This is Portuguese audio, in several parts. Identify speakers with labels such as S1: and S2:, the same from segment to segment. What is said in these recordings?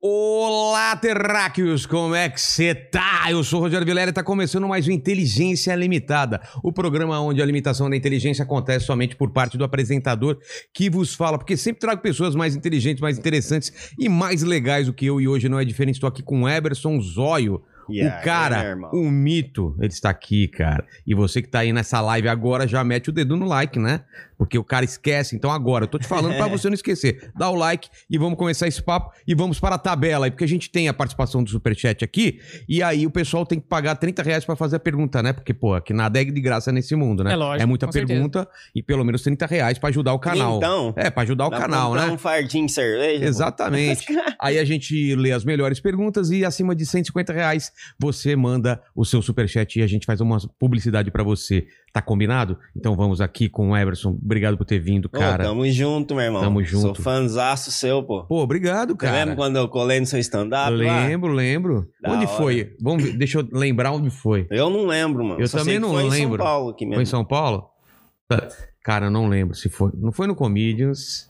S1: Olá, terráqueos! Como é que você tá? Eu sou o Rogério Vilela e tá começando mais um Inteligência Limitada, o programa onde a limitação da inteligência acontece somente por parte do apresentador que vos fala, porque sempre trago pessoas mais inteligentes, mais interessantes e mais legais do que eu e hoje não é diferente. Estou aqui com Eberson Zóio.
S2: E aí,
S1: o cara, um
S2: irmão?
S1: o mito, ele está aqui, cara. E você que tá aí nessa live agora, já mete o dedo no like, né? Porque o cara esquece. Então agora, eu tô te falando para você não esquecer. Dá o like e vamos começar esse papo e vamos para a tabela aí, porque a gente tem a participação do Superchat aqui e aí o pessoal tem que pagar 30 reais para fazer a pergunta, né? Porque, pô, que nada é de graça nesse mundo, né?
S3: É lógico,
S1: É muita
S3: com certeza.
S1: pergunta e pelo menos 30 reais para ajudar o canal.
S2: Então,
S1: É, para ajudar o canal, né?
S2: Um fardinho de cerveja.
S1: Exatamente. Aí a gente lê as melhores perguntas e acima de 150 reais você manda o seu superchat e a gente faz uma publicidade pra você. Tá combinado? Então vamos aqui com o Everson. Obrigado por ter vindo,
S2: Pô,
S1: cara.
S2: tamo junto, meu irmão.
S1: Tamo
S2: Sou
S1: junto.
S2: fanzaço seu, pô.
S1: Pô, obrigado,
S2: Você lembra
S1: cara.
S2: quando eu colei no seu stand-up? lá?
S1: Lembro, lembro.
S2: Tá Da
S1: onde
S2: hora.
S1: foi? Vamos ver, deixa eu lembrar onde foi.
S2: Eu não lembro, mano.
S1: Eu
S2: Só
S1: também
S2: sei que
S1: não
S2: foi Em São
S1: lembro.
S2: Paulo aqui
S1: Foi em
S2: mesmo.
S1: São Paulo? Tá. Cara, eu não lembro se foi. Não foi no Comedians.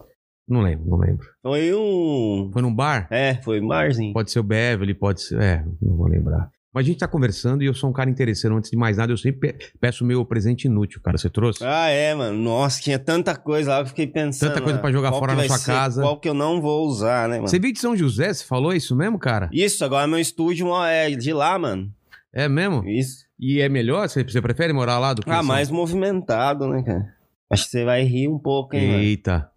S1: Não lembro, não lembro.
S2: Foi um.
S1: Foi num bar?
S2: É, foi Marzinho.
S1: Pode ser o Beverly, pode ser. É, não vou lembrar. Mas a gente tá conversando e eu sou um cara interesseiro. Antes de mais nada, eu sempre pe- peço o meu presente inútil, cara. Você trouxe?
S2: Ah, é, mano. Nossa, tinha tanta coisa lá que eu fiquei pensando.
S1: Tanta coisa
S2: ah,
S1: pra jogar
S2: qual
S1: fora
S2: que
S1: na
S2: vai
S1: sua
S2: ser,
S1: casa.
S2: Qual que eu não vou usar, né, mano?
S1: Você veio de São José? Você falou isso mesmo, cara?
S2: Isso, agora meu estúdio é de lá, mano.
S1: É mesmo?
S2: Isso.
S1: E é melhor? Você, você prefere morar lá do que em
S2: Ah,
S1: São-
S2: mais movimentado, né, cara? Acho que você vai rir um pouco, hein, mano.
S1: Eita.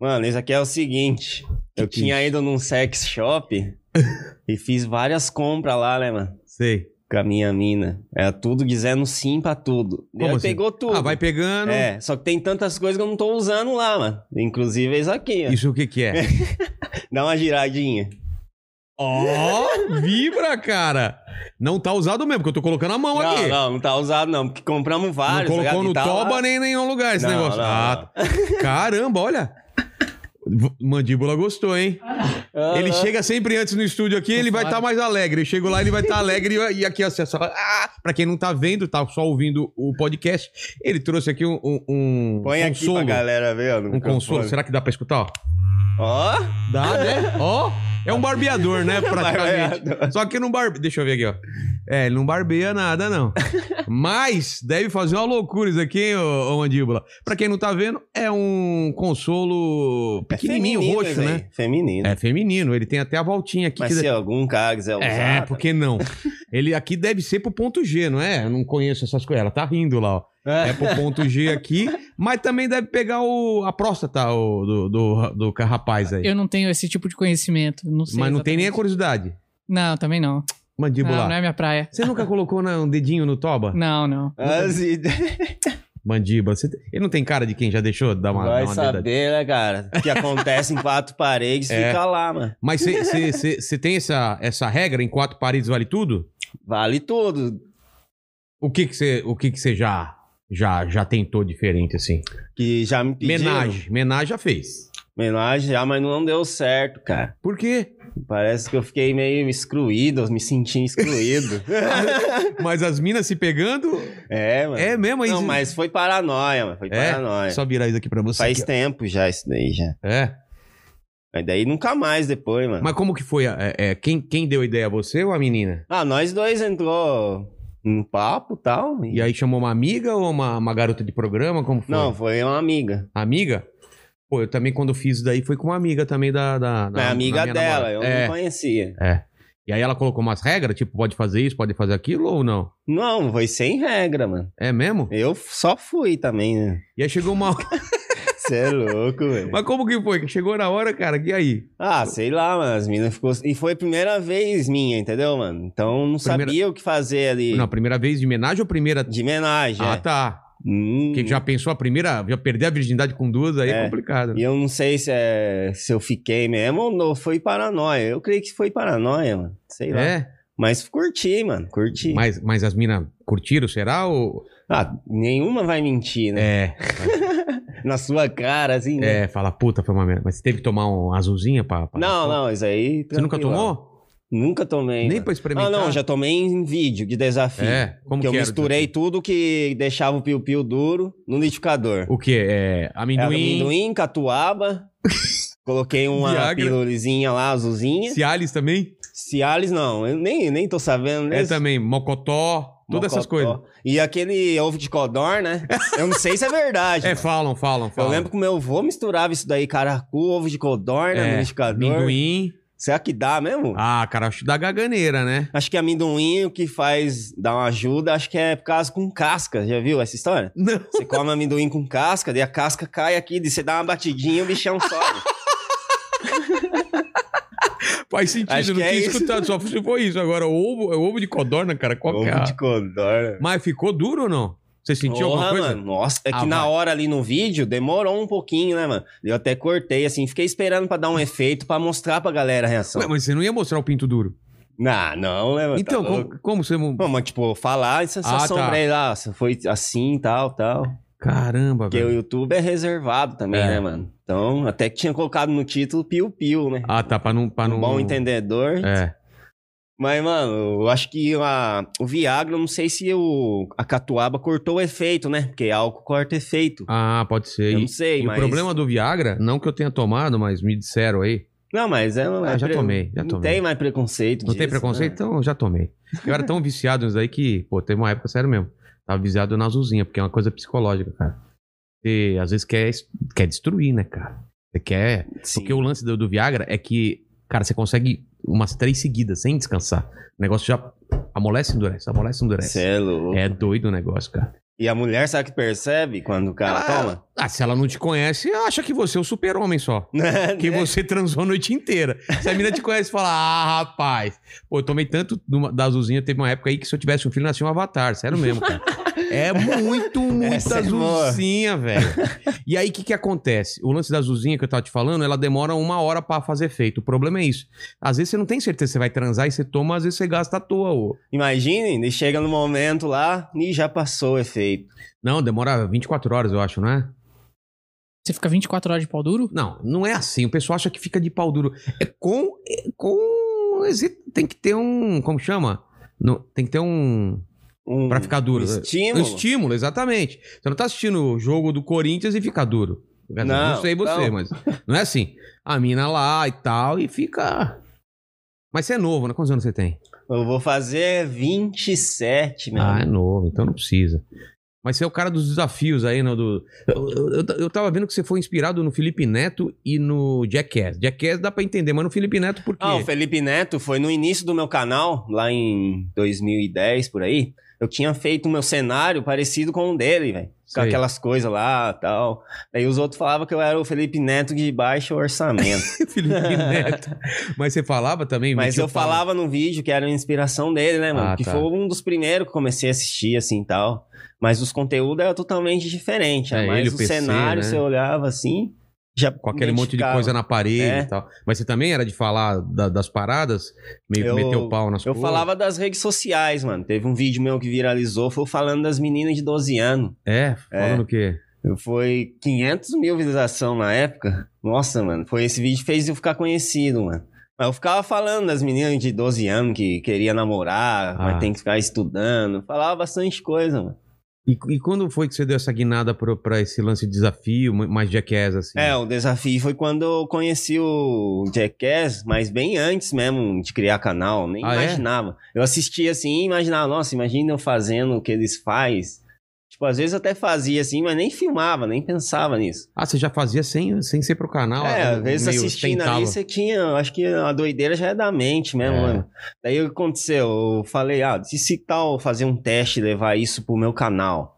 S2: Mano, isso aqui é o seguinte.
S1: Que
S2: Eu
S1: que é
S2: tinha
S1: isso?
S2: ido num sex shop e fiz várias compras lá, né, mano?
S1: Sei.
S2: Com a minha mina. Era tudo dizendo sim pra tudo.
S1: Como
S2: Ela
S1: assim?
S2: pegou tudo.
S1: Ah, vai pegando.
S2: É, só que tem tantas coisas que eu não tô usando lá, mano. Inclusive é isso aqui, ó.
S1: Isso o que que é?
S2: Dá uma giradinha.
S1: Ó, vibra, cara. Não tá usado mesmo, porque eu tô colocando a mão aqui.
S2: Não, não, não tá usado não, porque compramos
S1: Não
S2: vários. tá
S1: colocou
S2: ligado? E
S1: no
S2: tá lá.
S1: toba nem em nenhum lugar esse
S2: Não,
S1: negócio.
S2: não,
S1: ah, caramba, olha. V- Mandíbula gostou, hein?
S2: Ah,
S1: Ele
S2: não.
S1: chega sempre antes no estúdio aqui, ele vai estar mais alegre. Eu chego lá, ele vai estar alegre e aqui, ó, você só... ah, pra quem não tá vendo, tá só ouvindo o podcast, ele trouxe aqui um, um- um
S2: Põe aqui
S1: consolo.
S2: pra galera ver, ó. no
S1: um consolo.
S2: microfone.
S1: Será que dá pra escutar? Ó?
S2: Ó, é
S1: Dá, né? Ó, é um barbeador, né, praticamente.
S2: Barbeador.
S1: Só que não barbe... Deixa eu ver aqui, ó. É, ele não barbeia nada, não. Mas deve fazer uma loucura isso aqui, hein, ô, ô Mandíbula. Pra quem não tá vendo, é um consolo
S2: é
S1: pequenininho,
S2: feminino
S1: roxo,
S2: isso aí,
S1: né?
S2: Feminino.
S1: É feminino, ele tem até a voltinha aqui.
S2: Mas
S1: que-
S2: se algum cara quiser usar...
S1: É, por que não? Ele aqui deve ser pro ponto G, não é? Eu não conheço essas coisas. Ela tá rindo lá, ó. É pro ponto G aqui, mas também deve pegar o, a próstata o- do, do, do ca- rapaz aí.
S3: Eu não tenho esse tipo de conhecimento. Não sei
S1: mas não tem nem a
S3: exatamente.
S1: curiosidade.
S3: Não, também não.
S1: Mandíbula.
S3: Não, não é minha praia.
S1: Você nunca colocou né, um dedinho no toba?
S3: Não, não.
S2: Ah, se-
S1: Mandíbula. Você- Ele não tem cara de quem já deixou dar uma, dar
S2: Vai
S1: uma dedada?
S2: saber, né, cara? O que acontece em quatro paredes
S1: É.
S2: fica lá, mano.
S1: Mas você- você você- você tem essa, essa regra em quatro paredes vale tudo?
S2: Vale tudo.
S1: O que que você o que que você já já já tentou diferente assim?
S2: Que já me pediram.
S1: Menagem, menagem já fez.
S2: Menagem já, mas não deu certo, cara.
S1: Por quê?
S2: Parece que eu fiquei meio excluído, eu me senti excluído.
S1: Mas as minas se pegando?
S2: é, mano.
S1: É mesmo aí?
S2: não, mas foi paranoia, mano. Foi
S1: É?
S2: paranoia.
S1: Só virar isso aqui pra você.
S2: Faz
S1: aqui,
S2: tempo já isso daí, já.
S1: ó. É.
S2: Mas daí nunca mais depois, mano.
S1: Mas como que foi? a- é, é, quem, quem deu a ideia? Você ou a menina?
S2: Ah, nós dois entrou num papo e tal. e-
S1: E aí chamou uma amiga ou uma, uma garota de programa? Como foi?
S2: Não, foi uma amiga.
S1: Amiga? Pô, eu também quando fiz isso daí foi com uma amiga também da. da, da
S2: é amiga
S1: da minha
S2: dela,
S1: namorada.
S2: eu
S1: É.
S2: não conhecia.
S1: E aí ela colocou umas regras, tipo, pode fazer isso, pode fazer aquilo ou não?
S2: Não, foi sem regra, mano.
S1: É mesmo?
S2: Eu só fui também, né?
S1: E aí chegou uma.
S2: Você é louco, velho.
S1: Mas como que foi? Que Chegou na hora, cara, que aí?
S2: Ah, sei lá, mano. As meninas ficou. E foi a primeira vez minha, entendeu, mano? Então não
S1: Primeira-
S2: sabia o que fazer ali.
S1: Não, a primeira vez de homenagem ou a primeira.
S2: De homenagem.
S1: Ah,
S2: é.
S1: tá.
S2: Hum,
S1: Porque já pensou a primeira. Já perder a virgindade com duas, aí é,
S2: É.
S1: complicado.
S2: E eu não sei se, é... se eu fiquei mesmo ou não. Foi paranoia. Eu creio que foi paranoia, mano. Sei lá.
S1: É?
S2: Mas curti, mano, curti.
S1: Mas, mas as minas curtiram, será? Ou...
S2: Ah, nenhuma vai mentir, né?
S1: É,
S2: Na sua cara, assim, né?
S1: é, fala, puta, foi uma merda. Mas você teve que tomar um azulzinha pra. pra-
S2: Não, não, isso aí.
S1: Você nunca
S2: tranquilo.
S1: tomou?
S2: Nunca tomei.
S1: Nem
S2: mano.
S1: pra experimentar.
S2: Ah, não, já tomei em vídeo de desafio.
S1: É, como
S2: que eu
S1: que era o
S2: misturei tudo que deixava o piu-piu duro no liquidificador.
S1: O que? É,
S2: Era
S1: amendoim.
S2: amendoim, catuaba. coloquei uma
S1: Viagra.
S2: pilulizinha lá, azulzinha.
S1: Cialis também?
S2: Cialis, não. Eu nem, nem tô sabendo.
S1: É
S2: né?
S1: também. Mocotó. Todas essas
S2: Mocotó.
S1: coisas.
S2: E aquele ovo de codorna, né? Eu não sei se é verdade.
S1: É,
S2: mano.
S1: falam, falam,
S2: Eu
S1: falam.
S2: lembro que o meu avô misturava isso daí, caracu, ovo de codorna,
S1: É,
S2: no liquidificador.
S1: Amendoim.
S2: Será que dá mesmo?
S1: Ah, cara, acho da gaganeira, né?
S2: Acho que amendoim o que faz dar uma ajuda, acho que é por causa com casca. Já viu essa história?
S1: Não.
S2: Você come amendoim com casca, daí a casca cai aqui, daí você dá uma batidinha e o bichão sobe.
S1: Faz sentido,
S2: Acho
S1: eu não
S2: que é
S1: tinha
S2: isso.
S1: escutado, só se foi isso. Agora, ovo, ovo de codorna, cara, qual que é?
S2: Ovo
S1: a-
S2: de codorna.
S1: Mas ficou duro ou não? Você sentiu alguma
S2: Porra,
S1: coisa?
S2: mano. Nossa, é que
S1: Ah,
S2: na
S1: vai.
S2: hora ali no vídeo demorou um pouquinho, né, mano? Eu até cortei, assim, fiquei esperando pra dar um efeito pra mostrar pra galera a reação.
S1: Ué, mas você não ia mostrar o pinto duro.
S2: Não, não, né, mano?
S1: então,
S2: Tá louco.
S1: como, como você. mo-
S2: Não, mas tipo, falar essa
S1: Ah,
S2: sensação
S1: tá.
S2: pra ele, ah, você foi assim, tal, tal.
S1: Caramba,
S2: Porque o
S1: velho.
S2: YouTube é reservado também,
S1: É.
S2: né, mano? Então, até que tinha colocado no título piu-piu, né?
S1: Ah, tá, pra não. Pra não...
S2: Um bom entendedor.
S1: É.
S2: Mas, mano, eu acho que a- o Viagra, eu não sei se o, a catuaba cortou o efeito, né? Porque álcool corta efeito.
S1: Ah, pode ser.
S2: eu
S1: E,
S2: não sei,
S1: e
S2: mas...
S1: o problema do Viagra, não que eu tenha tomado, mas me disseram aí.
S2: Não, mas é... é
S1: Ah, já tomei, já
S2: não
S1: tomei.
S2: tem mais preconceito
S1: Não tem
S2: disso,
S1: preconceito?
S2: né?
S1: Então eu já tomei. Eu era tão viciado nisso daí que, pô, teve uma época, sério mesmo. Tava viciado na azulzinha, porque é uma coisa psicológica, cara. Você às vezes quer, quer destruir, né, cara? Você quer.
S2: Sim.
S1: Porque o lance do, do Viagra é que, cara, você consegue umas três seguidas sem descansar. O negócio já amolece e endurece, amolece e endurece.
S2: Cê é louco.
S1: É doido o negócio, cara.
S2: E a mulher, sabe que percebe quando o cara
S1: Ela-
S2: toma?
S1: Ah, se ela não te conhece, acha que você é o super-homem só.
S2: Né?
S1: Que você transou a noite inteira. Se a mina te conhece e fala, ah, rapaz, pô, eu tomei tanto numa- da azulzinha, teve uma época aí que se eu tivesse um filho, nascia um avatar, sério mesmo, cara. É muito, muito
S2: Essa é boa.
S1: azulzinha, velho. E aí, o que que acontece? O lance da azulzinha que eu tava te falando, ela demora uma hora pra fazer efeito. O problema é isso. Às vezes você não tem certeza se você vai transar e você toma, às vezes você gasta à toa, ô.
S2: Imaginem, ele chega no momento lá e já passou o efeito.
S1: Não, demora 24 horas, eu acho, não é?
S3: Você fica 24 horas de pau duro?
S1: Não, não é assim. O pessoal acha que fica de pau duro. É com. é com exi- tem que ter um. Como chama? No- tem que ter um.
S2: Um,
S1: Pra ficar duro.
S2: um
S1: Um
S2: estímulo.
S1: estímulo, exatamente. Você não tá assistindo o jogo do Corinthians e fica duro. Quer dizer, Não,
S2: Não,
S1: sei você,
S2: não.
S1: mas. Não é assim. A mina lá e tal, e fica. Mas você é novo, né? Quantos anos você tem?
S2: Eu vou fazer 27, meu.
S1: Ah, é
S2: amigo.
S1: novo, então não precisa. Mas você é o cara dos desafios aí, né? Do... Eu, eu, eu tava vendo que você foi inspirado no Felipe Neto e no Jackass. Jackass dá pra entender, mas no Felipe Neto por quê?
S2: Ah, o Felipe Neto foi no início do meu canal, lá em 2010, por aí. Eu tinha feito o meu cenário parecido com o dele, velho. Com
S1: Sei.
S2: aquelas coisas lá tal. Daí os outros falavam que eu era o Felipe Neto de baixo orçamento.
S1: Felipe Neto. Mas você falava também?
S2: Mas
S1: metia
S2: eu
S1: o pau?
S2: falava no vídeo que era a inspiração dele, né, mano?
S1: Ah,
S2: que
S1: tá.
S2: foi um dos primeiros que eu comecei a assistir, assim tal. Mas os conteúdos eram totalmente diferentes.
S1: É,
S2: É, mas
S1: ele, o
S2: o
S1: PC,
S2: cenário,
S1: né?
S2: você olhava assim. Já
S1: Com aquele monte de
S2: identificava.
S1: coisa na parede
S2: É.
S1: e tal. Mas você também era de falar da- das paradas? Meio que
S2: Eu-
S1: meter o pau nas
S2: Eu
S1: coisas?
S2: falava das redes sociais, mano. Teve um vídeo meu que viralizou, foi eu falando das meninas de 12 anos.
S1: É? Falando o quê?
S2: Eu- Foi 500 mil visualização na época. Nossa, mano, foi esse vídeo que fez eu ficar conhecido, mano. Mas eu ficava falando das meninas de 12 anos que queria namorar,
S1: Ah.
S2: mas tem que ficar estudando. Falava bastante coisa, mano.
S1: E, e quando foi que você deu essa guinada pro, pra esse lance de desafio, mais jackass assim?
S2: É, o desafio foi quando eu conheci o Jackass, mas bem antes mesmo de criar canal, nem
S1: Ah, é?
S2: imaginava. Eu assistia assim e imaginava, nossa, imagina eu fazendo o que eles faz. Tipo, às vezes eu até fazia assim, mas nem filmava, nem pensava nisso.
S1: Ah, você já fazia sem, sem ser pro canal?
S2: é,
S1: ah,
S2: às vezes
S1: meio
S2: assistindo
S1: tentava.
S2: ali, você tinha, eu acho que a doideira já é da mente mesmo,
S1: É.
S2: mano. Daí o que aconteceu? Eu falei, ah, e se tal fazer um teste e levar isso pro meu canal?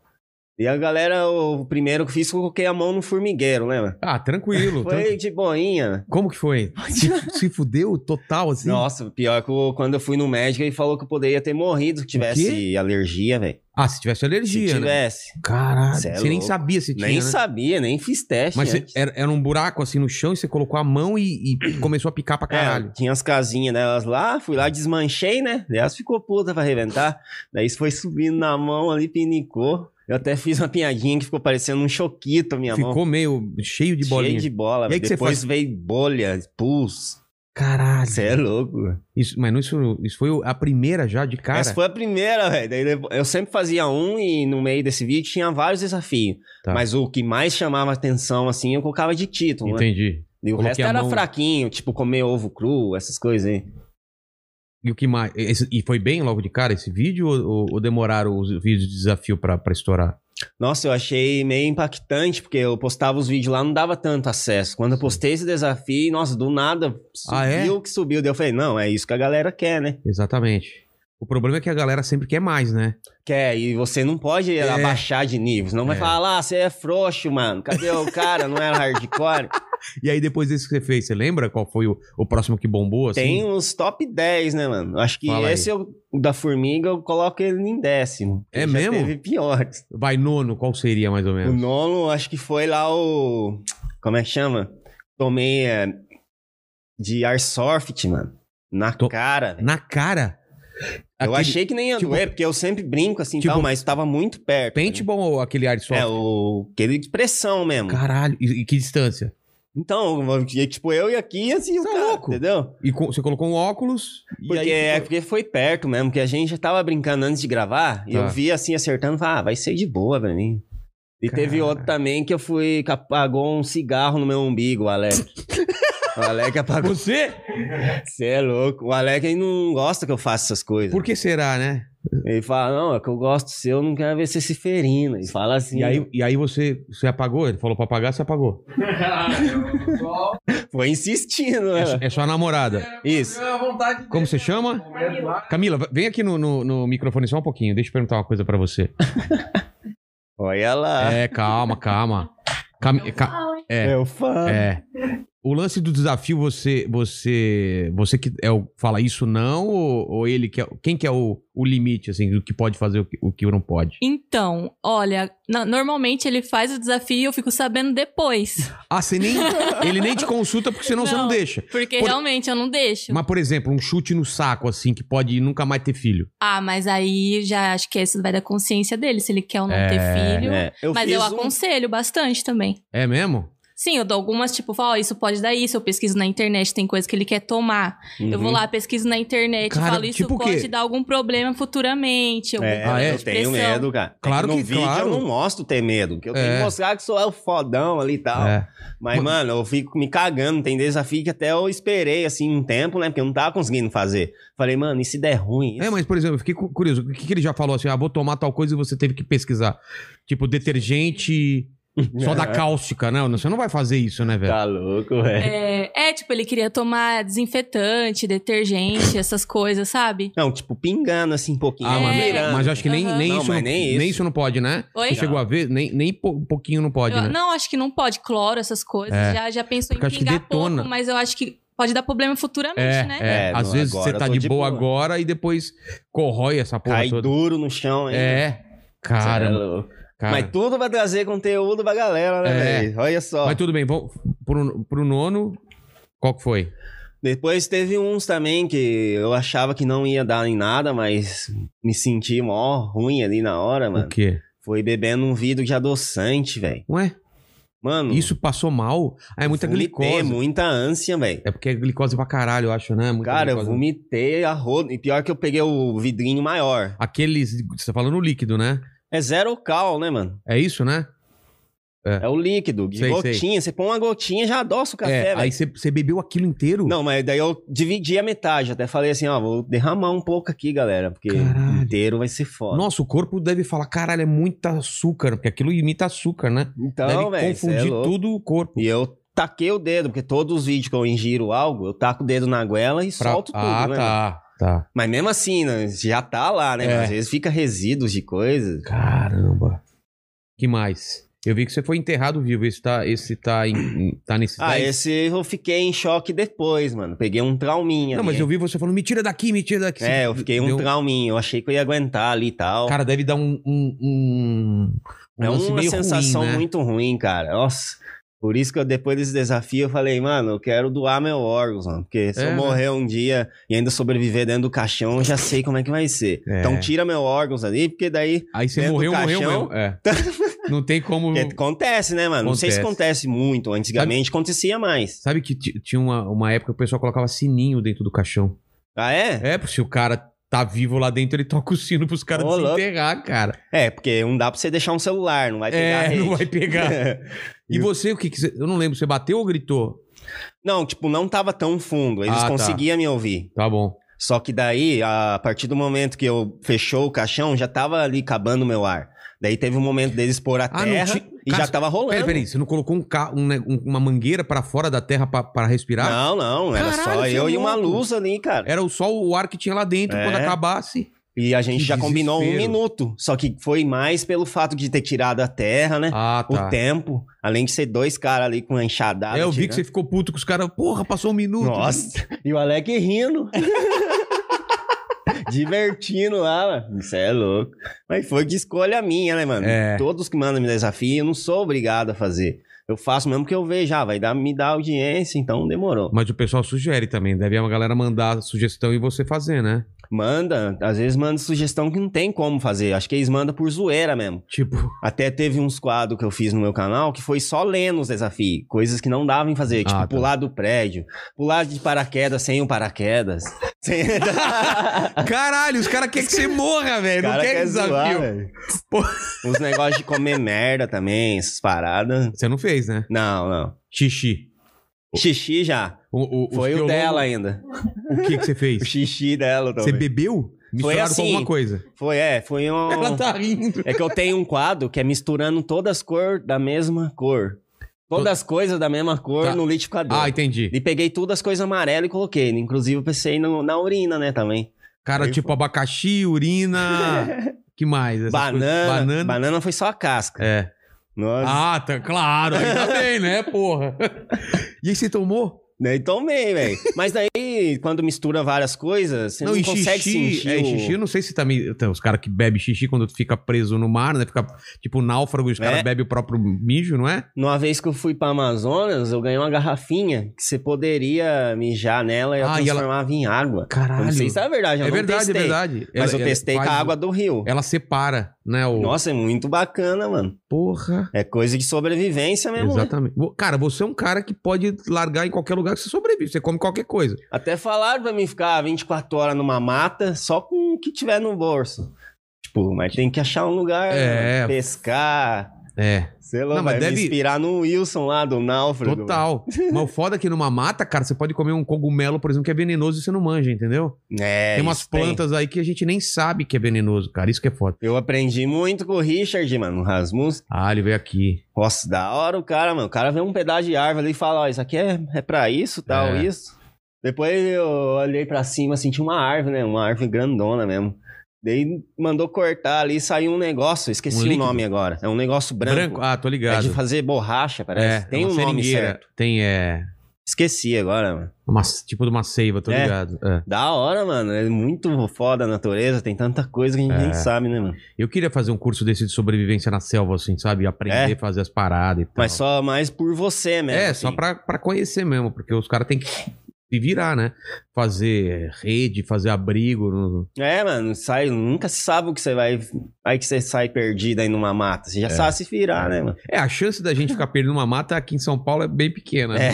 S2: E a galera, o primeiro que fiz, eu coloquei a mão no formigueiro, lembra?
S1: Ah, tranquilo.
S2: Foi
S1: tranquilo.
S2: de boinha.
S1: Como que foi? Se, se fudeu total, assim?
S2: Nossa, pior que eu- quando eu fui no médico, ele falou que eu poderia ter morrido se
S1: O quê?
S2: tivesse alergia, velho.
S1: Ah, se tivesse alergia,
S2: se
S1: né?
S2: tivesse.
S1: Caralho,
S2: Cê
S1: você
S2: é
S1: nem
S2: louco.
S1: sabia se tinha,
S2: Nem
S1: né?
S2: sabia, nem fiz teste. É,
S1: Mas cê-
S2: antes.
S1: era, era um buraco assim no chão e você colocou a mão e, e começou a picar pra
S2: É,
S1: caralho.
S2: tinha as casinhas delas lá, fui lá, desmanchei, né? Aliás, ficou puta pra arrebentar. Daí isso foi subindo na mão ali, pinicou. Eu até fiz uma pinhadinha que ficou parecendo um choquito a minha
S1: Ficou
S2: mão.
S1: meio cheio de bolinha.
S2: Cheio de bola.
S1: E aí que cê
S2: Depois
S1: faz?
S2: veio bolha, pus.
S1: Caralho.
S2: Você é louco.
S1: Isso, mas não, isso, isso foi o- a primeira já de cara.
S2: Essa foi a primeira, velho. Daí depo- Eu sempre fazia um e no meio desse vídeo tinha vários desafios.
S1: Tá.
S2: Mas o que mais chamava atenção, assim, eu colocava de título, né?
S1: Entendi.
S2: E o
S1: Coloquei
S2: resto
S1: a
S2: era
S1: mão.
S2: fraquinho, tipo comer ovo cru, essas coisas aí.
S1: E o que mais? esse- e foi bem logo de cara esse vídeo ou, ou- ou demoraram os vídeos de desafio pra, pra estourar?
S2: Nossa, eu achei meio impactante, porque eu postava os vídeos lá, não dava tanto acesso. Quando eu postei esse desafio, nossa, do nada subiu
S1: Ah, é?
S2: que subiu. Daí eu falei, não, é isso que a galera quer, né?
S1: Exatamente. O problema é que a galera sempre quer mais, né?
S2: Quer, e você não pode
S1: É.
S2: abaixar de nível. Não vai
S1: É.
S2: falar, ah, você é frouxo, mano. Cadê o cara? Não era hardcore?
S1: E aí depois desse que você fez, você lembra qual foi o, o próximo que bombou? Assim?
S2: Tem uns top 10, né, mano? Acho que
S1: Fala aí.
S2: esse eu- o da formiga, eu coloco ele em décimo.
S1: É
S2: Já
S1: mesmo? É
S2: Teve piores.
S1: Vai nono, qual seria mais ou
S2: O
S1: menos?
S2: nono, acho que foi lá o. Como é que chama? Tomei é, de Airsoft, mano. Na
S1: To-
S2: cara. velho.
S1: Na cara?
S2: Eu
S1: Aquele
S2: achei que nem ia
S1: tipo-
S2: doer, porque eu sempre brinco assim e
S1: Tipo-
S2: tal, mas tava muito perto. né?
S1: Paintball ou aquele airsoft?
S2: É, o. Aquele de pressão mesmo.
S1: Caralho, e, e que distância?
S2: Então, eu- tipo, eu e aqui, assim, o
S1: Tá
S2: cara,
S1: louco?
S2: entendeu?
S1: E co- você colocou um óculos e
S2: Porque,
S1: aí...
S2: é, porque foi perto mesmo, porque a gente já tava brincando antes de gravar, e
S1: Tá.
S2: eu vi assim, acertando, falei, ah, vai ser de boa pra mim. E teve
S1: Caralho.
S2: outro também que eu fui, que apagou um cigarro no meu umbigo, o Alec. o Alec apagou.
S1: Você?
S2: Você é louco. O Alec ele não gosta que eu faça essas coisas.
S1: Por que será, né?
S2: Ele fala, não, é que eu gosto seu, eu não quero ver você se ferindo. E fala assim,
S1: E aí, e aí você, você apagou? Ele falou pra apagar, você apagou.
S2: foi insistindo,
S1: É,
S2: né?
S1: su- é sua namorada.
S2: Isso.
S1: Como você chama? Camila, v- vem aqui no, no- no microfone só um pouquinho. Deixa eu perguntar uma coisa pra você.
S2: Olha lá.
S1: É, calma, calma. Cam- ca- é.
S2: Eu falo.
S1: É. O lance do desafio, você você você que é o, fala isso não ou, ou ele que é, quem que é o, o limite assim do que pode fazer o que, o que não pode?
S4: Então, olha, na- normalmente ele faz o desafio e eu fico sabendo depois.
S1: Ah, você nem ele nem te consulta porque senão você não
S4: Não.
S1: deixa.
S4: Porque
S1: Por-
S4: realmente eu não deixo.
S1: Mas por exemplo, um chute no saco assim que pode nunca mais ter filho.
S4: Ah, mas aí já acho que isso vai da consciência dele, se ele quer ou não
S1: É,
S4: ter filho.
S2: É, Eu
S4: mas
S2: fiz
S4: eu
S2: um-
S4: aconselho bastante também.
S1: É mesmo?
S4: Sim, eu dou algumas, tipo, falo, ó, isso pode dar isso, eu pesquiso na internet, tem coisa que ele quer tomar. Eu vou
S2: Uhum.
S4: lá, pesquiso na internet,
S1: Cara,
S4: falo, isso
S1: tipo o quê?
S4: pode dar algum problema futuramente. algum
S2: É,
S1: Ah, é?
S2: Eu tenho
S4: Expressão.
S2: medo, cara.
S1: Claro
S2: no
S1: que-
S2: vídeo
S1: claro.
S2: eu não mostro ter medo. Porque eu tenho
S1: É.
S2: que mostrar que sou é o fodão ali e tal.
S1: É.
S2: Mas, mano, eu fico me cagando. Tem desafio que até eu esperei, assim, um tempo, né? Porque eu não tava conseguindo fazer. Falei, mano, e se der ruim?
S1: É, mas por exemplo, eu fiquei cu- curioso. O que, que ele já falou assim? Ah, vou tomar tal coisa e você teve que pesquisar. Tipo detergente só
S2: É.
S1: da cáustica, né? Você não vai fazer isso, né, velho?
S2: Tá louco, velho.
S4: É, é, tipo, ele queria tomar desinfetante, detergente, essas coisas, sabe?
S2: Não, tipo, pingando, assim, um pouquinho.
S1: Ah, mas,
S2: virando.
S1: mas eu acho que nem,
S4: é Aham.
S1: nem,
S2: Não,
S1: isso
S2: mas
S1: não,
S2: nem isso.
S1: nem isso não pode, né?
S4: Oi?
S1: Você chegou a ver? Nem, nem po- um pouquinho não pode,
S4: Eu-
S1: né? É.
S4: Não, acho que não pode. Cloro, essas coisas. Já, já pensou
S1: Porque
S4: em
S1: acho que
S4: pingar
S1: detona.
S4: pouco, mas eu acho que pode dar problema futuramente,
S1: É,
S4: né?
S1: é.
S2: É,
S1: às
S2: não,
S1: vezes
S2: agora
S1: você
S2: eu
S1: tá
S2: tô
S1: de
S2: de
S1: boa
S2: boa.
S1: agora e depois corrói essa é porra
S2: Cai
S1: toda.
S2: duro no chão, hein?
S1: É,
S2: Cê é
S1: cara,
S2: louco.
S1: cara.
S2: Mas tudo vai trazer conteúdo pra galera, né,
S1: É.
S2: velho? Olha só.
S1: Mas tudo bem, vamos pro, pro nono, qual que foi?
S2: Depois teve uns também que eu achava que não ia dar em nada, mas me senti mó ruim ali na hora, mano.
S1: O quê?
S2: Foi bebendo um vidro de adoçante, velho.
S1: Ué,
S2: Mano.
S1: isso passou mal? Ah, é muita
S2: Hum. vomitei,
S1: glicose.
S2: muita ânsia, velho.
S1: É porque é glicose pra caralho, eu acho, né? Muita
S2: Cara, eu
S1: glicose.
S2: vomitei a roda. E pior que eu peguei o vidrinho maior.
S1: Aqueles, você tá falando líquido, né?
S2: É zero cal, né, mano?
S1: É isso, né?
S2: É o líquido. De
S1: Sei, sei.
S2: gotinha. Você põe uma gotinha já adoça o
S1: é,
S2: café,
S1: aí
S2: velho.
S1: você- você bebeu aquilo inteiro?
S2: Não, mas daí eu dividi a metade. Até falei assim, ó, vou derramar um pouco aqui, galera. Porque
S1: Caralho.
S2: inteiro vai ser foda.
S1: Nossa, o corpo deve falar, caralho, é muito açúcar, porque aquilo imita açúcar, né?
S2: então,
S1: deve
S2: velho, cê é
S1: confundir
S2: louco.
S1: tudo o corpo.
S2: E eu taquei o dedo, porque todos os vídeos que eu ingiro algo, eu taco o dedo na goela e
S1: Pra-
S2: solto tudo,
S1: ah,
S2: né? mano?
S1: tá, tá.
S2: Mas mesmo assim, né, já tá lá, né?
S1: É.
S2: Às vezes fica resíduos de coisa.
S1: Caramba. que mais? Eu vi que você foi enterrado vivo. Esse tá, esse tá, em- em- tá nesse.
S2: Ah, esse eu fiquei em choque depois, mano. Peguei um trauminha.
S1: Não, mas
S2: ali.
S1: eu vi você falando, me tira daqui, me tira daqui.
S2: É, eu fiquei um
S1: Deu-
S2: trauminha. Eu achei que eu ia aguentar ali e tal.
S1: Cara, deve dar um. um, um- um
S2: é
S1: lance
S2: uma
S1: meio
S2: sensação
S1: ruim, né?
S2: muito ruim, cara. Nossa. Por isso que eu, depois desse desafio, eu falei, mano, eu quero doar meu órgãos, mano. Porque se
S1: É,
S2: eu
S1: né?
S2: morrer um dia e ainda sobreviver dentro do caixão, eu já sei como é que vai ser.
S1: É.
S2: Então tira meu órgãos ali, porque daí.
S1: Aí você
S2: Dentro do
S1: morreu, morreu
S2: caixão.
S1: mesmo. É. Não tem como.
S2: Porque acontece, né, mano? Não sei se acontece muito. Antigamente acontecia mais.
S1: Sabe que ti- tinha uma, uma época que o pessoal colocava sininho dentro do caixão.
S2: Ah, é?
S1: É, porque se o cara tá vivo lá dentro, ele toca o sino pros caras
S2: Ô, louco.
S1: desenterrar, cara.
S2: É, porque não dá pra você deixar um celular, não vai pegar. a
S1: é,
S2: rede.
S1: não vai pegar. E
S2: Eu-
S1: você, o que que você... Eu não lembro, você bateu ou gritou?
S2: Não, tipo, não tava tão fundo. Eles
S1: Ah, tá.
S2: conseguiam me ouvir.
S1: Tá bom.
S2: Só que daí, a partir do momento que eu fechou o caixão, já tava ali acabando o meu ar. Daí teve um momento deles pôr a
S1: Ah, não
S2: terra
S1: tinha-
S2: e
S1: Cara,
S2: já tava rolando.
S1: Peraí, peraí, você não colocou um ca... um ne- um- uma mangueira pra fora da terra pra, pra respirar?
S2: Não, não, era
S1: Caralho,
S2: só
S1: você é
S2: eu e uma
S1: louco. É,
S2: luz ali, cara.
S1: Era só o ar que tinha lá dentro
S2: É.
S1: quando acabasse.
S2: E a gente
S1: Que
S2: já combinou um
S1: desespero.
S2: minuto. Só que foi mais pelo fato de ter tirado a terra, né?
S1: Ah, tá.
S2: O tempo, além de ser dois caras ali com a enxadada.
S1: É, eu vi
S2: tirando.
S1: que você ficou puto com os caras. Porra, passou um minuto.
S2: né? Nossa, e o Alec rindo. Divertindo lá, mano. Isso é louco. Mas foi de escolha minha, né, mano?
S1: É.
S2: Todos que mandam me desafio, eu não sou obrigado a fazer. Eu faço mesmo que eu vejo, ah, vai dar, me dar audiência, então demorou.
S1: Mas o pessoal sugere também. Deve a galera mandar sugestão e você fazer, né?
S2: Manda, às vezes manda sugestão que não tem como fazer. Acho que eles mandam por zoeira mesmo.
S1: Tipo,
S2: Até teve uns quadros que eu fiz no meu canal que foi só lendo os desafios, coisas que não davam em fazer, tipo
S1: Ah, tá.
S2: pular do prédio, pular de paraquedas sem o paraquedas. Sem...
S1: caralho, os caras querem que você morra, velho. Não
S2: cara
S1: quer
S2: quer zoar,
S1: desafio.
S2: velho.
S1: Pô.
S2: Os negócios de comer merda também, essas paradas.
S1: você não fez, né?
S2: Não, não.
S1: Xixi.
S2: Xixi já.
S1: O- os
S2: Foi o
S1: teólogos-
S2: dela ainda.
S1: O que, que você fez?
S2: O xixi dela
S1: Você
S2: também.
S1: bebeu? Misturado com
S2: assim.
S1: alguma coisa.
S2: Foi, é, foi um.
S1: tá rindo.
S2: É que eu tenho um quadro que é misturando todas as cores da mesma cor. Todas as coisas da mesma cor
S1: Tá.
S2: no liquidificador.
S1: Ah, entendi.
S2: E peguei todas as coisas amarelas e coloquei. Inclusive, eu pensei no- na urina, né, também.
S1: Cara,
S2: Aí
S1: tipo abacaxi, urina. que mais? Essas coisas.
S2: Banana, banana.
S1: Banana.
S2: foi só a casca.
S1: É.
S2: Nossa.
S1: Ah, tá, claro. Aí tá bem, né, porra? E aí você tomou?
S2: Daí tomei, velho. Então Mas daí, quando mistura várias coisas, você não,
S1: e
S2: consegue
S1: xixi,
S2: sentir.
S1: é, e
S2: o-
S1: xixi, eu não sei se também. Tem os caras que bebem xixi quando fica preso no mar, né? Fica tipo náufrago, os caras
S2: É.
S1: bebem o próprio mijo, não é?
S2: Numa vez que eu fui pra Amazonas, eu ganhei uma garrafinha que você poderia mijar nela e ela
S1: Ah, e ela-
S2: transformava em água. Eu
S1: Caralho.
S2: não sei se é verdade, eu
S1: é
S2: não
S1: verdade,
S2: testei.
S1: é verdade.
S2: Mas
S1: Ela-
S2: eu
S1: ela
S2: testei com
S1: faz-
S2: a água do rio.
S1: Ela separa, né? O...
S2: Nossa, é muito bacana, mano.
S1: Porra.
S2: É coisa de sobrevivência mesmo. né?
S1: Exatamente. Vo- Cara, você é um cara que pode largar em qualquer lugar que você sobrevive. Você come qualquer coisa.
S2: Até falaram pra mim ficar 24 horas numa mata só com o que tiver no bolso. Tipo, mas tem que achar um lugar,
S1: É.
S2: né? pescar,
S1: É.
S2: sei lá,
S1: Não, mas
S2: vai
S1: deve-
S2: me inspirar no Wilson lá do Náufrago.
S1: Total. Mas o foda é que numa mata, cara, você pode comer um cogumelo, por exemplo, que é venenoso e você não manja, entendeu?
S2: É,
S1: tem umas
S2: isso tem.
S1: plantas aí que a gente nem sabe que é venenoso, cara. Isso que é foda.
S2: Eu aprendi muito com o Richard, mano, o Rasmus.
S1: Ah, ele veio aqui.
S2: Nossa, da hora o cara, mano. O cara vê um pedaço de árvore ali e fala, ó, isso aqui é, é pra isso, tal,
S1: É.
S2: isso. Depois eu olhei pra cima, senti uma árvore, né? Uma árvore grandona mesmo. Daí mandou cortar ali e saiu um negócio.
S1: Um
S2: Esqueci o
S1: líquido?
S2: nome agora. É um negócio branco.
S1: Branco. Ah, tô
S2: É
S1: ligado. É,
S2: de fazer borracha, parece. Tem
S1: uma
S2: um nome
S1: seringueira.
S2: certo.
S1: Tem, é.
S2: Esqueci agora, mano.
S1: Uma, tipo de uma seiva, tô
S2: É.
S1: ligado. É.
S2: Da hora, mano. É muito foda a natureza. Tem tanta coisa que a gente
S1: É.
S2: nem sabe, né, mano?
S1: Eu queria fazer um curso desse de sobrevivência na selva, assim, sabe? Aprender
S2: É.
S1: a fazer as paradas e tal.
S2: Mas só mais por você mesmo.
S1: Então. É,
S2: assim.
S1: só pra, pra conhecer mesmo, porque os caras têm que se virar, né? Fazer rede, fazer abrigo. no-
S2: É, mano, sai, nunca se sabe o que você vai. Aí que você sai perdido aí numa mata. Você já sabe se virar, né, mano?
S1: É, a chance da gente ficar perdido numa mata aqui em São Paulo é bem pequena. né?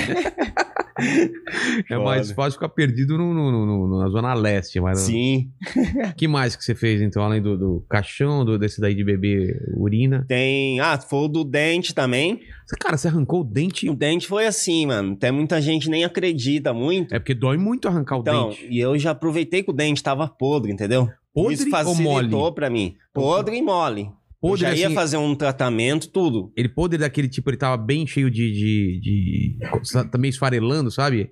S1: É,
S2: Foda.
S1: mais fácil ficar perdido no, no- no- no- na Zona Leste. Mas
S2: Sim.
S1: que mais que você fez, então, além do, do caixão, do- desse daí de beber urina?
S2: Tem. Ah, foi o do dente também.
S1: Você- Cara, você arrancou o dente?
S2: O dente foi assim, mano. Até muita gente nem acredita muito.
S1: É porque dói muito arrancar o
S2: Então,
S1: dente.
S2: e eu já aproveitei que o dente tava podre, entendeu?
S1: Podre
S2: Isso
S1: ou mole?
S2: facilitou pra mim. Podre e mole. eu
S1: Podre,
S2: já ia
S1: assim,
S2: fazer um tratamento, tudo.
S1: Ele podre daquele tipo, ele tava bem cheio de... de, de- sa- também esfarelando, sabe?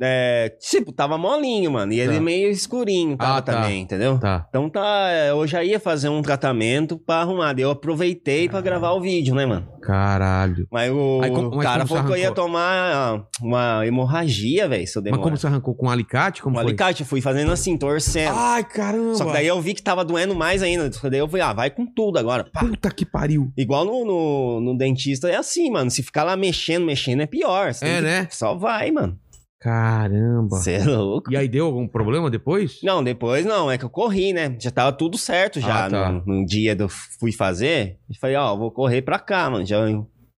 S2: É, tipo, tava molinho, mano. E ele
S1: Tá.
S2: meio escurinho tava
S1: Ah, tá.
S2: também, entendeu?
S1: Tá.
S2: Então tá, é, eu já ia fazer um tratamento pra arrumar. Daí eu aproveitei pra gravar o vídeo, né, mano?
S1: Caralho.
S2: Mas o
S1: Ah. Aí como- mas
S2: cara
S1: como
S2: falou
S1: você
S2: que eu ia
S1: arrancou?
S2: tomar ah, uma hemorragia, velho, se eu
S1: Mas
S2: demorar.
S1: como você arrancou? Com um alicate? Como
S2: um
S1: foi? Ah,
S2: alicate, eu fui fazendo assim, torcendo.
S1: Ai, caramba.
S2: Só que daí eu vi que tava doendo mais ainda. Daí eu falei, ah, vai com tudo agora. Pá.
S1: Puta que pariu.
S2: Igual no, no, no dentista é assim, mano. Se ficar lá mexendo, mexendo é pior. Você tem
S1: É,
S2: que-
S1: né?
S2: Só vai, mano.
S1: Caramba.
S2: Você é louco.
S1: E aí deu algum problema depois?
S2: Não, depois não, é que eu corri, né? Já tava tudo certo já.
S1: Ah, tá.
S2: no, no dia que eu fui fazer, eu falei, ó, eu vou correr pra cá, mano. Já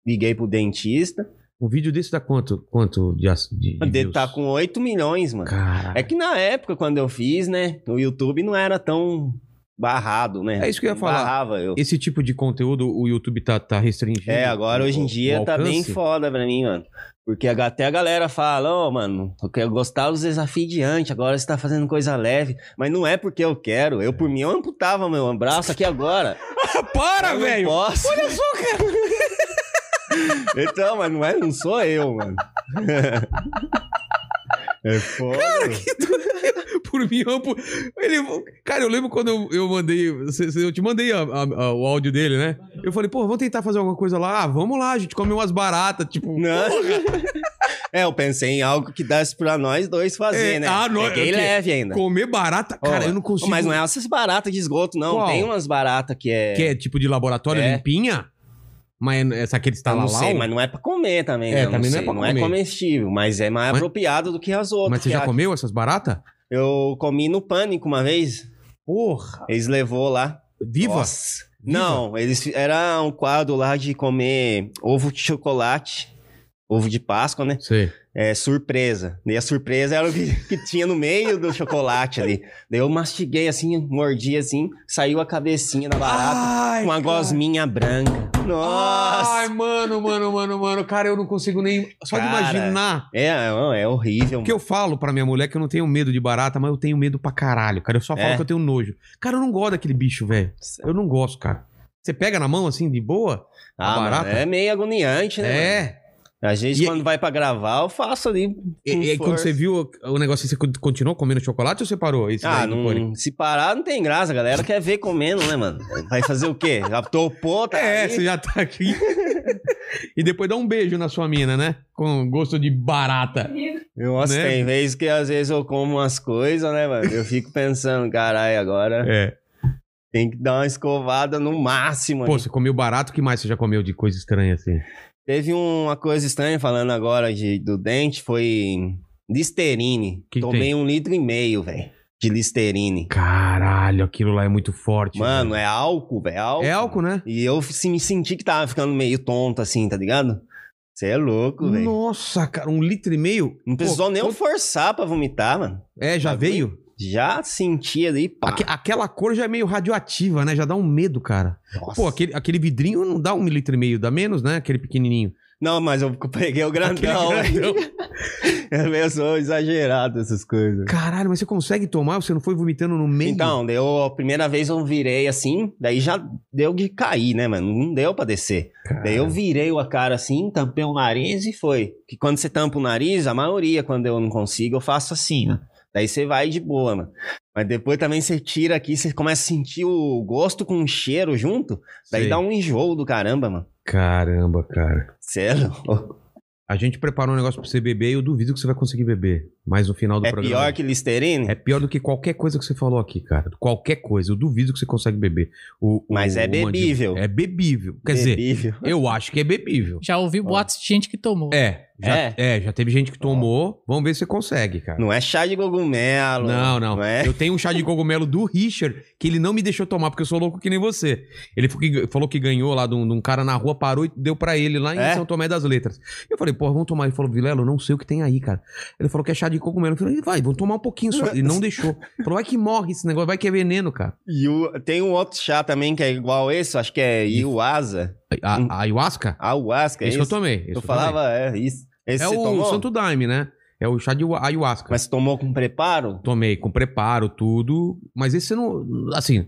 S2: liguei pro dentista.
S1: Um vídeo desse dá quanto? Quanto de, ass- de, de
S2: Ele
S1: views?
S2: tá com 8 milhões, mano.
S1: Caralho.
S2: É que na época, quando eu fiz, né? O YouTube não era tão barrado, né?
S1: É isso que eu ia
S2: Não
S1: falar.
S2: Barrava eu.
S1: Esse tipo de conteúdo o YouTube tá, tá restringindo.
S2: É, agora
S1: o-
S2: hoje em
S1: o
S2: dia tá
S1: alcance?
S2: bem foda pra mim, mano. Porque a- até a galera fala, ô, mano, eu quero gostar dos desafios de antes, agora você tá fazendo coisa leve. Mas não é porque eu quero. Eu, por mim, eu amputava meu braço aqui agora.
S1: Para,
S2: Eu não
S1: velho!
S2: Posso. Olha só, cara! então, mas não, é, não sou eu, mano. é foda.
S1: Por mim, eu, por- ele, cara, eu lembro quando eu, eu mandei. cê- cê- Eu te mandei a- a- a- o áudio dele, né? Eu falei, pô, vamos tentar fazer alguma coisa lá. Ah, vamos lá, a gente come umas baratas, tipo.
S2: Não. É, eu pensei em algo que desse pra nós dois fazer,
S1: É,
S2: né?
S1: ah, nó-
S2: Peguei
S1: ok.
S2: leve ainda.
S1: Comer barata, cara,
S2: né? Ó,
S1: eu não consigo.
S2: Mas não é essas baratas de esgoto, não.
S1: Qual?
S2: Tem umas baratas que é...
S1: Que é tipo de laboratório,
S2: É.
S1: limpinha? Mas é- essa aqui que
S2: Eu
S1: está lá
S2: não sei, mas não é pra comer também.
S1: É,
S2: né? Eu
S1: também não é
S2: sei.
S1: pra
S2: não
S1: comer.
S2: é comestível, mas é mais
S1: Mas-
S2: apropriado do que as outras.
S1: Mas você
S2: que
S1: já
S2: a-
S1: comeu essas baratas?
S2: Eu comi no pânico uma vez.
S1: Porra!
S2: Eles levou lá.
S1: Viva!
S2: Nossa.
S1: Viva?
S2: Não, eles fi- era um quadro lá de comer ovo de chocolate. Ovo de Páscoa, né?
S1: Sei.
S2: É surpresa. E a surpresa era o que, que tinha no meio do chocolate ali. Daí eu mastiguei assim, mordi assim, saiu a cabecinha da barata
S1: Ai,
S2: com a
S1: cara.
S2: gosminha branca. Nossa!
S1: Ai, mano, mano, mano, mano. Cara, eu não consigo nem. Só de
S2: Cara.
S1: imaginar.
S2: É, é, é horrível.
S1: O que eu falo pra minha mulher é que eu não tenho medo de barata, mas eu tenho medo pra caralho, cara. Eu só falo
S2: É?
S1: que eu tenho nojo. Cara, eu não gosto daquele bicho, velho. Eu não gosto, cara. Você pega na mão assim, de boa?
S2: Ah, mano,
S1: barata.
S2: é meio agoniante, né? mano?
S1: É.
S2: A gente,
S1: E-
S2: quando vai pra gravar, eu faço ali.
S1: E, e aí, quando você viu o negócio, você continuou comendo chocolate ou você parou? Isso
S2: Ah,
S1: daí é do pânico?
S2: não, se parar não tem graça, a galera quer ver comendo, né, mano? Vai fazer o quê? Já topou, tá?
S1: É,
S2: ali?
S1: você já tá aqui. e depois dá um beijo na sua mina, né? Com gosto de barata.
S2: Nossa,
S1: né?
S2: tem vezes que às vezes eu como umas coisas, né, mano? Eu fico pensando, caralho, agora
S1: É.
S2: tem que dar uma escovada no máximo.
S1: Pô,
S2: ali.
S1: você comeu barato, o que mais você já comeu de coisa estranha assim?
S2: Teve uma coisa estranha falando agora de, do dente, foi Listerine.
S1: Que que
S2: Tomei
S1: tem?
S2: um litro e meio, velho, de Listerine.
S1: Caralho, aquilo lá é muito forte.
S2: Mano, é álcool, velho, álcool.
S1: É álcool, né?
S2: E eu se- me senti que tava ficando meio tonto, assim, tá ligado? Você é louco, velho.
S1: Nossa, cara, um litro e meio?
S2: Não precisou
S1: Pô,
S2: nem eu
S1: quanto-
S2: forçar pra vomitar, mano.
S1: É, já
S2: bagulho.
S1: veio?
S2: Já senti ali, pá.
S1: Aque- aquela cor já é meio radioativa, né? Já dá um medo, cara.
S2: Nossa.
S1: Pô, aquele, aquele vidrinho não dá um litro e meio, dá menos, né? Aquele pequenininho.
S2: Não, mas eu peguei o grandão.
S1: Aquele
S2: velho. Eu sou exagerado essas coisas.
S1: Caralho, mas você consegue tomar? Você não foi vomitando no meio?
S2: Então, deu a primeira vez eu virei assim, daí já deu de cair, né, mano? Não deu pra descer.
S1: Cara,
S2: Daí eu virei a cara assim, tampei o nariz e foi. Que quando você tampa o nariz, a maioria, quando eu não consigo, eu faço assim, né? Daí você vai de boa, mano. Mas depois também você tira aqui, você começa a sentir o gosto com o cheiro junto. Daí
S1: sei.
S2: dá um enjoo do caramba, mano.
S1: Caramba, cara.
S2: Sério?
S1: A gente preparou um negócio pra você beber e eu duvido que você vai conseguir beber. Mas no final do
S2: É
S1: programa.
S2: pior que Listerine?
S1: É pior do que qualquer coisa que você falou aqui, cara. Qualquer coisa. Eu duvido que você consegue beber. O- o-
S2: Mas é
S1: o Mandíbula-
S2: bebível.
S1: É bebível. Quer dizer,
S2: Bebível.
S1: eu acho que é bebível.
S3: Já ouvi boatos de gente que tomou.
S1: É, já, é.
S2: É?
S1: já teve gente que tomou. Vamos ver se você consegue, cara.
S2: Não é chá de cogumelo.
S1: Não, não.
S2: é?
S1: Eu tenho um chá de cogumelo do Richard que ele não me deixou tomar porque eu sou louco que nem você. Ele falou que- falou que ganhou lá de um, de um cara na rua, parou e deu pra ele lá em
S2: É?
S1: São Tomé das Letras. Eu falei, pô, vamos tomar. Ele falou, Vilelo, eu não sei o que tem aí, cara. Ele falou que é chá de cogumelo. Eu falei, vai, vamos tomar um pouquinho só. Ele não deixou. Ele falou, vai que morre esse negócio, vai que é veneno, cara.
S2: E o- tem um outro chá também que é igual esse, acho que é Iuasa.
S1: A, a ayahuasca?
S2: Ayahuasca, é
S1: esse
S2: isso?
S1: que eu tomei. esse
S2: Eu
S1: que tomei.
S2: falava, é isso. Esse
S1: É
S2: você
S1: o
S2: tomou?
S1: Santo Daime, né? É o chá de ua- ayahuasca.
S2: Mas tomou com preparo?
S1: Tomei com preparo, tudo. Mas esse você não. Assim,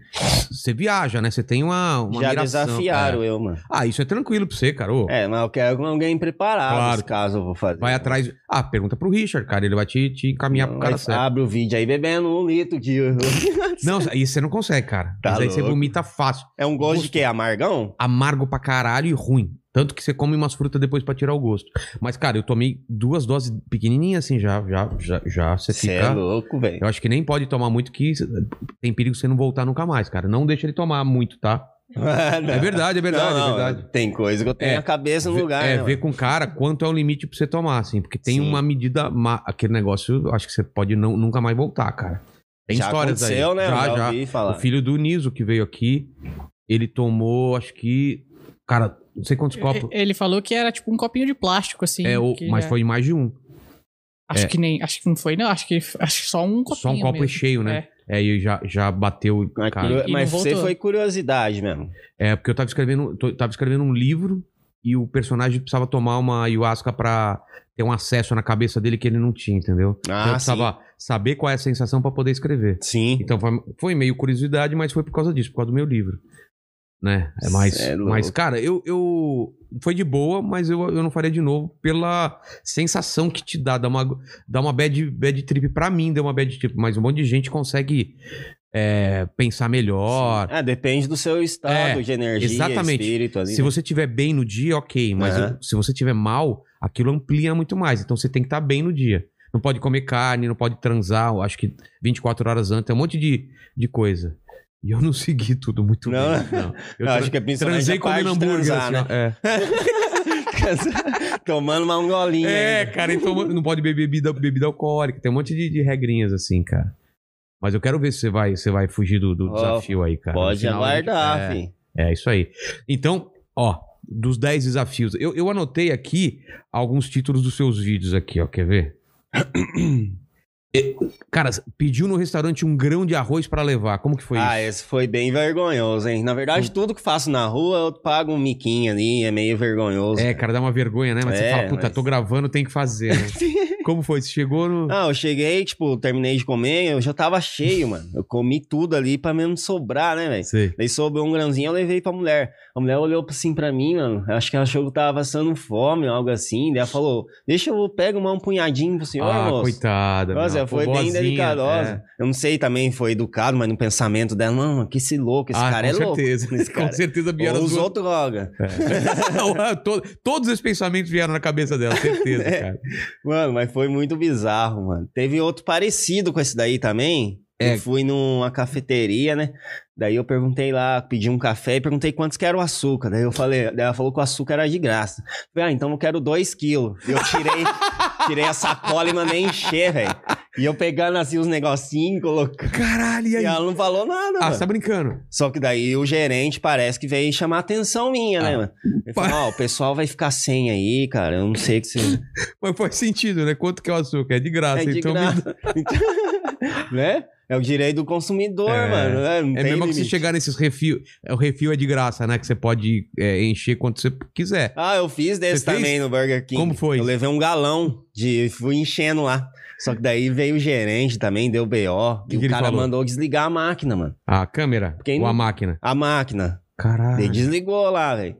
S1: você viaja, né? Você tem uma. uma
S2: Já
S1: miração,
S2: desafiaram
S1: é.
S2: eu, mano.
S1: Ah, isso é tranquilo pra você, cara. Ô,
S2: É, mas eu quero com alguém preparado,
S1: Claro.
S2: claro. caso eu vou fazer.
S1: Vai atrás. Ah, pergunta pro Richard, cara. Ele vai te, te encaminhar
S2: Não,
S1: pro cara
S2: mas
S1: certo.
S2: Abre o vídeo aí bebendo um litro de...
S1: Não, isso você não consegue, cara.
S2: Tá
S1: Mas aí você
S2: louco.
S1: vomita fácil.
S2: É um gosto de quê? Amargão?
S1: Amargo pra caralho e ruim. Tanto que você come umas frutas depois pra tirar o gosto. Mas, cara, eu tomei duas doses pequenininhas assim já. Já, já, já você
S2: Você
S1: fica.
S2: é louco, velho.
S1: Eu acho que nem pode tomar muito, que tem perigo de você não voltar nunca mais, cara. Não deixa ele tomar muito, tá? É verdade, é verdade, é verdade.
S2: Tem coisa que eu tenho
S1: É,
S2: a cabeça no
S1: Vê-
S2: lugar,
S1: É,
S2: né,
S1: ver com o cara quanto é o limite pra você tomar, assim. Porque tem
S2: Sim.
S1: uma medida. ma- Aquele negócio, eu acho que você pode não- nunca mais voltar, cara. Tem
S2: já
S1: histórias aí.
S2: aconteceu, né?
S1: Já,
S2: já,
S1: já.
S2: ouvi
S1: O
S2: falar.
S1: filho do Niso que veio aqui, ele tomou, acho que. Cara, não sei quantos copos.
S3: E- Ele falou que era tipo um copinho de plástico, assim.
S1: É, o-
S3: É, que
S1: mas
S3: já-
S1: foi mais de um.
S3: Acho
S1: é.
S3: que nem. Acho que não foi, não. Acho que, acho que só um copinho.
S1: Só um copo
S3: mesmo.
S1: cheio, né? É, e já, já bateu.
S2: Mas, curio-
S1: Cara.
S3: E não
S2: mas você
S3: voltou.
S2: foi curiosidade mesmo.
S1: É, porque eu tava escrevendo, tô- tava escrevendo um livro e o personagem precisava tomar uma ayahuasca pra ter um acesso na cabeça dele que ele não tinha, entendeu? Então eu
S2: Ah, sim.
S1: precisava saber qual é a sensação pra poder escrever.
S2: Sim.
S1: Então foi, foi meio curiosidade, mas foi por causa disso, por causa do meu livro. Né? É mais,
S2: Cê é louco.
S1: mas, cara, eu, eu. Foi de boa, mas eu, eu não faria de novo pela sensação que te dá. Dá uma, dá uma bad, bad trip pra mim, deu uma bad trip, mas um monte de gente consegue é, pensar melhor.
S2: Ah, depende do seu estado
S1: Então, É,
S2: de energia,
S1: exatamente.
S2: espírito ali. né?
S1: Se você tiver bem no dia, ok, mas
S2: Aham.
S1: se você tiver mal, aquilo amplia muito mais. Então você tem que estar bem no dia. Não pode comer carne, não pode transar, eu acho que 24 horas antes, é um monte de, de coisa. E eu não segui tudo muito
S2: Não.
S1: bem. Não.
S2: Eu,
S1: tra-
S2: acho que é principalmente
S1: transei
S2: a parte
S1: comendo
S2: de
S1: hambúrguer.
S2: transar,
S1: assim, ó. é.
S2: né? Tomando uma angolinha.
S1: É, cara, então não pode beber bebida, bebida alcoólica. Tem um monte de, de regrinhas assim, cara. Mas eu quero ver se você vai, você vai fugir do, do
S2: Ó,
S1: desafio aí, cara. No
S2: Pode
S1: final a gente-
S2: aguardar,
S1: é.
S2: filho.
S1: É, isso aí. Então, ó, dos 10 desafios. Eu, eu anotei aqui alguns títulos dos seus vídeos aqui, ó. Quer ver? E, Cara, pediu no restaurante um grão de arroz pra levar. Como que foi
S2: ah,
S1: isso?
S2: esse foi bem vergonhoso, hein? Na verdade, tudo que faço na rua, eu pago um miquinho ali, é meio vergonhoso.
S1: É, cara, dá uma vergonha, né? Mas você
S2: É,
S1: fala, puta,
S2: mas-
S1: tô gravando, tem que fazer, né? Como foi? Você chegou no.
S2: Ah, eu cheguei, tipo, terminei de comer, eu já tava cheio, mano. Eu comi tudo ali pra mesmo sobrar, né, velho?
S1: Sei.
S2: Daí sobrou um grãozinho, eu levei pra mulher. A mulher olhou assim pra mim, mano. Acho que ela achou que eu tava passando fome ou algo assim. Daí ela falou: Deixa eu pego uma, um punhadinho pro senhor,
S1: ah,
S2: moço.
S1: coitada.
S2: Nossa,
S1: meu,
S2: ela foi bem
S1: vovozinha,
S2: delicadosa.
S1: é.
S2: Eu não sei também, foi educado, mas no pensamento dela, mano, que esse louco, esse
S1: ah,
S2: cara é
S1: com
S2: louco.
S1: certeza.
S2: esse cara.
S1: Com certeza vieram
S2: Ou
S1: as duas-
S2: usou droga.
S1: É. To- Todos os pensamentos vieram na cabeça dela, certeza,
S2: É.
S1: cara.
S2: Mano, mas foi muito bizarro, mano. Teve outro parecido com esse daí também.
S1: É.
S2: Eu fui numa cafeteria, né? Daí eu perguntei lá, pedi um café e perguntei quantos que era o açúcar. Daí eu falei, daí ela falou que o açúcar era de graça. Falei, ah, então eu quero dois quilos. E eu tirei, tirei a sacola e mandei encher, velho. E eu pegando assim os negocinhos, colocando.
S1: Caralho, e
S2: E
S1: aí?
S2: ela não falou nada,
S1: Ah,
S2: mano.
S1: você tá brincando.
S2: Só que daí o gerente parece que veio chamar a atenção minha, né,
S1: Ah.
S2: mano? Ele falou, ó, o pessoal vai ficar sem aí, cara. Eu não sei o que você.
S1: Mas faz sentido, né? Quanto que é o açúcar? É de graça.
S2: É de
S1: então me-
S2: graça. Então, né? É o direito do consumidor,
S1: É.
S2: mano. né? Não
S1: É
S2: tem
S1: mesmo que você
S2: limite.
S1: chegar nesses refil. é, O refil é de graça, né? Que você pode é, encher quanto você quiser.
S2: Ah, eu fiz desse
S1: Você fez?
S2: também no Burger King.
S1: Como foi?
S2: Eu levei um galão de fui enchendo lá. Só que daí veio o gerente também, deu BO.
S1: Que
S2: e
S1: que
S2: o
S1: ele
S2: cara
S1: falou?
S2: mandou desligar a máquina, mano.
S1: A câmera
S2: Quem
S1: ou a
S2: não-
S1: máquina.
S2: A máquina. Ele
S1: Caralho.
S2: desligou lá, velho.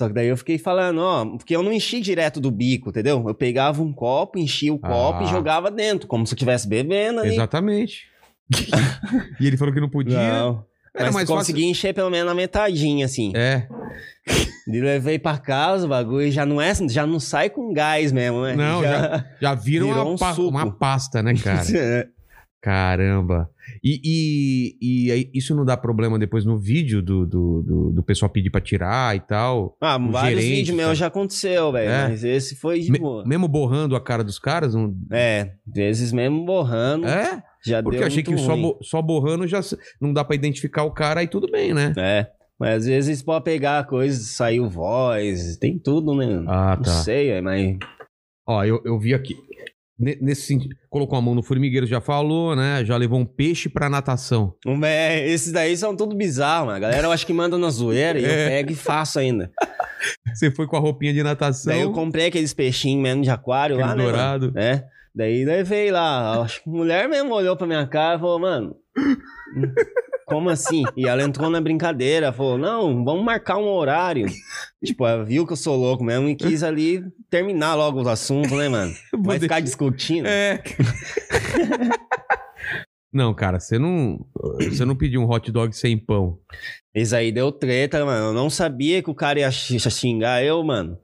S2: Só que daí eu fiquei falando, ó, porque eu não enchi direto do bico, entendeu? Eu pegava um copo, enchia o copo
S1: Ah.
S2: e jogava dentro, como se eu estivesse bebendo ali.
S1: Exatamente. e ele falou que não podia.
S2: Não.
S1: Era
S2: Mas
S1: mais
S2: consegui encher pelo menos a metadinha, assim.
S1: É.
S2: E levei pra casa o bagulho, já não, é, já não sai com gás mesmo, né?
S1: Não, Já viram
S2: Virou
S1: uma,
S2: um
S1: pa-
S2: suco.
S1: uma pasta, né, cara? Caramba. E, e, e aí, isso não dá problema depois no vídeo do, do, do, do pessoal pedir pra tirar e tal?
S2: ah,
S1: O
S2: vários
S1: um gerente,
S2: vídeos
S1: cara.
S2: meus já aconteceu, velho,
S1: É.
S2: mas esse foi de
S1: Me-
S2: boa.
S1: mesmo borrando a cara dos caras? Não...
S2: É, vezes mesmo borrando,
S1: É?
S2: já
S1: Porque
S2: deu
S1: eu achei que
S2: muito
S1: só,
S2: ruim.
S1: bo- só borrando já se- não dá pra identificar o cara e tudo bem, né?
S2: É, mas às vezes pode pegar coisas, saiu voz, tem tudo, né?
S1: Ah,
S2: Não sei, é, mas...
S1: Ó, eu, eu vi aqui. Ne- Nesse sentido, colocou a mão no formigueiro, já falou, né? Já levou um peixe pra natação.
S2: Não É, esses daí são tudo bizarro, mano. A galera eu acho que manda na zoeira e eu
S1: É.
S2: pego e faço ainda.
S1: Você foi com a roupinha de natação,
S2: Daí eu comprei aqueles peixinhos mesmo de aquário
S1: aquele
S2: lá, né? mano?
S1: dourado.
S2: né? Daí levei lá. Acho que a mulher mesmo olhou pra minha cara e falou, mano. Como assim? E ela entrou na brincadeira, falou: não, vamos marcar um horário. tipo, ela viu que eu sou louco mesmo e quis ali terminar logo os assuntos, né, mano?
S1: Vou
S2: Vai ficar
S1: deixar-
S2: discutindo.
S1: É. Não, cara, você não, você não pediu um hot dog sem pão.
S2: Isso aí deu treta, mano. Eu não sabia que o cara ia x- xingar eu, mano.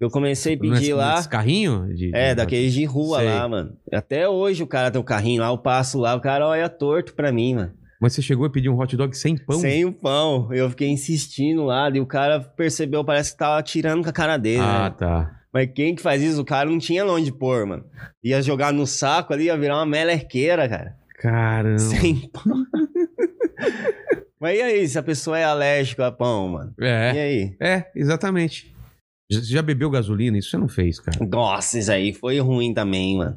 S2: Eu comecei a
S1: Não é-
S2: pedir
S1: não é
S2: lá.
S1: Esse carrinho? de-
S2: É,
S1: de-
S2: daqueles de rua
S1: Sei.
S2: lá, mano. Até hoje o cara tem o carrinho lá, eu passo lá, o cara olha torto pra mim, mano.
S1: Mas você chegou a pedir um hot dog sem pão?
S2: Sem o pão. Eu fiquei insistindo lá, e o cara percebeu, parece que tava atirando com a cara dele,
S1: Ah,
S2: né?
S1: tá.
S2: Mas quem que faz isso? O cara não tinha onde pôr, mano. Ia jogar no saco ali, ia virar uma melequeira, cara.
S1: Caramba.
S2: Sem pão. Mas e aí, se a pessoa é alérgica a pão, mano? E
S1: É,
S2: aí?
S1: é, exatamente. Já- Você já bebeu gasolina? Isso você não fez, cara.
S2: Nossa, isso aí foi ruim também, mano.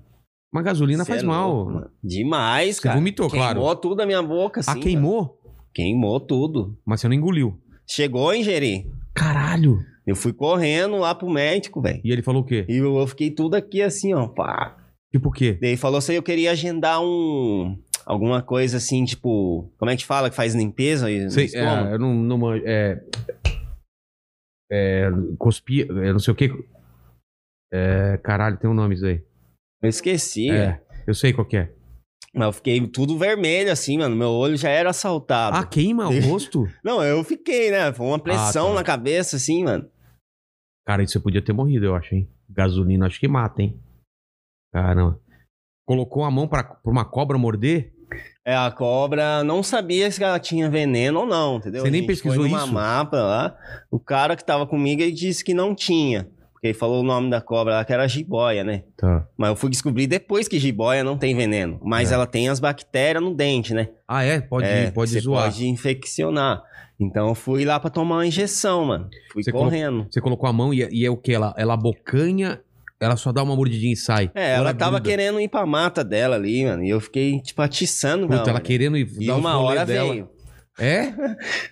S1: Mas gasolina
S2: Cê
S1: faz
S2: é
S1: mal.
S2: louco, mano. Demais,
S1: Você
S2: cara.
S1: vomitou,
S2: queimou
S1: claro.
S2: tudo a minha boca, assim.
S1: ah, queimou?
S2: mano. Queimou tudo.
S1: Mas você não engoliu.
S2: Chegou a ingerir.
S1: Caralho.
S2: Eu fui correndo lá pro médico, velho.
S1: E ele falou o quê?
S2: E eu eu fiquei tudo aqui assim, ó. Pá.
S1: Tipo o quê?
S2: Daí ele falou assim, eu queria agendar um... Alguma coisa assim, tipo... Como é que fala? Que faz limpeza aí no
S1: Sei,
S2: estômago?
S1: é, eu não, não manjo, é, é, cospia, é, não sei o quê. É, caralho, tem um nome isso aí.
S2: Eu esqueci, velho.
S1: É, eu sei qual que é.
S2: Mas eu fiquei tudo vermelho assim, mano. Meu olho já era assaltado.
S1: Ah, queima o rosto?
S2: Não, eu fiquei, né? Foi uma pressão
S1: tá.
S2: na cabeça assim, mano.
S1: Cara, isso você podia ter morrido, eu acho, hein? Gasolina, acho que mata, hein? Caramba. Colocou a mão pra, pra uma cobra morder?
S2: É, a cobra não sabia se ela tinha veneno ou não, entendeu?
S1: Você nem
S2: A gente
S1: pesquisou
S2: foi numa
S1: isso?
S2: mapa lá, o cara que tava comigo, ele disse que não tinha. Porque ele falou o nome da cobra lá, que era jiboia, né?
S1: Tá.
S2: Mas eu fui descobrir depois que jiboia não tem veneno. Mas
S1: É.
S2: ela tem as bactérias no dente, né?
S1: Ah, é? Pode,
S2: É,
S1: pode
S2: você
S1: zoar.
S2: pode infeccionar. Então eu fui lá pra tomar uma injeção, mano. Fui
S1: Você
S2: correndo.
S1: Você colocou a mão e, e é o que? Ela, ela abocanha, ela só dá uma mordidinha e sai.
S2: É,
S1: Ou
S2: ela tava
S1: gruda?
S2: querendo ir pra mata dela ali, mano. E eu fiquei, tipo, atiçando.
S1: Puta,
S2: mano.
S1: ela querendo ir
S2: E
S1: dar os
S2: uma
S1: rolê
S2: hora
S1: dela.
S2: veio.
S1: É?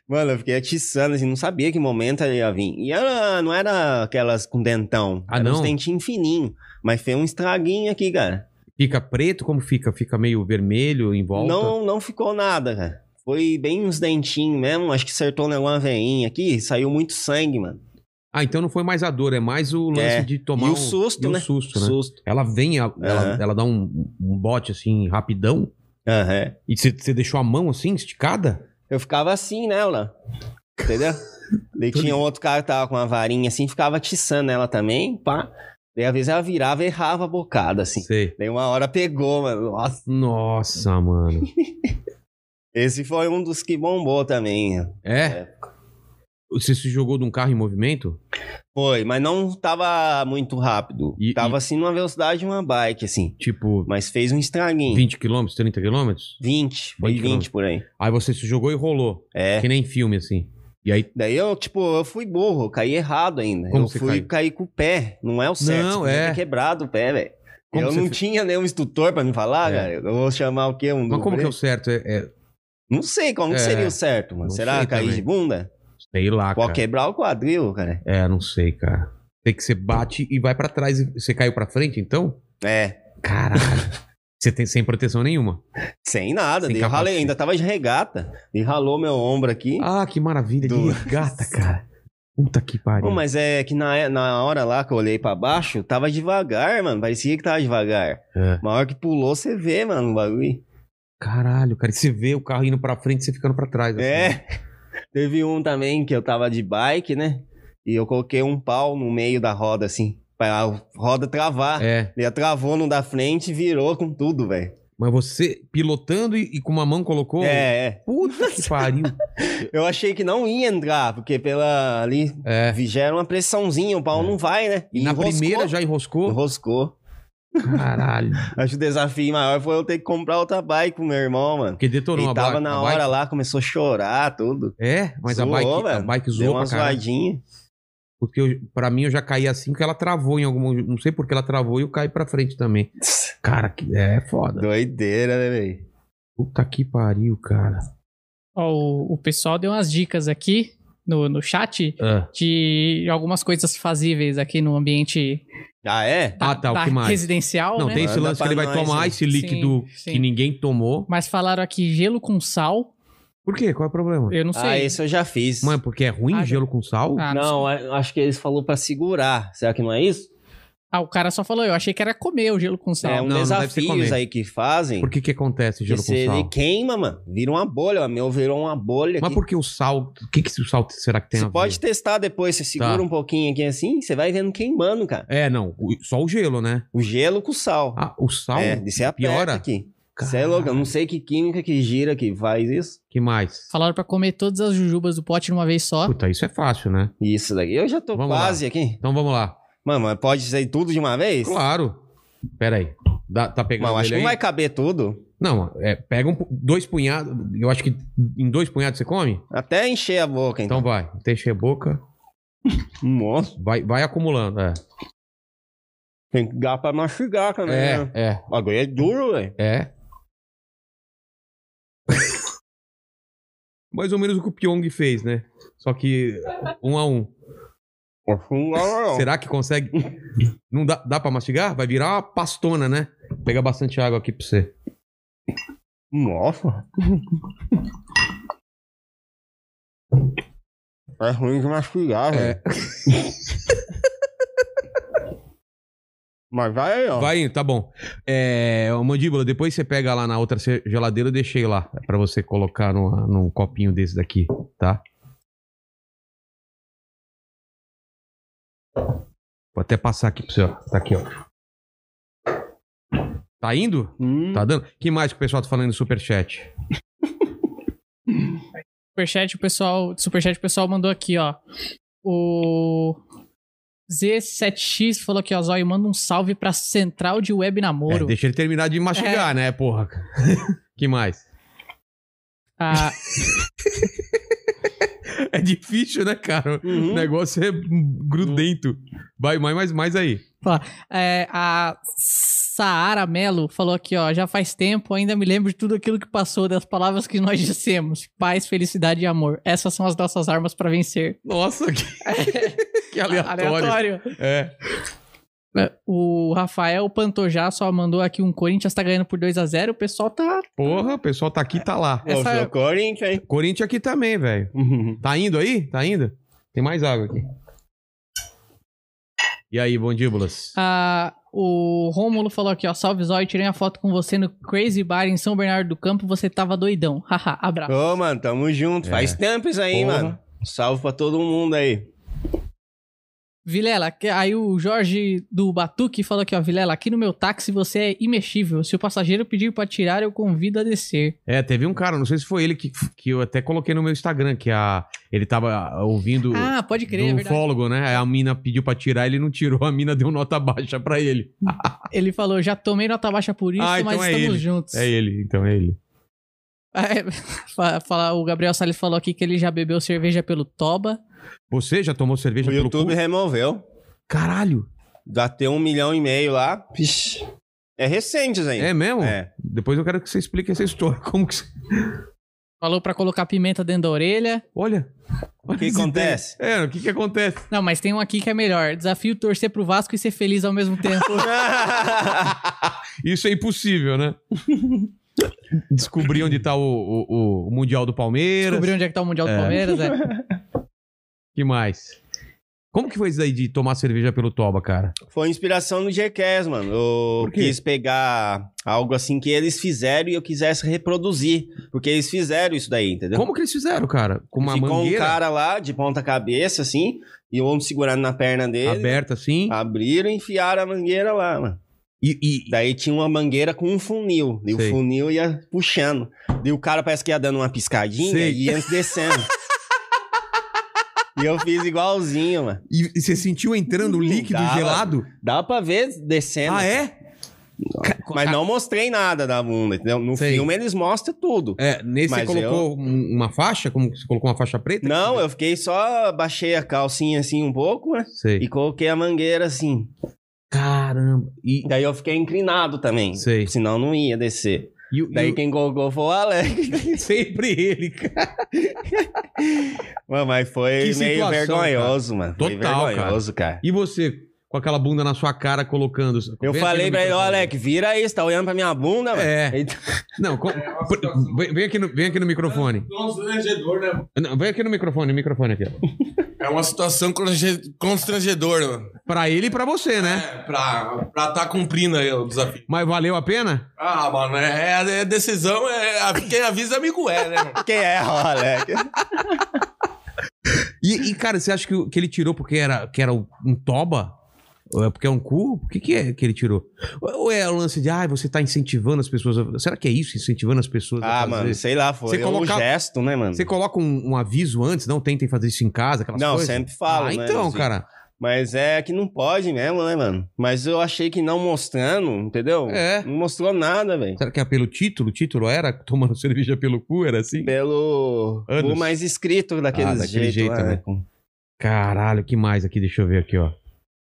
S2: Mano, eu fiquei atiçando, assim, não sabia que momento ela ia vir. E ela não era aquelas com dentão.
S1: Ah,
S2: era
S1: não?
S2: uns dentinhos fininhos. Mas fez um estraguinho aqui, cara.
S1: Fica preto? Como fica? Fica meio vermelho em volta?
S2: Não, não ficou nada, cara. Foi bem uns dentinhos mesmo. Acho que acertou em alguma veinha aqui. Saiu muito sangue, mano.
S1: Ah, então não foi mais a dor, é mais o lance
S2: É.
S1: de tomar
S2: E o
S1: um-
S2: susto,
S1: e o
S2: né?
S1: susto, né?
S2: Susto.
S1: Ela vem, ela, ela-
S2: Aham.
S1: ela dá um, um bote assim, rapidão.
S2: Aham.
S1: E você você deixou a mão assim, esticada?
S2: Eu ficava assim nela. Entendeu? Daí tinha outro cara que tava com uma varinha assim, ficava atiçando ela também, pá. Daí às vezes ela virava e errava a bocada, assim.
S1: Sei.
S2: Daí uma hora pegou, mano. Nossa.
S1: Nossa, mano.
S2: Esse foi um dos que bombou também. né?
S1: É? Você se jogou de um carro em movimento?
S2: Foi, mas não tava muito rápido.
S1: E-
S2: tava assim numa velocidade de uma bike, assim.
S1: Tipo,
S2: Mas fez um estraguinho. 20.
S1: 20 km, 30 km?
S2: 20 foi
S1: 20
S2: 20,
S1: quilômetros.
S2: por aí.
S1: Aí você se jogou e rolou.
S2: É.
S1: Que nem filme, assim. E aí.
S2: Daí eu, tipo, eu fui burro, eu caí errado ainda.
S1: Como
S2: eu
S1: você
S2: fui
S1: caiu?
S2: cair com o pé. Não é o certo.
S1: Não,
S2: você podia
S1: é.
S2: ter quebrado o pé, velho.
S1: Como
S2: Eu
S1: você
S2: não
S1: fe-
S2: tinha nenhum instrutor pra me falar,
S1: É.
S2: cara. Eu vou chamar o quê? Um
S1: Mas como que
S2: dublê?
S1: é o certo? É, é-
S2: Não sei como que
S1: É.
S2: seria o certo, mano.
S1: Não
S2: Será
S1: sei
S2: cair
S1: também.
S2: de bunda?
S1: Sei lá,
S2: Pode
S1: cara.
S2: quebrar o quadril, cara.
S1: É, não sei, cara. Tem que você bate e vai pra trás. e Você caiu pra frente, então?
S2: É.
S1: Caralho. você tem sem proteção nenhuma.
S2: Sem nada.
S1: Sem
S2: Daí eu ralei,
S1: capacete.
S2: ainda tava de regata. E ralou meu ombro aqui.
S1: Ah, que maravilha.
S2: Do-
S1: De gata, cara. Puta que pariu.
S2: Pô, mas é que na, na hora lá que eu olhei pra baixo, tava devagar, mano. Parecia que tava devagar.
S1: É.
S2: Uma hora que pulou, você vê, mano, o bagulho.
S1: Caralho, cara. E Você vê o carro indo pra frente e você ficando pra trás. assim.
S2: É. Teve um também que eu tava de bike, né? E eu coloquei um pau no meio da roda, assim, pra a roda travar.
S1: É.
S2: E ela travou no da frente e virou com tudo, velho.
S1: Mas você pilotando e, e com uma mão colocou.
S2: É, é.
S1: Puta que pariu.
S2: Eu achei que não ia entrar, porque pela ali
S1: É.
S2: gera uma pressãozinha, o pau
S1: É.
S2: não vai, né?
S1: E na
S2: enroscou.
S1: primeira já enroscou?
S2: Enroscou.
S1: Caralho.
S2: Acho que o desafio maior foi eu ter que comprar outra bike pro meu irmão, mano.
S1: Porque detonou
S2: Ele
S1: a
S2: tava
S1: bike-
S2: na
S1: a
S2: hora
S1: bike-
S2: lá, começou a chorar, tudo.
S1: É, mas a
S2: Zoou,
S1: bike, a
S2: velho.
S1: bike
S2: Deu
S1: zoou
S2: uma
S1: pra caralho.
S2: zoadinha.
S1: Porque eu, pra mim eu já caí assim que ela travou em algum. Não sei porque ela travou e eu caí pra frente também. Cara, que, é foda.
S2: Doideira, né, velho?
S1: Puta que pariu, cara.
S3: Ó, o, o pessoal deu umas dicas aqui no, no chat
S1: Ah,
S3: de algumas coisas fazíveis aqui no ambiente
S2: Ah, é?
S1: Ah, tá, o que mais?
S3: residencial,
S1: Não,
S3: né?
S1: tem esse
S2: Manda
S1: lance que ele
S2: pra
S1: vai
S2: nós, né?
S1: tomar
S2: hein?
S1: esse líquido
S3: sim.
S1: que ninguém tomou.
S3: Mas falaram aqui gelo com sal.
S1: Por quê? Qual é o problema?
S3: Eu não sei.
S2: Ah, esse eu já fiz.
S1: Mas porque é ruim
S3: Ah,
S1: gelo com sal?
S3: Ah,
S2: não,
S1: é,
S2: eu acho que eles falou pra segurar. Será que não é isso?
S3: Ah, o cara só falou, eu achei que era comer o gelo com sal.
S2: é um
S1: não, não deve ser
S2: desafios
S1: comer.
S2: aí que fazem.
S1: Por que que acontece
S2: que
S1: gelo com
S2: se
S1: sal?
S2: ele queima, mano. Vira uma bolha. O meu virou uma bolha.
S1: Mas
S2: aqui.
S1: por que o sal? O que, que o sal será que tem a
S2: Você
S1: ver?
S2: pode testar depois. Você segura
S1: Tá.
S2: um pouquinho aqui assim, você vai vendo queimando, cara.
S1: É, não. o- Só o gelo, né?
S2: O gelo com sal.
S1: Ah, o sal?
S2: é, de você aperta
S1: piora?
S2: aqui. Você é louco, eu não sei que química que gira que faz isso.
S1: Que mais?
S3: Falaram pra comer todas as jujubas do pote de uma vez só.
S1: Puta, isso é fácil, né?
S2: Isso daqui. Eu já tô
S1: Vamos
S2: quase aqui.
S1: Então vamos lá.
S2: Mano, mas pode ser tudo de uma vez?
S1: Claro. Pera aí. Dá- tá pegando
S2: Não, acho
S1: ele
S2: que não
S1: aí?
S2: vai caber tudo.
S1: Não, é, pega um, pu- dois punhados. Eu acho que em dois punhados você come?
S2: Até encher a boca, então.
S1: Então vai. Deixa a boca. Então-
S2: Nossa,
S1: Vai, vai acumulando. É.
S2: tem que dar pra mastigar também, né?
S1: É, é,
S2: O bagulho é duro, velho.
S1: é. Mais ou menos o que o Pyong fez, né? Só que um a um.
S2: Acho que não dá, não.
S1: Será que consegue? Não dá, dá pra mastigar? Vai virar uma pastona, né? Pega bastante água aqui pra você.
S2: Nossa. é ruim de mastigar,
S1: É.
S2: velho. Mas vai aí, ó.
S1: Vai indo, tá bom. É, ô, mandíbula, depois você pega lá na outra ce- geladeira, eu deixei lá pra você colocar numa- num copinho desse daqui, tá? Vou até passar aqui pra você, ó. Tá aqui, ó. Tá indo?
S2: Hum.
S1: Tá dando? que mais que o pessoal tá falando no superchat?
S3: Superchat, o pessoal, superchat, o pessoal mandou aqui, ó. O Z7X falou aqui, ó, Zóio, manda um salve pra Central de Web
S1: É,
S3: Namoro.
S1: deixa ele terminar de mastigar, né, porra? que mais?
S3: A-
S1: É difícil, né, cara? O
S2: Uhum.
S1: negócio é grudento. Vai mais, mais, mais aí.
S3: é, a Saara Melo falou aqui, ó, já faz tempo, ainda me lembro de tudo aquilo que passou, das palavras que nós dissemos. Paz, felicidade e amor. Essas são as nossas armas pra vencer.
S1: Nossa, que, que aleatório. É.
S3: O Rafael Pantojá só mandou aqui um Corinthians tá ganhando por 2 a 0 O pessoal tá.
S1: Porra, o pessoal tá aqui, tá lá.
S2: Pô,
S3: Essa-
S2: seu Corinthians, hein?
S1: Corinthians aqui também, velho. Tá indo aí? Tá indo? Tem mais água aqui. E aí, bondíbulas?
S3: Ah, o Rômulo falou aqui, ó. Salve Zói, tirei uma foto com você no Crazy Bar em São Bernardo do Campo. Você tava doidão. Haha, abraço.
S2: Ô, mano, tamo junto.
S1: É.
S2: Faz tempo isso aí,
S1: Porra.
S2: mano. Salve pra todo mundo aí.
S3: Vilela, que- aí o Jorge do Batuque falou aqui, ó. Vilela, aqui no meu táxi você é imexível. Se o passageiro pedir pra tirar, eu convido a descer.
S1: É, teve um cara, não sei se foi ele que, que eu até coloquei no meu Instagram, que a, ele tava ouvindo
S3: ah, pode
S1: do
S3: crer, é verdade.
S1: ufólogo, né? Aí A mina pediu pra tirar, ele não tirou, a mina deu nota baixa pra ele.
S3: Ele falou, já tomei nota baixa por isso,
S1: Ah, então
S3: mas
S1: é
S3: estamos
S1: ele.
S3: juntos.
S1: É ele, então é ele.
S3: Ah, é. Fa- fala- o Gabriel Salles falou aqui que ele já bebeu cerveja pelo Toba.
S1: Você já tomou cerveja
S2: o
S1: pelo
S2: YouTube
S1: cu?
S2: removeu.
S1: Caralho!
S2: Bateu um milhão e meio lá. Pish. É recente, gente.
S1: É mesmo?
S2: É.
S1: Depois eu quero que você explique essa história. Como que você...
S3: Falou pra colocar pimenta dentro da orelha.
S1: Olha.
S2: O que acontece?
S1: É, o que que acontece?
S3: Não, mas tem um aqui que é melhor. Desafio torcer pro Vasco e ser feliz ao mesmo tempo.
S1: Isso é impossível, né? Descobrir onde tá o, o, o Mundial do Palmeiras.
S3: Descobrir onde é que tá o Mundial do
S1: É.
S3: Palmeiras, é.
S1: que mais? Como que foi isso aí de tomar cerveja pelo Toba, cara?
S2: Foi inspiração do Jackass, mano. Eu
S1: Por quê?
S2: quis pegar algo assim que eles fizeram e eu quisesse reproduzir. Porque eles fizeram isso daí, entendeu?
S1: Como que eles fizeram, cara? Com uma
S2: Ficou um
S1: mangueira
S2: cara lá de ponta cabeça, assim, e o homem segurando na perna dele. Ah.
S1: aberta assim.
S2: Abriram e enfiaram a mangueira lá, mano.
S1: E, e-
S2: Daí tinha uma mangueira com um funil. E
S1: Sei.
S2: o funil ia puxando. E o cara parece que ia dando uma piscadinha
S1: Sei.
S2: e ia descendo. e eu fiz igualzinho, mano.
S1: e- e você sentiu entrando o líquido
S2: Dava. né?
S1: gelado?
S2: Dá pra ver descendo.
S1: Ah, é? tá
S2: Mas não mostrei nada da bunda, entendeu? No
S1: Sei.
S2: filme eles mostram tudo.
S1: É, nesse você
S2: Mas
S1: colocou um- uma faixa? Como que você colocou uma faixa preta?
S2: Não, eu fiquei só... Baixei a calcinha assim um pouco, né?
S1: Sei.
S2: E coloquei a mangueira assim.
S1: Caramba. E,
S2: Daí eu fiquei inclinado também.
S1: Sei.
S2: Senão não ia descer.
S1: E, o- e
S2: Daí
S1: o-
S2: quem gogou foi o Alex.
S1: sempre ele, cara.
S2: Mano, mas
S1: Que
S2: foi meio
S1: situação,
S2: vergonhoso, mano. Foi
S1: Total, cara.
S2: vergonhoso, cara.
S1: E você, com aquela bunda na sua cara, colocando.
S2: Eu
S1: Vem aqui
S2: falei
S1: no
S2: pra ele, ó,
S1: microfone.
S2: Alec, vira aí, você tá olhando pra minha bunda, mano.
S1: É.
S2: Ele tá-
S1: Não, co- pr- vem, vem aqui no, vem aqui no microfone.
S5: É um constrangedor, né?
S1: Não, vem aqui no microfone, microfone aqui. ó.
S5: É uma situação constrange- constrangedora, mano.
S1: Pra ele e pra você, né?
S5: É, pra, pra tá cumprindo aí o desafio.
S1: Mas valeu a pena?
S5: Ah, mano, é, é decisão, é, a- quem avisa amigo é, né? mano?
S2: Quem é o Alec?
S1: E, e, cara, você acha que, o- que ele tirou porque era, que era um toba? Ou é porque é um cu? O que, que é que ele tirou? Ou ou é o lance de, ah, você tá incentivando as pessoas. A... Será que é isso? Incentivando as pessoas a
S2: Ah,
S1: fazer?
S2: mano, sei lá, foi
S1: Você
S2: um
S1: colocar-
S2: gesto, né, mano?
S1: Você coloca um, um aviso antes, não tentem fazer isso em casa, aquelas
S2: Não,
S1: coisas?
S2: sempre falo,
S1: Ah,
S2: né,
S1: então,
S2: Luzinho?
S1: cara.
S2: Mas é que não pode mesmo, né, mano? Mas eu achei que não mostrando, entendeu?
S1: É.
S2: Não mostrou nada, velho.
S1: Será que é pelo título? O título era tomando cerveja pelo cu? Era assim?
S2: Pelo...
S1: Anos.
S2: O mais escrito daquele
S1: Ah, daquele
S2: jeito,
S1: jeito,
S2: lá,
S1: né?
S2: né? Com-
S1: Caralho, que mais aqui? Deixa eu ver aqui, ó.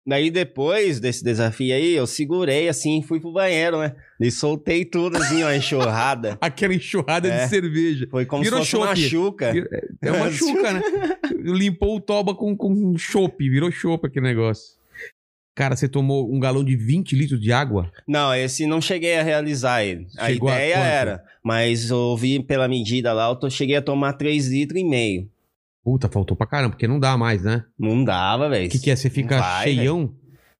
S2: Daí depois desse desafio aí, eu segurei assim, fui pro banheiro, né? E soltei tudo assim, ó, enxurrada.
S1: Aquela enxurrada
S2: É.
S1: de cerveja.
S2: Foi como
S1: Virou
S2: se fosse uma
S1: chope.
S2: chuca.
S1: Vir- É uma chuca, né? Limpou o toba com, com chope, virou chope aquele negócio. Cara, você tomou um galão de 20 litros de água?
S2: Não, esse não cheguei a realizar ele. a
S1: Chegou a
S2: ideia
S1: quanto?
S2: era, mas eu vi pela medida lá, eu to- cheguei a tomar 3 litros e meio.
S1: Puta, faltou pra caramba, porque não dá mais, né?
S2: Não dava, velho.
S1: O que, que é? Você fica
S2: Vai, né?
S1: cheião?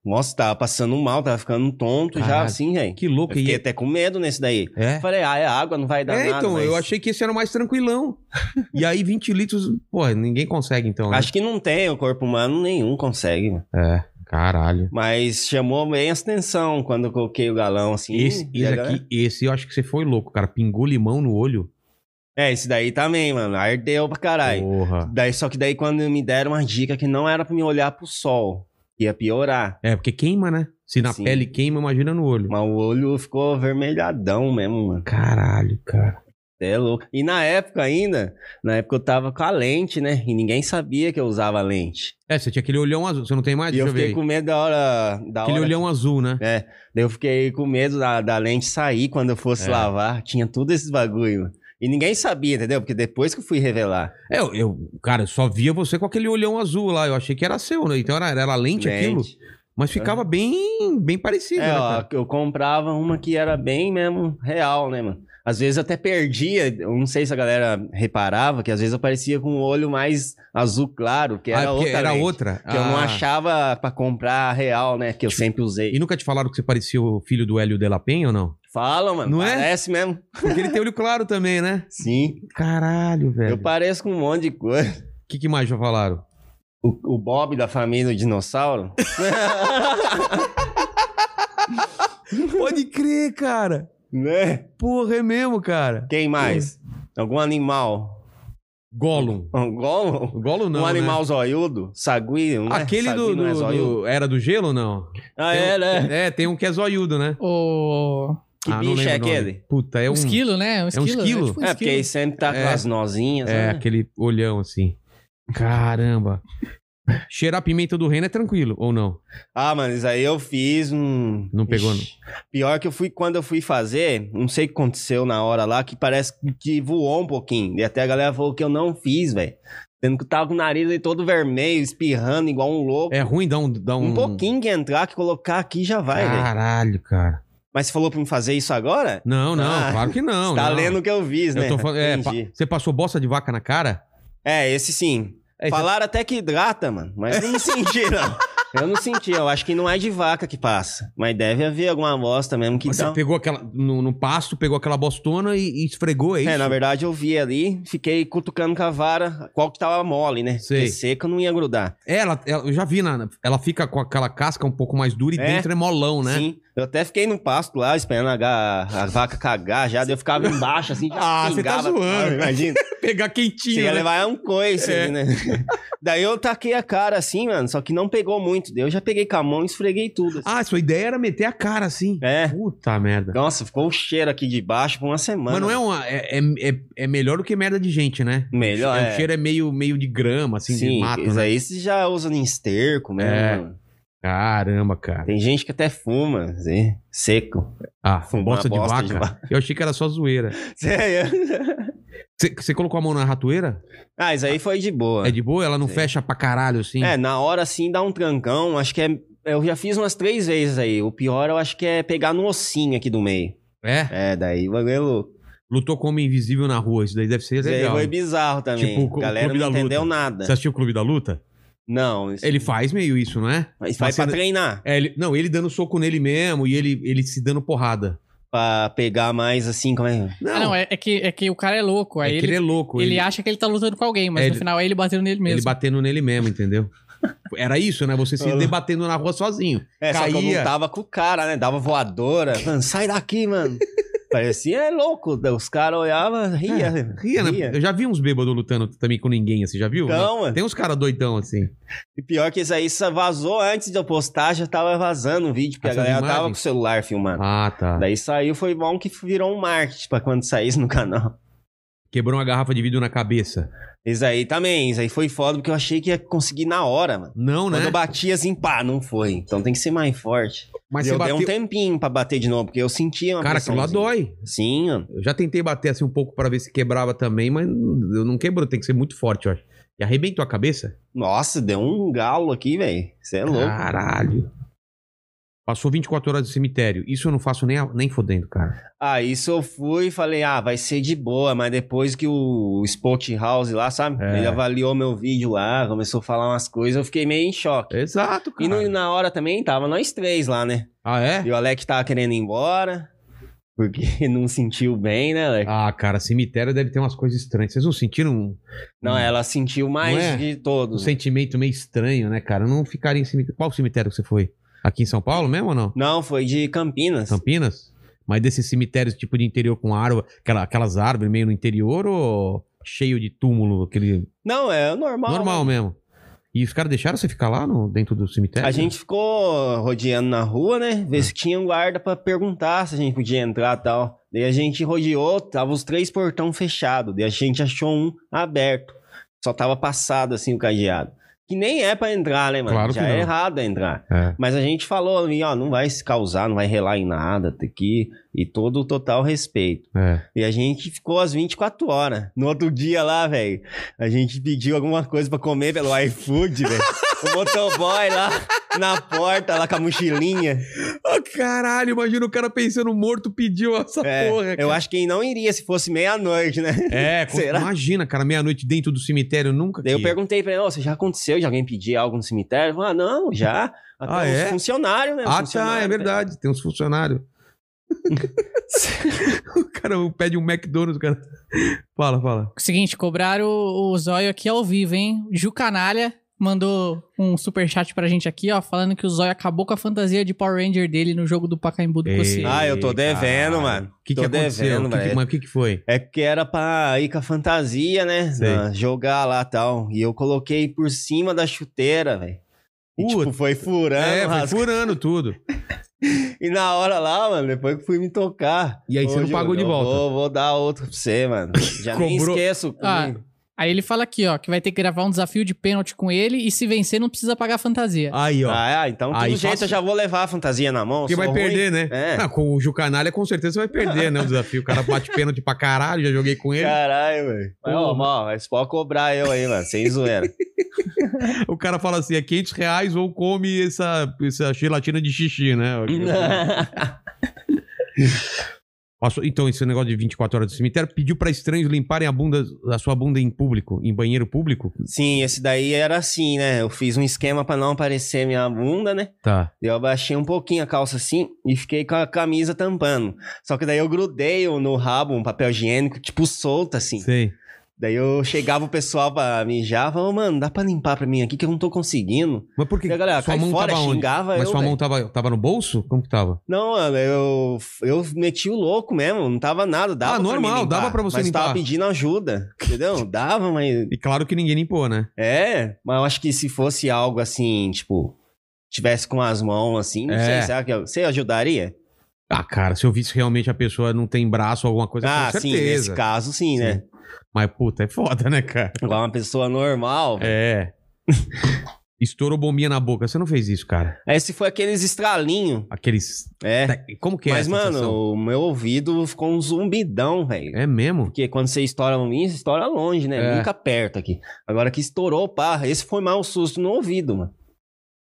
S2: Nossa, tava passando mal, tava ficando tonto já
S1: Caralho.
S2: assim, velho.
S1: Que
S2: Eu
S1: louco.
S2: fiquei
S1: E...
S2: até com medo nesse daí.
S1: É?
S2: Eu falei, ah, é água, não vai dar
S1: É,
S2: nada.
S1: então, eu
S2: mas-
S1: achei que esse era o mais tranquilão. E aí, 20 litros, pô, ninguém consegue, então. né?
S2: Acho que não tem, o corpo humano nenhum consegue. mano.
S1: É, caralho.
S2: Mas chamou bem a atenção quando eu coloquei o galão assim.
S1: Esse,
S2: e a
S1: esse
S2: galera-
S1: aqui, esse eu acho que você foi louco, cara. Pingou limão no olho.
S2: É, esse daí também, mano. Ardeu pra caralho.
S1: Porra.
S2: Daí, só que daí quando me deram uma dica que não era pra me olhar pro sol, ia piorar.
S1: É, porque queima, né? Se na
S2: Sim.
S1: pele queima, imagina no olho.
S2: Mas o olho ficou vermelhadão mesmo, mano.
S1: Caralho, cara.
S2: Cê É louco. E na época ainda, na época eu tava com a lente, né? E ninguém sabia que eu usava lente.
S1: É, você tinha aquele olhão azul. Você não tem mais?
S2: e eu
S1: ver
S2: fiquei
S1: aí.
S2: com medo da hora. Da
S1: Aquele
S2: hora
S1: olhão azul, né?
S2: É, daí eu fiquei com medo da, da lente sair quando eu fosse
S1: É.
S2: lavar. Tinha tudo esses bagulho. mano. E ninguém sabia, entendeu? Porque depois que eu fui revelar.
S1: É, eu, eu- cara, eu só via você com aquele olhão azul lá. Eu achei que era seu, né? Então era, era lente, aquilo. Mas ficava bem, bem parecido,
S2: É,
S1: né,
S2: ó,
S1: cara?
S2: eu comprava uma que era bem mesmo real, né, mano? Às vezes eu até perdia, eu não sei se a galera reparava, que às vezes eu parecia com um olho mais azul claro, que
S1: Ah,
S2: era
S1: porque
S2: outra.
S1: era
S2: lente,
S1: outra.
S2: Que eu não
S1: Ah, Tipo,
S2: achava pra comprar a real, né? Que eu sempre usei.
S1: E nunca te falaram que você parecia o filho do Hélio de la Penha ou não?
S2: Fala, mano.
S1: Não é?
S2: parece mesmo.
S1: Porque ele tem olho claro também, né?
S2: Sim.
S1: Caralho, velho.
S2: Eu
S1: O
S2: pareço com um monte de coisa.
S1: que, que mais já falaram?
S2: O, o Bob da família do dinossauro?
S1: Pode crer, cara.
S2: né?
S1: Porra, é mesmo, cara.
S2: Quem mais? Algum animal?
S1: Gollum.
S2: Um Gollum?
S1: O Gollum não,
S2: um
S1: né?
S2: animal zoiudo? Saguinho? né?
S1: Aquele do,
S2: Saguinho não é
S1: do-
S2: zoiudo?
S1: do- Era do gelo ou não?
S2: Ah,
S1: Tem um-
S2: é, né?
S1: É, tem um que é zoiudo, né?
S3: O...
S2: Que
S1: Ah, não
S2: bicho é
S1: lembro o nome.
S2: aquele?
S1: Puta, é um...
S3: um esquilo, né? Um esquilo.
S1: esquilo?
S3: tipo um
S2: É, porque
S3: esquilo.
S2: ele sempre tá
S1: É.
S2: com as nozinhas,
S1: É,
S2: né?
S1: aquele olhão assim. Caramba. Cheirar pimenta do reino é tranquilo, ou não?
S2: Ah, mano, isso aí eu fiz um...
S1: Não pegou,
S2: Ixi. Pior que eu fui, quando eu fui fazer, não sei o que aconteceu na hora lá, que parece que voou um pouquinho. E até a galera falou que eu não fiz, velho. Sendo que eu tava com o nariz aí todo vermelho, espirrando igual um louco.
S1: É ruim dar um... Dar um... Ah.
S2: Um pouquinho que entrar, que colocar aqui já vai, velho.
S1: Caralho, cara.
S2: Mas você falou pra me fazer isso agora?
S1: Não, não,
S2: Ah,
S1: claro que não.
S2: Você tá
S1: não.
S2: lendo o que eu fiz, né?
S1: Eu tô falando... é, pa-
S2: Entendi.
S1: Você passou bosta de vaca na cara?
S2: É, esse sim.
S1: É, isso-
S2: Falaram até que hidrata, mano, mas eu não senti, não. Eu não senti, eu acho que não é de vaca que passa. Mas deve haver alguma amostra mesmo que
S1: Você
S2: dá. um-
S1: pegou aquela... No, no pasto, pegou aquela bostona e, e esfregou, é isso?
S2: É, na verdade eu vi ali, fiquei cutucando com a vara qual que tava mole, né?
S1: Sei.
S2: Porque seca não ia grudar.
S1: É, Ela, ela- eu já vi, na, ela fica com aquela casca um pouco mais dura e
S2: É.
S1: dentro é molão, né?
S2: Sim. Eu até fiquei no pasto lá, esperando a, ga- a vaca cagar já, daí eu ficava embaixo assim. já
S1: Ah, você tá
S2: pingava.
S1: zoando.
S2: Imagina.
S1: Pegar
S2: Você
S1: quentinho,
S2: ia
S1: né?
S2: levar um coice,
S1: É.
S2: ali, né? Daí eu taquei a cara assim, mano, só que não pegou muito. Daí eu já peguei com a mão e esfreguei tudo. assim.
S1: Ah, sua ideia era meter a cara assim.
S2: É.
S1: Puta merda.
S2: Nossa, ficou o cheiro aqui de baixo por uma semana.
S1: Mas não é uma. É, é, é- é melhor do que merda de gente, né?
S2: Melhor,
S1: É,
S2: é.
S1: O cheiro é meio, meio de grama, assim,
S2: Sim,
S1: de mato,
S2: isso
S1: né?
S2: aí você já usa em esterco mesmo.
S1: É.
S2: mano.
S1: Caramba, cara.
S2: Tem gente que até fuma, Zé, seco.
S1: Ah,
S2: Fumar
S1: bosta de
S2: bosta
S1: vaca?
S2: de vaca.
S1: Eu achei que era só zoeira.
S2: É, Sério?
S1: Você- Você colocou a mão na ratoeira?
S2: Ah, isso aí foi de boa.
S1: É de boa? Ela não
S2: Sim.
S1: fecha pra caralho assim?
S2: É, na hora assim dá um trancão. Acho que é. Eu já fiz umas três vezes aí. O pior eu acho que é pegar no ossinho aqui do meio.
S1: É?
S2: É, daí o bagulho é louco.
S1: Lutou com homem invisível na rua. Isso daí deve ser
S2: Isso aí
S1: legal.
S2: foi
S1: né?
S2: bizarro também.
S1: Tipo, o
S2: a galera
S1: clube
S2: não
S1: da
S2: entendeu
S1: luta.
S2: nada.
S1: Você assistiu o Clube da Luta?
S2: Não, isso,
S1: Ele faz meio isso, não é?
S2: isso vai
S1: Mas
S2: pra
S1: você-
S2: treinar.
S1: É, ele- não, ele dando soco nele mesmo e ele, ele se dando porrada.
S2: Pra pegar mais assim, como é.
S1: Não,
S3: Ah, não, é, é que, é que o cara é louco. Aí
S1: é que
S3: ele,
S1: ele
S3: ele,
S1: é louco.
S3: acha que ele tá lutando com alguém, mas
S1: É,
S3: no
S1: ele-
S3: final é ele batendo nele
S1: ele
S3: mesmo.
S1: batendo nele mesmo, entendeu? Era isso, né? Você se
S2: Olha.
S1: debatendo na rua sozinho.
S2: É, só que eu
S1: Caía.
S2: não tava com o cara, né? Dava voadora. Mano, sai daqui, mano. Parecia é louco. Os caras olhavam, ria.
S1: Ria, né? Eu já vi uns bêbados lutando também com ninguém, assim, já viu?
S2: Então, mano.
S1: Tem uns caras doidão assim.
S2: E pior que isso aí só vazou antes de eu postar, já tava vazando o vídeo, porque
S1: Essas
S2: a galera tava
S1: imagens?
S2: com o celular filmando.
S1: Ah, tá.
S2: Daí saiu, foi bom que virou um marketing pra quando saísse no canal.
S1: Quebrou uma garrafa de vidro na cabeça.
S2: Isso aí também, isso aí foi foda, porque eu achei que ia conseguir na hora, mano.
S1: Não,
S2: Quando
S1: né?
S2: eu bati assim, pá, não foi. Então tem que ser mais forte.
S1: Mas
S2: E
S1: você
S2: eu dei um né,
S1: bateu.
S2: tempinho pra bater de novo, porque eu sentia uma
S1: Cara, aquilo lá
S2: pressãozinha.
S1: dói.
S2: Sim, mano.
S1: Eu já tentei bater assim um pouco pra ver se quebrava também, mas eu não quebrou. Tem que ser muito forte, eu acho. E arrebentou a cabeça?
S2: Nossa, deu um galo aqui, velho. Você é louco.
S1: Caralho. Passou 24 horas no cemitério. Isso eu não faço nem, a- nem fodendo, cara.
S2: Ah, isso eu fui e falei, ah, vai ser de boa, mas depois que o Spot House lá, sabe?
S1: É.
S2: Ele avaliou meu vídeo lá, começou a falar umas coisas, eu fiquei meio em choque.
S1: Exato,
S2: E
S1: cara.
S2: no- na hora também tava nós três lá, né?
S1: Ah, é?
S2: E o Alec tava querendo ir embora, porque não sentiu bem, né, Alec?
S1: Ah, cara, cemitério deve ter umas coisas estranhas. Vocês não sentiram um,
S2: Não, ela sentiu mais
S1: Não é?
S2: de
S1: um
S2: todos.
S1: sentimento meio estranho, né, cara? Eu não ficaria em cemitério. Qual cemitério que você foi? Aqui em São Paulo mesmo ou não?
S2: Não, foi de Campinas.
S1: Campinas? Mas desses cemitérios tipo de interior com árvore, aquela- aquelas árvores meio no interior ou cheio de túmulo, aquele
S2: Não, é normal.
S1: normal mesmo. E os caras deixaram você ficar lá no, dentro do cemitério?
S2: A gente ficou rodeando na rua, né? Ver
S1: Ah.
S2: se tinha um guarda pra perguntar se a gente podia entrar e tal. Daí a gente rodeou, tava os três portão fechados. Daí a gente achou um aberto. Só tava passado assim o cadeado. Que nem é pra entrar, né, mano?
S1: Claro
S2: Já
S1: que não.
S2: é errado entrar.
S1: É.
S2: Mas a gente falou, ali, ó, não vai se causar, não vai relar em nada tá aqui. E todo o total respeito.
S1: é.
S2: E a gente ficou às 24 horas. No outro dia lá, velho, a gente pediu alguma coisa pra comer pelo iFood, velho. O motoboy lá na porta, lá com a mochilinha.
S1: Ah, caralho, imagina o cara pensando morto pediu essa
S2: É,
S1: porra.
S2: eu acho que ele não iria se fosse meia-noite, né?
S1: É, com-
S2: Será?
S1: imagina, cara, meia-noite dentro do cemitério nunca.
S2: Daí eu
S1: que-
S2: perguntei pra ele, "Ô, você já aconteceu de alguém pedir algo no cemitério? Ele falou, ah, não, já. Até
S1: Ah,
S2: os
S1: é?
S2: funcionários, né? Os
S1: Ah, tá,
S2: funcionários,
S1: é verdade. Tem uns funcionários. o cara pede um McDonald's, o cara. Fala, fala.
S3: Seguinte, cobraram o, o zóio aqui ao vivo, hein? Ju Canalha mandou um superchat pra gente aqui, ó, falando que o zóio acabou com a fantasia de Power Ranger dele no jogo do Pacaembu do
S1: Ei.
S3: Coceiro.
S2: Ah, eu tô
S1: Ei,
S2: devendo,
S1: caralho.
S2: mano.
S1: O que, que
S2: Tô
S1: aconteceu?
S2: devendo,
S1: O que que-
S2: velho.
S1: mas o que, que foi?
S2: É que era pra ir com a fantasia, né?
S1: Sei.
S2: Na- jogar lá e tal. E eu coloquei por cima da chuteira, velho. E, tipo,
S1: Puta.
S2: foi furando,
S1: É, foi
S2: rasgando.
S1: furando tudo.
S2: E na hora lá, mano, depois que fui me tocar.
S1: E aí você
S2: Ô,
S1: não
S2: Júlio,
S1: pagou de
S2: eu
S1: volta.
S2: Vou, vou dar outro pra você, mano. Já nem
S1: Cobrou.
S2: esqueço. Hum.
S3: Ah, Aí ele fala aqui, ó, que vai ter que gravar um desafio de pênalti com ele e se vencer não precisa pagar a fantasia.
S1: Aí, ó.
S2: Ah, é, então, de
S1: Aí
S2: todo jeito,
S1: faço-
S2: eu já vou levar a fantasia na mão.
S1: Porque
S2: sou
S1: vai
S2: ruim.
S1: perder, né?
S2: É.
S1: Ah, com o Jucanalha, com certeza você vai perder, né? O desafio. O cara bate pênalti pra caralho, já joguei com ele.
S2: Caralho, velho. Mas, Ó, mal, mas pode cobrar eu aí, mano. Sem zoeira.
S1: O cara fala assim: é 500 reais ou come essa, essa gelatina de xixi, né? Passou- então, esse negócio de 24 horas do cemitério pediu pra estranhos limparem a, bunda, a sua bunda em público, em banheiro público?
S2: Sim, esse daí era assim, né? Eu fiz um esquema pra não aparecer minha bunda, né?
S1: Tá.
S2: Daí Eu abaixei um pouquinho a calça assim e fiquei com a camisa tampando. Só que daí eu grudei no rabo um papel higiênico, tipo, solto assim.
S1: Sei.
S2: Daí eu chegava o pessoal pra mijar, falava, "Ô, mano, dá pra limpar pra mim aqui que eu não tô conseguindo.
S1: Mas por que?
S2: Daí a galera
S1: Sua
S2: cai
S1: mão
S2: fora,
S1: tava onde?
S2: xingava
S1: Mas
S2: eu,
S1: sua mão
S2: velho.
S1: tava, tava no bolso? Como que tava?
S2: Não, mano, eu, eu meti o louco mesmo, não tava nada, dava
S1: Ah,
S2: pra mim
S1: normal,
S2: limpar,
S1: dava pra você
S2: mas
S1: limpar.
S2: tava pedindo ajuda, entendeu? dava, mas...
S1: E claro que ninguém limpou, né?
S2: É, mas eu acho que se fosse algo assim, tipo... Tivesse com as mãos assim, não
S1: É.
S2: sei, será que eu- você ajudaria?
S1: Ah, cara, se eu visse realmente a pessoa não tem braço ou alguma coisa,
S2: ah,
S1: com
S2: sim, nesse
S1: certeza.
S2: caso sim, né?
S1: Mas, puta, é foda, né, cara?
S2: Igual uma pessoa normal.
S1: É. Estourou bombinha na boca. Você não fez isso, cara.
S2: Esse foi aqueles estralinho.
S1: Aqueles.
S2: É.
S1: Como que é
S2: Mas,
S1: essa
S2: mano,
S1: sensação?
S2: o meu ouvido ficou um zumbidão, velho.
S1: É mesmo?
S2: Porque quando você estoura um isso, estoura longe, né?
S1: É.
S2: Nunca perto aqui. Agora que estourou, pá, esse foi mal susto no ouvido, mano.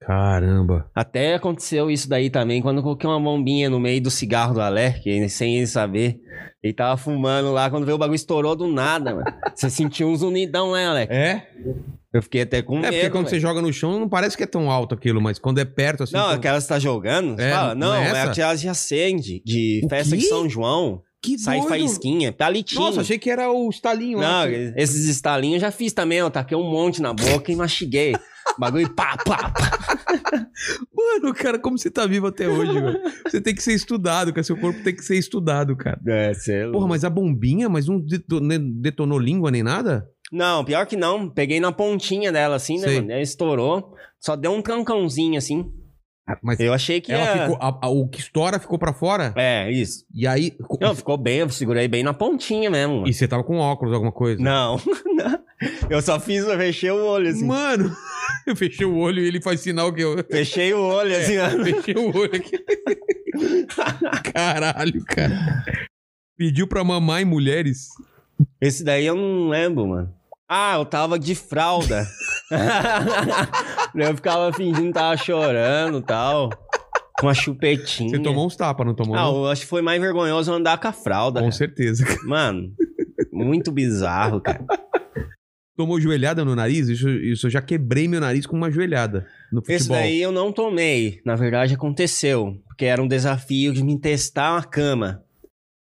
S1: Caramba.
S2: Até aconteceu isso daí também, quando eu coloquei uma bombinha no meio do cigarro do Alec, sem ele saber. Ele tava fumando lá, quando veio o bagulho estourou do nada, mano. Você sentiu uns unidão, né, Alec?
S1: É?
S2: Eu fiquei até com medo.
S1: É porque quando
S2: velho.
S1: você joga no chão, não parece que é tão alto aquilo, mas quando é perto, assim.
S2: Não,
S1: então-
S2: aquela que você tá jogando, você
S1: É,
S2: fala,
S1: não
S2: não,
S1: é
S2: é
S1: essa?
S2: aquela de acende, de
S1: O
S2: festa de
S1: quê?
S2: São João,
S1: que
S2: sai faísquinha, tá palitinho.
S1: Nossa, achei que era o estalinho
S2: Não,
S1: lá.
S2: esses estalinhos eu já fiz também, eu taquei um monte na boca e mastiguei. Bagulho pá, pá, pá. é-
S1: Mano, cara, como você tá vivo até hoje, velho? Você tem que ser estudado, cara. Seu corpo tem que ser estudado, cara.
S2: É, sei
S1: Porra, mas a bombinha, mas não deto- ne- detonou língua nem nada?
S2: Não, pior que não. Peguei na pontinha dela, assim, né,
S1: Sei.
S2: mano? Ela estourou. Só deu um trancãozinho, assim.
S1: Ah, Mas
S2: Eu achei que é?
S1: ela
S2: era...
S1: ficou, a- a- o que estoura ficou pra fora?
S2: É, isso.
S1: E aí. co-
S2: Não, ficou bem, eu segurei bem na pontinha mesmo. mano.
S1: E você tava com óculos, alguma coisa?
S2: Não, não. Eu só fiz, eu fechei o olho, assim.
S1: Mano, eu fechei o olho e ele faz sinal que eu.
S2: Fechei o olho, assim, ó.
S1: Fechei o olho aqui. Caralho, cara. Pediu pra mamar em mulheres?
S2: Esse daí eu não lembro, mano. Ah, eu tava de fralda. eu ficava fingindo que tava chorando e tal. Com a chupetinha.
S1: Você tomou uns tapas, não tomou?
S2: Ah,
S1: não?
S2: eu acho que foi mais vergonhoso andar com a fralda.
S1: Com
S2: cara.
S1: certeza.
S2: Mano, muito bizarro, cara.
S1: Tomou joelhada no nariz? Isso, isso eu já quebrei meu nariz com uma joelhada no futebol.
S2: Esse daí eu não tomei. Na verdade, aconteceu. Porque era um desafio de me testar uma cama.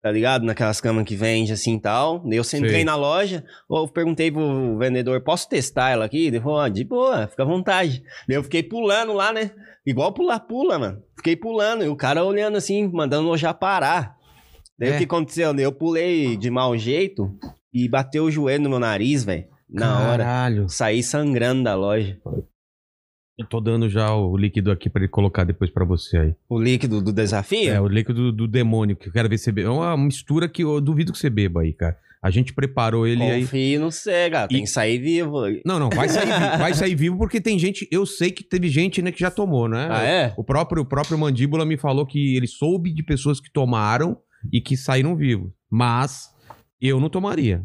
S2: Tá ligado? Naquelas camas que vende assim e tal. Daí Eu entrei
S1: Sei.
S2: na loja, eu perguntei pro vendedor, posso testar ela aqui? Ele falou, ó, de boa, fica à vontade. Daí eu fiquei pulando lá, né? Igual pular, pula, mano. Fiquei pulando. E o cara olhando assim, mandando eu já parar. Daí
S1: É.
S2: o que aconteceu? Daí Eu pulei de mau jeito e bateu o joelho no meu nariz, velho. Na hora.
S1: Caralho.
S2: Saí sangrando da loja.
S1: Eu tô dando já o líquido aqui pra ele colocar depois pra você aí.
S2: O líquido do desafio?
S1: É, o líquido do, do demônio, que eu quero ver você beber. É uma mistura que eu duvido que você beba aí, cara. A gente preparou ele aí.
S2: Confio no cega,
S1: E-
S2: tem que sair vivo.
S1: Não, não, vai sair, vivo, vai sair vivo porque tem gente, eu sei que teve gente né, que já tomou, né?
S2: Ah, é?
S1: O próprio, o próprio Mandíbula me falou que ele soube de pessoas que tomaram e que saíram vivos. Mas eu não tomaria.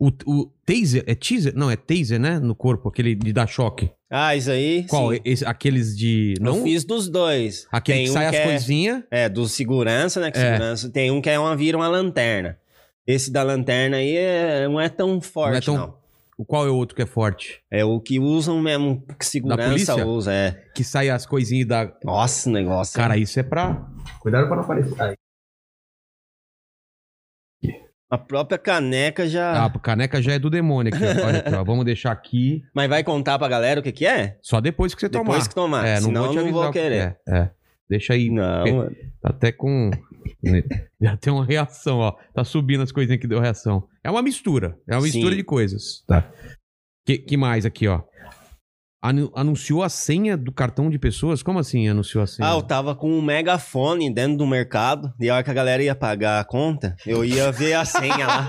S1: O, o taser, é teaser? Não, é taser, né? No corpo, aquele de dar choque.
S2: Ah, isso aí.
S1: Qual?
S2: sim.
S1: Esse- aqueles de. Não?
S2: Eu fiz dos dois.
S1: Aquele
S2: tem
S1: que
S2: um
S1: sai
S2: que
S1: as
S2: é-
S1: coisinhas.
S2: É, do segurança, né? Que
S1: É.
S2: segurança. Tem um que é uma vira uma lanterna. Esse da lanterna aí é- não é tão forte, não é,
S1: tão- O Qual é o outro que é forte?
S2: é o que usam mesmo, que segurança
S1: polícia?
S2: usa. É.
S1: Que sai as coisinhas e dá.
S2: Nossa, o negócio.
S1: Cara, isso é pra. Cuidado pra não aparecer.
S2: A própria caneca já.
S1: Ah, a caneca já é do demônio aqui. ó. Olha é, aqui, ó. Vamos deixar aqui.
S2: Mas vai contar pra galera o que, que é?
S1: Só depois que você tomar.
S2: Depois que tomar.
S1: É,
S2: Senão eu
S1: te
S2: não
S1: avisar
S2: vou
S1: o que
S2: querer.
S1: É, é. Deixa aí.
S2: Não, é.
S1: Porque-
S2: mano.
S1: Tá até com. né? Já tem uma reação, ó. Tá subindo as coisinhas que deu reação. É uma mistura. É uma
S2: Sim.
S1: mistura de coisas. Tá. Que, que mais aqui, ó? Anu- anunciou a senha do cartão de pessoas? Como assim anunciou a senha?
S2: Ah, eu tava com um megafone dentro do mercado, e a hora que a galera ia pagar a conta, eu ia ver a senha lá.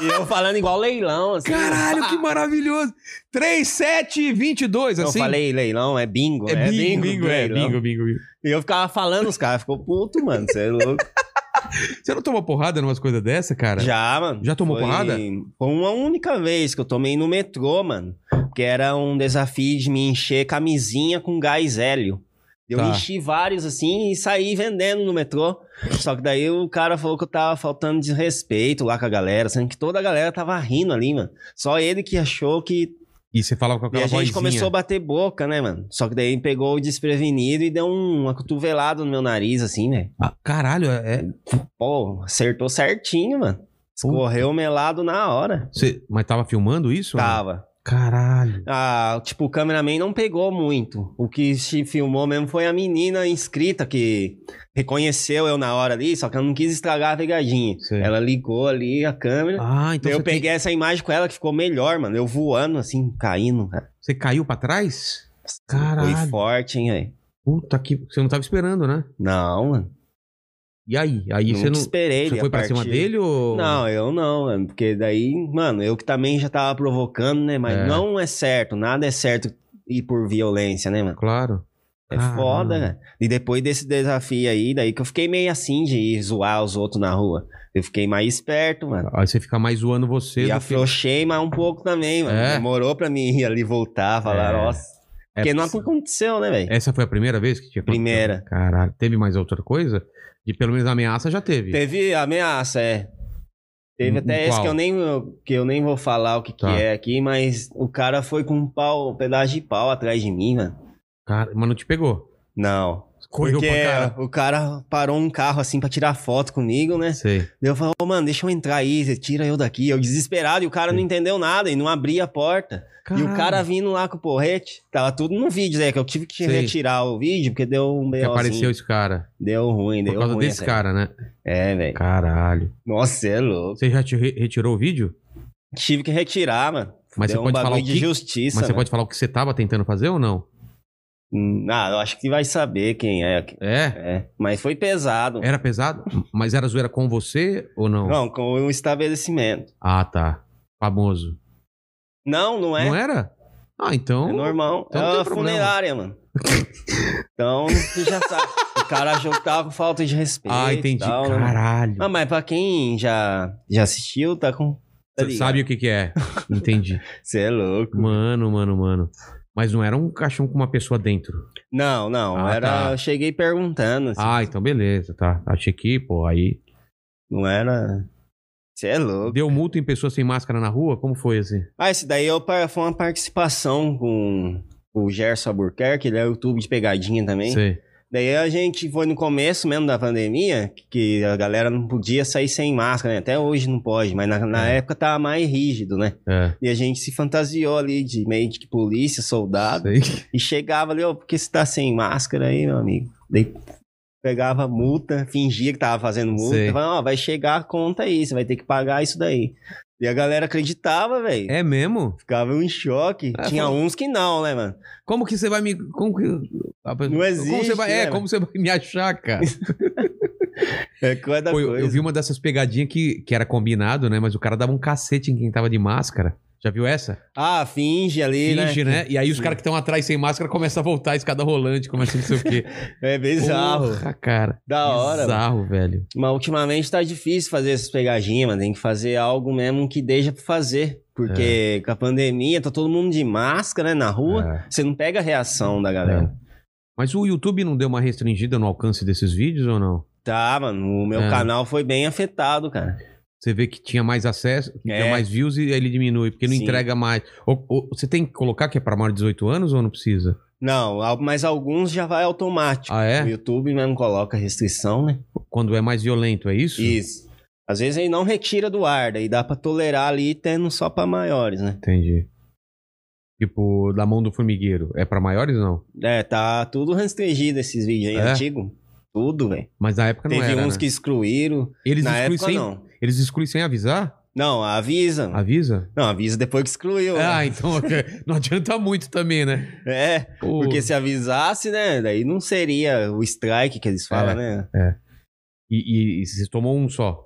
S2: E eu falando igual leilão, assim.
S1: Caralho,
S2: Ah,
S1: que maravilhoso! 3, 7, 22,
S2: Eu
S1: assim.
S2: falei leilão, é bingo,
S1: É,
S2: né?
S1: bingo, bingo, é,
S2: leilão.
S1: bingo, bingo, bingo.
S2: E eu ficava falando, os caras ficou puto, mano, você é louco.
S1: Você não toma porrada numas coisas dessa, cara?
S2: Já, mano.
S1: Já tomou
S2: Foi-
S1: porrada?
S2: Foi uma única vez que eu tomei no metrô, mano. Que era um desafio de me encher camisinha com gás hélio. Eu
S1: Tá.
S2: enchi vários assim e saí vendendo no metrô. Só que daí o cara falou que eu tava faltando de respeito lá com a galera, sendo que toda a galera tava rindo ali, mano. Só ele que achou que.
S1: E você falava com
S2: E
S1: aquela
S2: a gente
S1: vozinha.
S2: começou a bater boca, né, mano? Só que daí pegou o desprevenido e deu um- uma cotovelada no meu nariz, assim, né?
S1: Ah, caralho, é.
S2: Pô, acertou certinho, mano. Escorreu o melado na hora.
S1: Você... Mas tava filmando isso?
S2: Tava.
S1: Caralho.
S2: Ah, tipo, o cameraman não pegou muito. O que se filmou mesmo foi a menina inscrita que reconheceu eu na hora ali, só que eu não quis estragar a pegadinha.
S1: Sei.
S2: Ela ligou ali a câmera.
S1: É. Ah,
S2: Então
S1: então
S2: eu
S1: você, tem-
S2: peguei essa imagem com ela que ficou melhor, mano. Eu voando assim, caindo, cara.
S1: você caiu pra trás? Caralho.
S2: Foi forte, hein, velho.
S1: Puta que. Você não tava esperando, né?
S2: Não, mano.
S1: E aí? Aí
S2: Nunca
S1: você não.
S2: esperei.
S1: Você
S2: a
S1: foi pra
S2: partir-
S1: cima dele ou.
S2: Não, eu não, mano. Porque daí, mano, eu que também já tava provocando, né? Mas
S1: É.
S2: não é certo, nada é certo ir por violência, né, mano?
S1: Claro.
S2: É
S1: Caramba.
S2: foda, né? E depois desse desafio aí, daí que eu fiquei meio assim de ir zoar os outros na rua. Eu fiquei mais esperto, mano.
S1: Aí você fica mais zoando você
S2: E
S1: do que...
S2: afrouxei mais um pouco também, mano.
S1: É?
S2: Demorou pra mim ir ali voltar, falar,
S1: É.
S2: nossa.
S1: É,
S2: Porque não aconteceu, né, velho?
S1: Essa foi a primeira vez que tinha acontecido?
S2: Primeira.
S1: Caralho. Teve mais outra coisa? De pelo menos ameaça já teve.
S2: Teve ameaça, é. Teve
S1: Em- em
S2: até
S1: É.
S2: esse
S1: Hum, qual?
S2: que eu, nem, que eu nem vou falar o que,
S1: Tá.
S2: que é aqui, mas o cara foi com um pau, um pedaço de pau atrás de mim, mano.
S1: Cara, mas não te pegou.
S2: Não.
S1: Correu
S2: porque é,
S1: pra cara.
S2: o cara parou um carro assim pra tirar foto comigo, né?
S1: Sei.
S2: Daí eu falei, ô mano, deixa eu entrar aí, você tira eu daqui. Eu desesperado e o cara não entendeu nada e não abria a porta. E o cara vindo lá com o porrete, tava tudo no vídeo, né? Que eu tive que
S1: Sei.
S2: retirar o vídeo, porque deu um
S1: Que
S2: BOzinho.
S1: apareceu esse cara.
S2: Deu ruim,
S1: Por
S2: deu
S1: causa
S2: ruim.
S1: desse
S2: até.
S1: cara, né?
S2: É, velho.
S1: Caralho.
S2: Nossa, você é louco.
S1: Você já te re- retirou o vídeo?
S2: Tive que retirar, mano.
S1: Mas
S2: deu
S1: você
S2: um
S1: pode
S2: bagulho
S1: falar o
S2: de
S1: que-
S2: justiça.
S1: mas você
S2: né?
S1: pode falar o que você tava tentando fazer ou não?
S2: Hum, Ah, eu acho que vai saber quem é.
S1: É?
S2: é. Mas foi pesado.
S1: Era pesado? Mas era zoeira com você ou É, não?
S2: Não, com um estabelecimento.
S1: Ah, tá. Famoso.
S2: Não, não é.
S1: Não era? Ah, então.
S2: É normal.
S1: então
S2: é
S1: não tem
S2: uma
S1: problema.
S2: funerária, mano. então, você já sabe. O cara achou que tava com falta de respeito.
S1: Ah, entendi.
S2: e Tal, né?
S1: Caralho.
S2: Ah, mas pra quem já, já assistiu, tá com. tá
S1: Cê
S2: ligado.
S1: Sabe o que que é? Entendi.
S2: Você é louco.
S1: Mano, mano, mano. Mas não era um caixão com uma pessoa dentro.
S2: Não, não.
S1: Ah,
S2: era.
S1: tá.
S2: Eu cheguei perguntando. assim,
S1: Ah, então beleza, tá. Achei que, pô, aí.
S2: Não era. Você é louco.
S1: Deu multa em pessoa sem máscara na rua? Como foi assim?
S2: Ah, esse daí eu, par- foi uma participação com o Gerson Albuquerque, ele é YouTube de pegadinha também.
S1: Sei.
S2: Daí a gente foi no começo mesmo da pandemia, que a galera não podia sair sem máscara, né? Até hoje não pode, mas na, na
S1: É.
S2: época tava mais rígido, né?
S1: É.
S2: E a gente se fantasiou ali de meio de polícia, soldado.
S1: Sei.
S2: E chegava ali, ó, por que você tá sem máscara aí, meu amigo? Daí pegava multa, fingia que tava fazendo
S1: Sei.
S2: multa, falava, ó, vai chegar a conta aí, você vai ter que pagar isso daí. E a galera acreditava, velho.
S1: É mesmo?
S2: Ficava em choque.
S1: É,
S2: Tinha
S1: foi-
S2: uns que não, né, mano?
S1: Como que você vai me. Como que. a pessoa- Como você
S2: existe,
S1: vai...
S2: né,
S1: É,
S2: velho?
S1: como você vai me achar, cara?
S2: É coisa da
S1: Pô, eu,
S2: coisa.
S1: eu vi uma dessas pegadinhas que, que era combinado, né? Mas o cara dava um cacete em quem tava de máscara. Já viu essa?
S2: Ah, finge ali,
S1: Finge,
S2: né?
S1: né? E aí os caras que estão atrás sem máscara começam a voltar a escada rolante, começa não sei o quê.
S2: É bizarro.
S1: Porra, cara.
S2: Da hora, mano.
S1: Bizarro, velho.
S2: Mas ultimamente tá difícil fazer essas pegadinhas, mano. Tem que fazer algo mesmo que deixa pra fazer. Porque com a pandemia, tá todo mundo de máscara, né, na rua.
S1: É,
S2: Você não pega a reação da galera.
S1: é. Mas o YouTube não deu uma restringida no alcance desses vídeos ou não?
S2: Tá, mano. O meu
S1: É.
S2: canal foi bem afetado, cara.
S1: Você vê que tinha mais acesso, que
S2: É.
S1: tinha mais views e aí ele diminui, porque não
S2: Sim.
S1: entrega mais. Ou- ou- você tem que colocar que é pra maior de 18 anos ou não precisa?
S2: Não, al- mas alguns já vai automático.
S1: Ah,
S2: O
S1: é?
S2: YouTube mesmo coloca restrição, né?
S1: Quando é mais violento, é isso?
S2: Isso. Às vezes ele não retira do ar, daí dá pra tolerar ali, tendo só pra maiores, né?
S1: Entendi. Tipo, da mão do formigueiro. É pra maiores não?
S2: É, tá tudo restringido esses vídeos aí
S1: É?
S2: antigos. Tudo, velho.
S1: Mas na época não
S2: Teve
S1: era,
S2: uns
S1: né?
S2: que excluíram.
S1: Eles
S2: Na
S1: excluem
S2: época,
S1: sem,
S2: não.
S1: eles excluem sem avisar?
S2: Não, avisa.
S1: Avisa?
S2: Não, avisa depois que excluiu. né?
S1: Ah, então ok. não adianta muito também, né?
S2: É,
S1: Pô,
S2: porque se avisasse, né? Daí não seria o strike que eles falam,
S1: É.
S2: né?
S1: E, e- e você tomou um só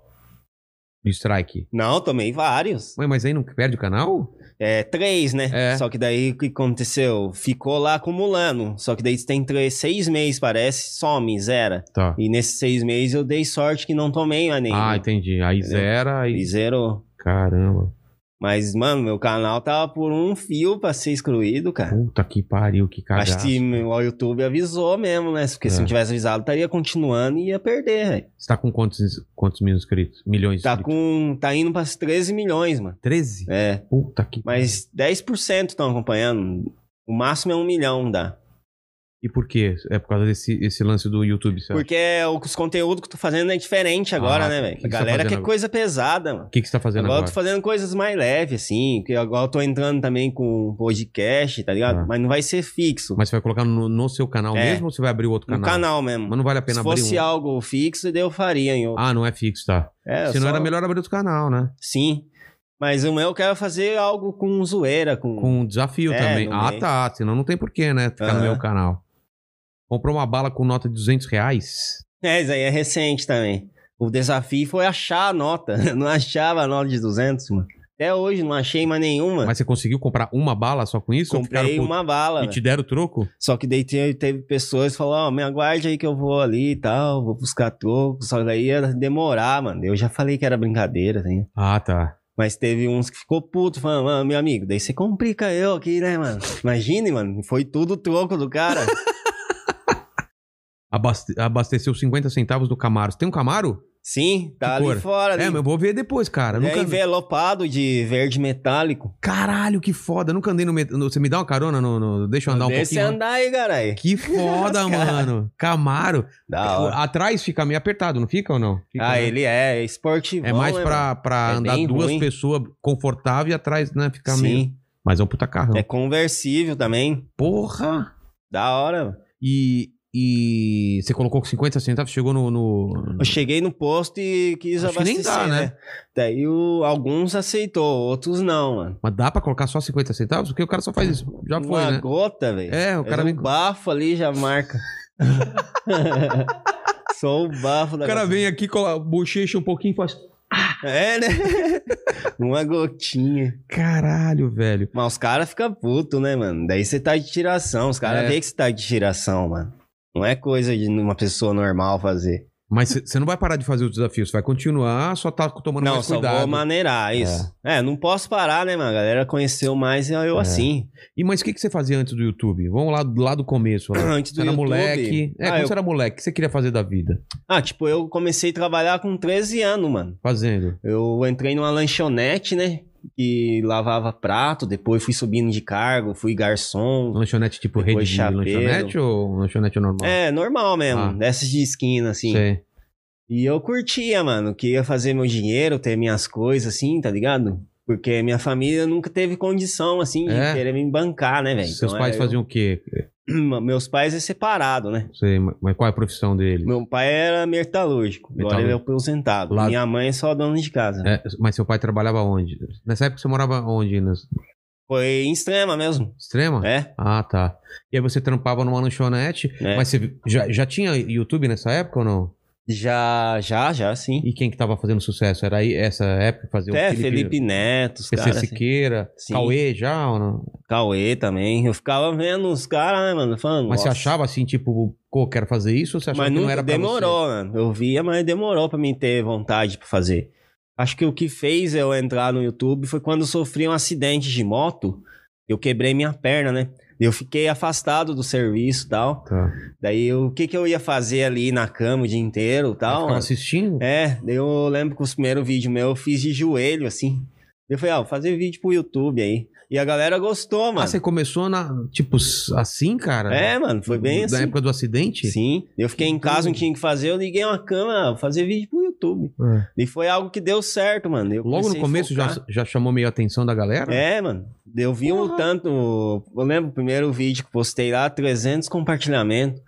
S1: de strike.
S2: Não, tomei vários.
S1: Ué, mas aí não perde o canal?
S2: É, três, né?
S1: É.
S2: Só que daí o que aconteceu? Ficou lá acumulando. Só que daí tem três, seis meses, parece, some, zera.
S1: Tá.
S2: E nesses seis meses eu dei sorte que não tomei mais nenhum.
S1: Ah, entendi. Aí
S2: Entendeu?
S1: zera, aí...
S2: E zerou.
S1: Caramba.
S2: Mas, mano, meu canal tava por um fio pra ser excluído, cara.
S1: Puta que pariu, que cagada.
S2: Acho que o YouTube avisou mesmo, né? Porque
S1: É.
S2: se não tivesse avisado, estaria continuando e ia perder, velho.
S1: Você tá com quantos, quantos mil inscritos? Milhões de
S2: Tá
S1: inscritos?
S2: com. Tá indo pras 13 milhões, mano.
S1: 13?
S2: É.
S1: Puta que
S2: Mas 10% estão acompanhando. O máximo é um milhão, dá.
S1: E por quê? É por causa desse esse lance do YouTube, sabe?
S2: Porque é o- os conteúdos que eu tô fazendo é diferente agora,
S1: Então. Ah,
S2: né,
S1: o que
S2: velho? A
S1: que você tá
S2: galera
S1: fazendo
S2: quer
S1: agora?
S2: coisa pesada, mano.
S1: O que, que você tá fazendo
S2: Agora,
S1: agora?
S2: eu tô fazendo coisas mais leves, assim. Que agora eu tô entrando também com podcast, tá ligado?
S1: Ah.
S2: Mas não vai ser fixo.
S1: Mas você vai colocar no, no seu canal
S2: É.
S1: mesmo ou você vai abrir outro
S2: no
S1: canal?
S2: canal mesmo.
S1: Mas não vale a pena
S2: Se
S1: abrir
S2: fosse
S1: um.
S2: algo fixo, daí eu faria em outro.
S1: Ah, não é fixo, tá.
S2: é,
S1: Se não
S2: só-
S1: era melhor abrir outro canal, né?
S2: Sim. Mas o meu eu quero fazer algo com zoeira, com.
S1: Com um desafio
S2: É,
S1: também.
S2: no
S1: Ah,
S2: meio.
S1: tá. Senão não tem porquê, né? Ficar no
S2: Aham.
S1: meu canal. Comprou uma bala com nota de 200 reais?
S2: É, isso aí é recente também. O desafio foi achar a nota. Eu não achava a nota de 200, mano. Até hoje não achei mais nenhuma.
S1: Mas você conseguiu comprar uma bala só com isso? Ou ficaram
S2: Comprei
S1: puto?
S2: uma bala.
S1: E te deram o troco?
S2: Só que daí te- teve pessoas que falaram, ó, me aguarde aí que eu vou ali e tal, vou buscar troco. Só que daí ia demorar, mano. Eu já falei que era brincadeira, assim.
S1: Ah, tá.
S2: Mas teve uns que ficou puto, falando, "Ah, meu amigo, daí você complica eu aqui, né, mano? Imagine, mano, foi tudo troco do cara.
S1: Abaste- Abasteceu 50 centavos do Camaro. Você tem um Camaro?
S2: Sim, tá ali
S1: cor?
S2: fora. Ali.
S1: É, mas eu vou ver depois, cara. Eu
S2: é
S1: Nunca... vi.
S2: envelopado de verde metálico.
S1: Caralho, que foda. Nunca andei no, met- no- Você me dá uma carona? No, no- Deixa eu andar um
S2: Deixa você
S1: pouquinho.
S2: andar aí, caralho.
S1: Que foda, mano. Camaro.
S2: Da hora.
S1: Atrás fica meio apertado, não fica ou não? Fica,
S2: Ah,
S1: É né?
S2: ele é esportivo.
S1: É mais pra, pra
S2: É
S1: andar
S2: bem
S1: duas
S2: ruim.
S1: pessoas confortável e atrás, né? Ficar meio.
S2: Sim,
S1: Mas é um puta carrão.
S2: é conversível também.
S1: Porra!
S2: Da hora. mano.
S1: E, e você colocou com 50 centavos, chegou no. no-
S2: Eu cheguei no posto e quis
S1: Uhum. Acho que nem
S2: abastecer,
S1: dá, né?
S2: né? Daí o- alguns aceitou, outros não, mano.
S1: Mas dá pra colocar só 50 centavos? Porque o cara só faz isso. Já foi,
S2: Uma
S1: né?
S2: gota, velho.
S1: É, o
S2: Mas
S1: cara
S2: um
S1: vem. com-
S2: bafo ali já marca. Só o bafo da
S1: O cara
S2: gasolina.
S1: vem aqui, cola, bochecha um pouquinho e faz.
S2: É, né? Uma gotinha.
S1: Caralho, velho.
S2: Mas os caras ficam putos, né, mano? Daí você tá de tiração. Os caras
S1: É.
S2: veem que você tá de tiração, mano. Não é coisa de uma pessoa normal fazer.
S1: Mas você você não vai parar de fazer os desafios, você vai continuar, só tá tomando
S2: não,
S1: mais
S2: só
S1: cuidado.
S2: vou maneirar isso. É. não posso parar, né, mano? A galera conheceu mais eu
S1: É.
S2: assim.
S1: E mas o que, que você fazia antes do YouTube? Vamos lá, lá do começo. Lá.
S2: Antes
S1: Você
S2: do
S1: era
S2: YouTube.
S1: moleque. É,
S2: ah,
S1: quando
S2: eu-
S1: você era moleque, o que você queria fazer da vida?
S2: ah, tipo, eu comecei a trabalhar com 13 anos, mano.
S1: Fazendo.
S2: Eu entrei numa lanchonete, né? Que lavava prato, depois fui subindo de cargo, fui garçom.
S1: Lanchonete tipo
S2: Depois
S1: rede de
S2: chapeiro.
S1: lanchonete ou lanchonete normal?
S2: É, normal mesmo,
S1: Ah.
S2: dessas de esquina, assim.
S1: Sei.
S2: E eu curtia, mano, queria fazer meu dinheiro, ter minhas coisas, assim, tá ligado? Porque minha família nunca teve condição, assim, de
S1: É.
S2: querer me bancar, né, velho?
S1: Seus
S2: Então,
S1: pais
S2: é,
S1: faziam o quê?
S2: eu- Meus pais é separado, né?
S1: Sei, mas qual é a profissão dele?
S2: Meu pai era metalúrgico, agora ele é aposentado.
S1: Lá-
S2: Minha mãe é só dona de casa.
S1: É, mas seu pai trabalhava onde? Nessa época você morava onde? Na
S2: Foi em extrema mesmo,
S1: extrema?
S2: é?
S1: Ah, tá. E aí você trampava numa lanchonete,
S2: É.
S1: mas você já, já tinha YouTube nessa época ou não?
S2: Já, já, já, sim.
S1: E quem que tava fazendo sucesso? Era aí essa época que fazia
S2: É,
S1: o
S2: Felipe, Neto, os
S1: PC
S2: caras. assim.
S1: Siqueira,
S2: Sim.
S1: Cauê já ou não?
S2: Cauê também. Eu ficava vendo os caras, né, mano? Falando,
S1: Mas você
S2: "Nossa".
S1: achava assim, tipo, pô, quero fazer isso ou você achava
S2: Mas
S1: tá que não
S2: nunca
S1: era pra
S2: demorou, mano. Eu via, mas demorou pra mim ter vontade pra fazer. Acho que o que fez eu entrar no YouTube foi quando eu sofri um acidente de moto. Eu quebrei minha perna, né? Eu fiquei afastado do serviço e tal.
S1: você? Tá.
S2: Daí o que, que eu ia fazer ali na cama o dia inteiro e
S1: Aí
S2: tal?
S1: ficava
S2: mano?
S1: assistindo?
S2: É, daí eu lembro que os primeiros vídeos meus eu fiz de joelho, assim. Eu falei, ah, vou fazer vídeo pro YouTube aí. E a galera gostou,
S1: Ah,
S2: mano.
S1: você começou na, tipo, assim, cara?
S2: É, mano, foi bem
S1: Da
S2: assim.
S1: época do acidente?
S2: Sim, eu fiquei em casa, não tinha o que fazer, eu liguei uma câmera, vou fazer vídeo pro YouTube.
S1: É.
S2: E foi algo que deu certo, mano. Eu
S1: Logo no
S2: comecei a
S1: começo já,
S2: focar.
S1: já chamou meio a atenção da galera?
S2: É, mano. Eu vi um tanto. Eu lembro o primeiro vídeo que postei lá, 300 compartilhamentos.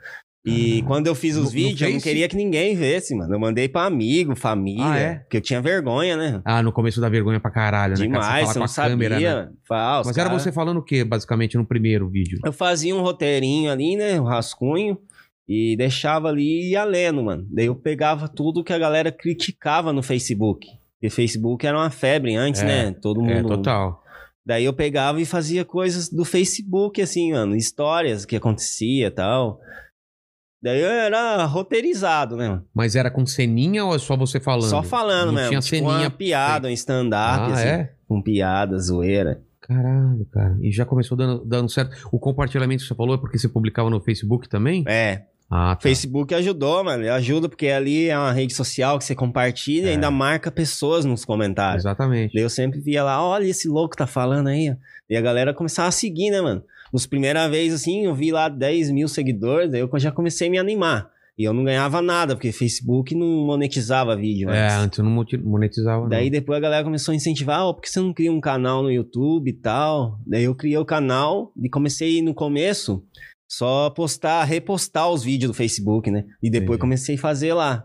S2: E quando eu fiz
S1: Ah, No-
S2: os
S1: no
S2: vídeos, eu não
S1: Face?
S2: queria que ninguém vesse, mano. Eu mandei pra amigo, família,
S1: Ah, é?
S2: porque eu tinha vergonha, né?
S1: Ah, no começo dá vergonha pra caralho, né? cara?
S2: Demais,
S1: Você
S2: eu
S1: falar
S2: não
S1: com a
S2: sabia.
S1: câmera, né?
S2: mano. Falava, "Ah, os
S1: Mas era
S2: cara-
S1: você falando o quê, basicamente, no primeiro vídeo?
S2: Eu fazia um roteirinho ali, né? Um rascunho. E deixava ali e ia lendo, mano. Daí eu pegava tudo que a galera criticava no Facebook. Porque Facebook era uma febre antes,
S1: É,
S2: né? Todo mundo.
S1: É, total.
S2: Daí eu pegava e fazia coisas do Facebook, assim, mano. Histórias que acontecia e tal. Daí eu era roteirizado, né, mano?
S1: Mas era com ceninha ou é só você falando?
S2: Só falando
S1: Não
S2: mesmo.
S1: tinha
S2: tipo,
S1: ceninha
S2: uma piada, um stand-up,
S1: Ah,
S2: assim.
S1: é?
S2: Com piada, zoeira.
S1: Caralho, cara. E já começou dando, dando certo. O compartilhamento que você falou é porque você publicava no Facebook também?
S2: É,
S1: Ah, tá.
S2: Facebook ajudou, mano. Ajuda porque ali é uma rede social que você compartilha
S1: É.
S2: e ainda marca pessoas nos comentários.
S1: Exatamente.
S2: Daí eu sempre via lá, olha esse louco tá falando aí. ó." E a galera começava a seguir, né, mano? Nos primeira vez, assim, eu vi lá 10 mil seguidores, daí eu já comecei a me animar. E eu não ganhava nada, porque Facebook não monetizava vídeo.
S1: É,
S2: antes.
S1: antes eu não moti- monetizava. não.
S2: Daí depois a galera começou a incentivar, ó, por que você não cria um canal no YouTube e tal? Daí eu criei o canal e comecei no começo só postar, repostar os vídeos do Facebook, né? E depois
S1: Entendi.
S2: comecei a fazer lá.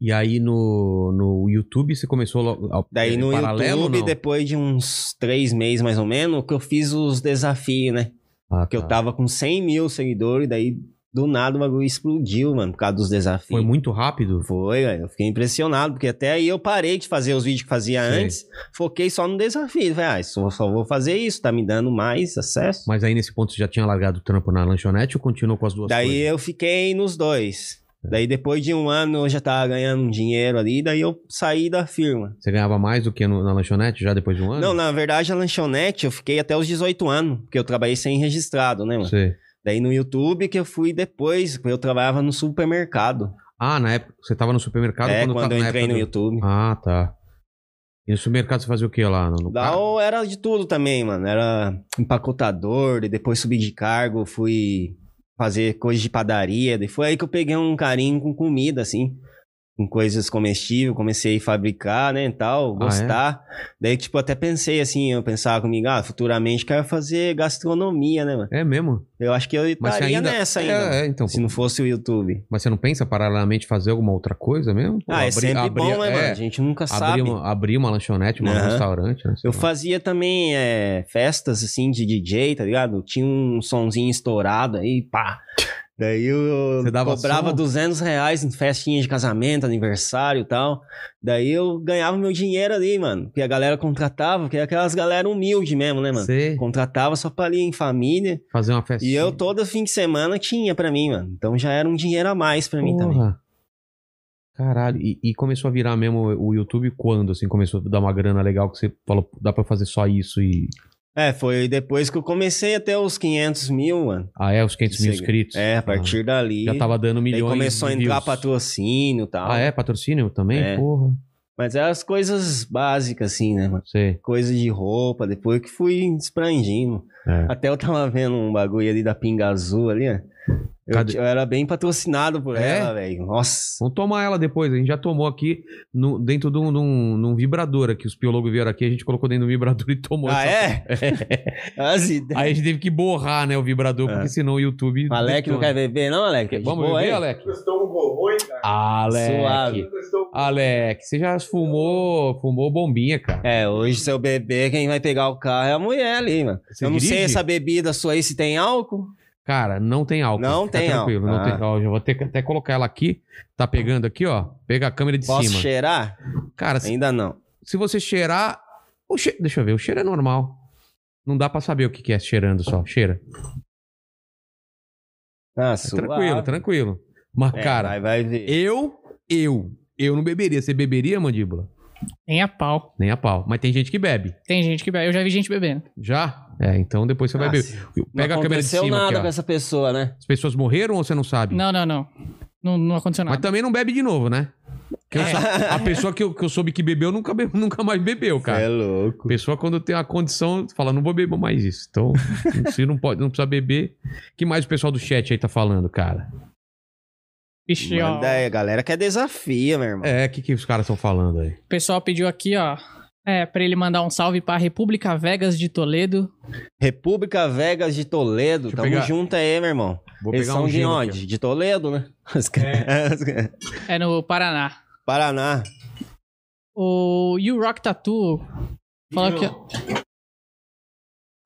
S1: E aí no, no YouTube você começou logo. ao-
S2: Daí no
S1: paralelo,
S2: YouTube,
S1: não?
S2: depois de uns três meses mais ou menos, que eu fiz os desafios, né?
S1: Ah,
S2: Que eu
S1: tá.
S2: tava com 100 mil seguidores, daí do nada o bagulho explodiu, mano, por causa dos desafios.
S1: Foi muito rápido?
S2: Foi, velho. Eu fiquei impressionado, porque até aí eu parei de fazer os vídeos que fazia
S1: Sei.
S2: antes, foquei só no desafio. Falei, ah, só, só vou fazer isso, tá me dando mais acesso.
S1: Mas aí nesse ponto você já tinha largado o trampo na lanchonete ou continuou com as duas
S2: daí
S1: coisas?
S2: eu fiquei nos dois. Daí depois de um ano eu já tava ganhando um dinheiro ali, daí eu saí da firma.
S1: Você ganhava mais do que no- na lanchonete já depois de um ano?
S2: Não, na verdade a lanchonete eu fiquei até os 18 anos, porque eu trabalhei sem registrado, né, mano?
S1: Sei.
S2: Daí no YouTube que eu fui depois, porque eu trabalhava no supermercado.
S1: Ah, na época. Você tava no supermercado
S2: é,
S1: quando,
S2: quando
S1: tava
S2: eu
S1: na
S2: entrei
S1: época
S2: no
S1: do-
S2: YouTube.
S1: Ah, tá. E no supermercado você fazia o que lá? No, no
S2: Da
S1: carro?
S2: o- era de tudo também, mano. Era empacotador, e depois subi de cargo, fui fazer coisa de padaria. E foi aí que eu peguei um carinho com comida, assim. Com coisas comestíveis, comecei a fabricar, né, e tal,
S1: Ah, é?
S2: gostar. Daí, tipo, até pensei assim, eu pensava comigo, ah, futuramente quero fazer gastronomia, né, mano?
S1: É mesmo?
S2: Eu acho que eu
S1: Mas você
S2: estaria
S1: ainda.
S2: nessa ainda, mano,
S1: É, é, então.
S2: se não fosse o YouTube.
S1: Mas você não pensa paralelamente fazer alguma outra coisa mesmo? Pô,
S2: ah, é
S1: abrir-
S2: sempre
S1: abrir-
S2: bom, né,
S1: é,
S2: mano? A gente nunca
S1: Abrir
S2: sabe.
S1: uma, abrir uma lanchonete, um
S2: Aham.
S1: restaurante. né, sei
S2: Eu
S1: lá.
S2: fazia também é, festas assim de DJ, tá ligado? Tinha um sonzinho estourado aí, pá. Daí eu
S1: Você dava
S2: cobrava
S1: som?
S2: 200 reais em festinha de casamento, aniversário e tal. Daí eu ganhava meu dinheiro ali, mano. Porque a galera contratava, porque aquelas galera humilde mesmo, né, mano?
S1: Você
S2: Contratava só pra ali em família.
S1: fazer uma festa.
S2: E eu todo fim de semana tinha pra mim, mano. Então já era um dinheiro a mais pra mim também.
S1: Porra. Caralho, e, e começou a virar mesmo o YouTube quando, assim, começou a dar uma grana legal que você falou, dá pra fazer só isso e...
S2: É, foi depois que eu comecei até os 500 mil, mano.
S1: Ah, é? Os 500 mil
S2: Sei-
S1: inscritos? Ah,
S2: É, a partir dali.
S1: Já tava dando
S2: Daí
S1: milhões
S2: começou a
S1: de
S2: entrar
S1: views.
S2: patrocínio e tal.
S1: Ah, é? Patrocínio também?
S2: É.
S1: Porra.
S2: Mas é as coisas básicas, assim, né, mano?
S1: Sei.
S2: Coisa de roupa, depois que fui esprangindo.
S1: É.
S2: Até eu tava vendo um bagulho ali da Pinga Azul ali, ó. Eu,
S1: Cadê?
S2: eu era bem patrocinado por
S1: É?
S2: ela, velho. Nossa.
S1: Vamos tomar ela depois. A gente já tomou aqui no- dentro de um, de um- de um vibrador aqui. Os biólogos vieram aqui, a gente colocou dentro do vibrador e tomou.
S2: Ah,
S1: essa-
S2: é? As ideias.
S1: Aí a gente teve que borrar, né, o vibrador,
S2: É.
S1: porque senão o YouTube.
S2: Alec não
S1: detona.
S2: quer beber, não, Alec? É de
S1: Vamos
S2: boa,
S1: beber,
S2: hein?
S1: Alec?
S6: Estão gorrões, cara.
S1: Alec.
S2: Suave.
S1: Alec, você já fumou, fumou bombinha, cara.
S2: É, hoje se eu beber, quem vai pegar o carro é a mulher ali, mano.
S1: Você
S2: eu não sei
S1: dirige?
S2: essa bebida sua aí se tem álcool.
S1: Cara, não tem álcool.
S2: Não
S1: fica
S2: tem Ah.
S1: tranquilo, Não
S2: álcool.
S1: tem álcool. Eu vou ter que até colocar ela aqui. Tá pegando aqui, ó. Pega a câmera de
S2: Posso
S1: cima.
S2: cheirar?
S1: Cara, se,
S2: Ainda não.
S1: se você cheirar. o che- Deixa eu ver, o cheiro é normal. Não dá pra saber o que, que é cheirando só. Cheira.
S2: Ah,
S1: É
S2: suave.
S1: tranquilo, tranquilo. Mas,
S2: É,
S1: cara,
S2: Vai, vai ver.
S1: eu, eu, eu não beberia. Você beberia, mandíbula?
S3: Tem a pau.
S1: Nem a pau. Mas tem gente que bebe.
S3: Tem gente que bebe. Eu já vi gente bebendo.
S1: Já? É, então depois você vai
S2: Ah,
S1: beber.
S2: se-
S1: Pega
S2: não
S1: a câmera de
S2: aconteceu
S1: cima
S2: nada
S1: aqui,
S2: com
S1: ó.
S2: essa pessoa, né?
S1: As pessoas morreram ou você não sabe?
S3: Não, não, não. Não, não aconteceu
S1: Mas
S3: nada.
S1: também não bebe de novo, né? Que eu
S3: É.
S1: sa- A pessoa que eu, que eu soube que bebeu nunca, be- nunca mais bebeu,
S2: Cê é
S1: cara.
S2: louco.
S1: A pessoa, quando tem a condição, fala, não vou beber mais isso. Então, se não pode, não precisa beber. O que mais o pessoal do chat aí tá falando, cara?
S3: Vixe, ó.
S2: Manda aí, a galera quer desafio, meu irmão.
S1: É, o que, que os caras estão falando aí?
S3: O pessoal pediu aqui, ó. É, pra ele mandar um salve pra República Vegas de Toledo.
S2: República Vegas de Toledo.
S1: Deixa eu
S2: Tamo
S1: pegar-
S2: junto aí, meu irmão.
S1: Vou um
S2: Eles são de
S1: gelo
S2: onde?
S1: aqui,
S2: De Toledo, né? Os caras-
S3: É no Paraná.
S2: Paraná.
S3: O You Rock Tattoo falou aqui, ó.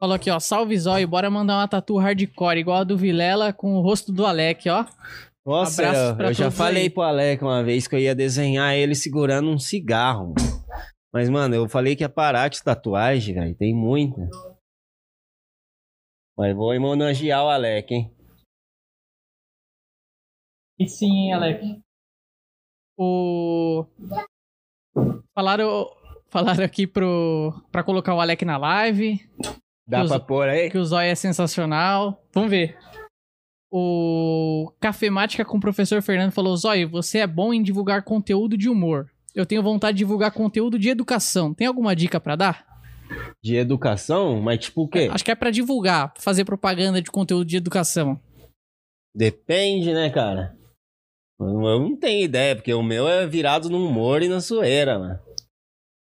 S3: Falou aqui, ó. Salve Zóio, bora mandar uma tatu hardcore, igual a do Vilela, com o rosto do Alec, ó.
S2: Nossa,
S3: Abraços
S2: eu,
S3: pra
S2: eu já
S3: todos
S2: falei
S3: aí.
S2: pro Alec uma vez que eu ia desenhar ele segurando um cigarro. mano. Mas, mano, eu falei que ia parar de tatuagem, velho. Tem muita. Mas vou homenagear o Alec, hein?
S3: E sim, Alec. O. Falaram, falaram aqui pro, pra colocar o Alec na live.
S2: Dá
S3: Eu-
S2: pra pôr aí?
S3: que o Zóia é sensacional. Vamos ver. O Cafemática com o professor Fernando falou: Zóia, você é bom em divulgar conteúdo de humor. Eu tenho vontade de divulgar conteúdo de educação. Tem alguma dica pra dar?
S2: De educação? Mas tipo o quê?
S3: Acho que é pra divulgar, fazer propaganda de conteúdo de educação.
S2: Depende, né, cara? Eu não- eu não tenho ideia, porque o meu é virado no humor e na zoeira, mano.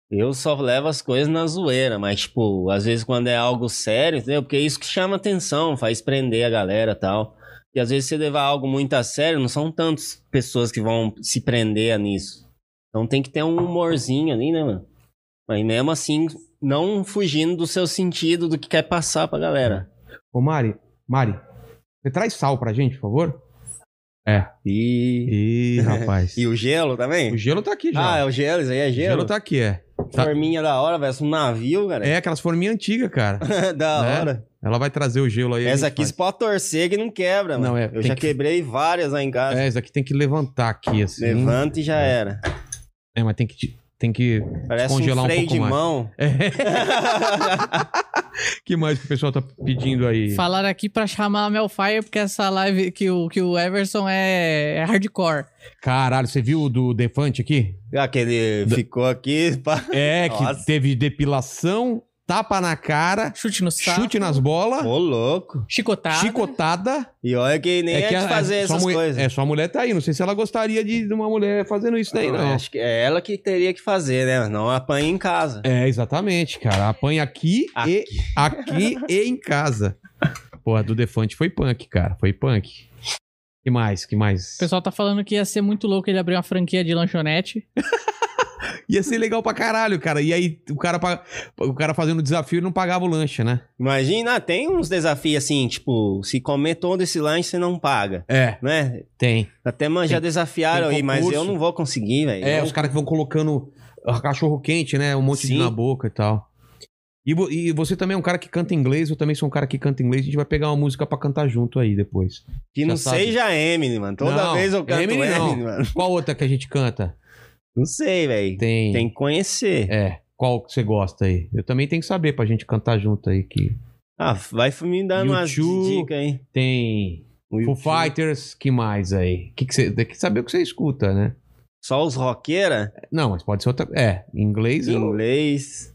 S2: Eu só levo as coisas na zoeira, mas, tipo, às vezes quando é algo sério, entendeu? Porque é isso que chama atenção, faz prender a galera e tal. E às vezes você levar algo muito a sério, não são tantas pessoas que vão se prender a nisso. Então tem que ter um humorzinho ali, né, mano? Mas mesmo assim, não fugindo do seu sentido, do que quer passar pra galera.
S1: ó. Ô, Mari, Mari, você traz sal pra gente, por favor?
S2: E,
S1: Ih, rapaz.
S2: e o gelo também?
S1: o gelo tá aqui já.
S2: Ah, é o gelo, isso aí é
S1: o gelo
S2: gelo?
S1: tá aqui, é. tá-
S2: Forminha da hora, parece um navio, cara.
S1: É aquelas forminhas antigas, cara.
S2: da
S1: Né?
S2: hora.
S1: Ela vai trazer o gelo aí. a
S2: Essa
S1: gente
S2: aqui
S1: faz.
S2: você pode torcer que não quebra, mano.
S1: Não, é,
S2: Eu
S1: tem
S2: já
S1: que-
S2: quebrei várias lá em casa.
S1: É, essa aqui tem que levantar aqui, assim.
S2: Levanta e já era.
S1: É, mas tem que. te- Tem que.
S2: Parece um
S1: Descongelar um
S2: freio
S1: pouco
S2: de
S1: mais. É.
S2: mão.
S1: que mais que o pessoal tá pedindo
S5: É.
S1: aí?
S3: Falaram aqui pra chamar a Melfire, porque essa live que o, que o Everson é, é hardcore.
S1: Caralho, você viu o do Defante aqui?
S2: Aquele ficou aqui. pá.
S1: É, que
S2: Nossa.
S1: teve depilação, tapa na cara,
S3: Chute no saco.
S1: chute nas bolas,
S2: Ô, louco.
S3: Chicotada.
S1: chicotada.
S2: E olha que nem é,
S1: que
S2: de fazer
S1: sua
S2: essas
S1: mulher-
S2: coisas.
S1: É, sua mulher tá aí. Não sei se ela gostaria de, de uma mulher fazendo isso daí,
S2: Eu
S1: não.
S2: Acho que é ela que teria que fazer, né? Não apanha em casa.
S1: É, exatamente, cara. Apanha aqui, e aqui e em casa. Porra, do Defante foi punk, cara. Foi punk. Que mais? Que mais?
S3: O pessoal tá falando que ia ser muito louco ele abrir uma franquia de lanchonete.
S1: Ia ser legal pra caralho, cara. E aí, o cara, pa- o cara fazendo desafio e não pagava o lanche, né?
S2: Imagina, ah, tem uns desafios assim, tipo, se comer todo esse lanche, você não paga,
S1: É,
S2: né?
S1: tem.
S2: Até man- já desafiaram
S1: tem
S2: aí, mas
S1: concurso.
S2: eu não vou conseguir, velho.
S1: É,
S2: Não-
S1: os caras que vão colocando cachorro quente, né? Um monte de
S2: Sim.
S1: na boca e tal. E, vo- e você também é um cara que canta inglês, eu também sou um cara que canta inglês. A gente vai pegar uma música pra cantar junto aí depois.
S2: Que não
S1: já sabe.
S2: seja Eminem, mano. Toda
S1: Não,
S2: vez eu canto
S1: Eminem
S2: Eminem,
S1: não.
S2: mano.
S1: Qual outra que a gente canta?
S2: Não sei, velho.
S1: Tem.
S2: Tem que conhecer.
S1: É. Qual que você gosta aí? Eu também tenho que saber pra gente cantar junto aí. Que
S2: Ah, vai me dando umas
S1: YouTube.
S2: dicas aí.
S1: tem.
S2: O
S1: Foo
S2: YouTube.
S1: Fighters, que mais aí? Que que você, tem que saber o que você escuta, né?
S2: Só os roqueira?
S1: Não, mas pode ser outra. É, em inglês eu-
S2: Inglês.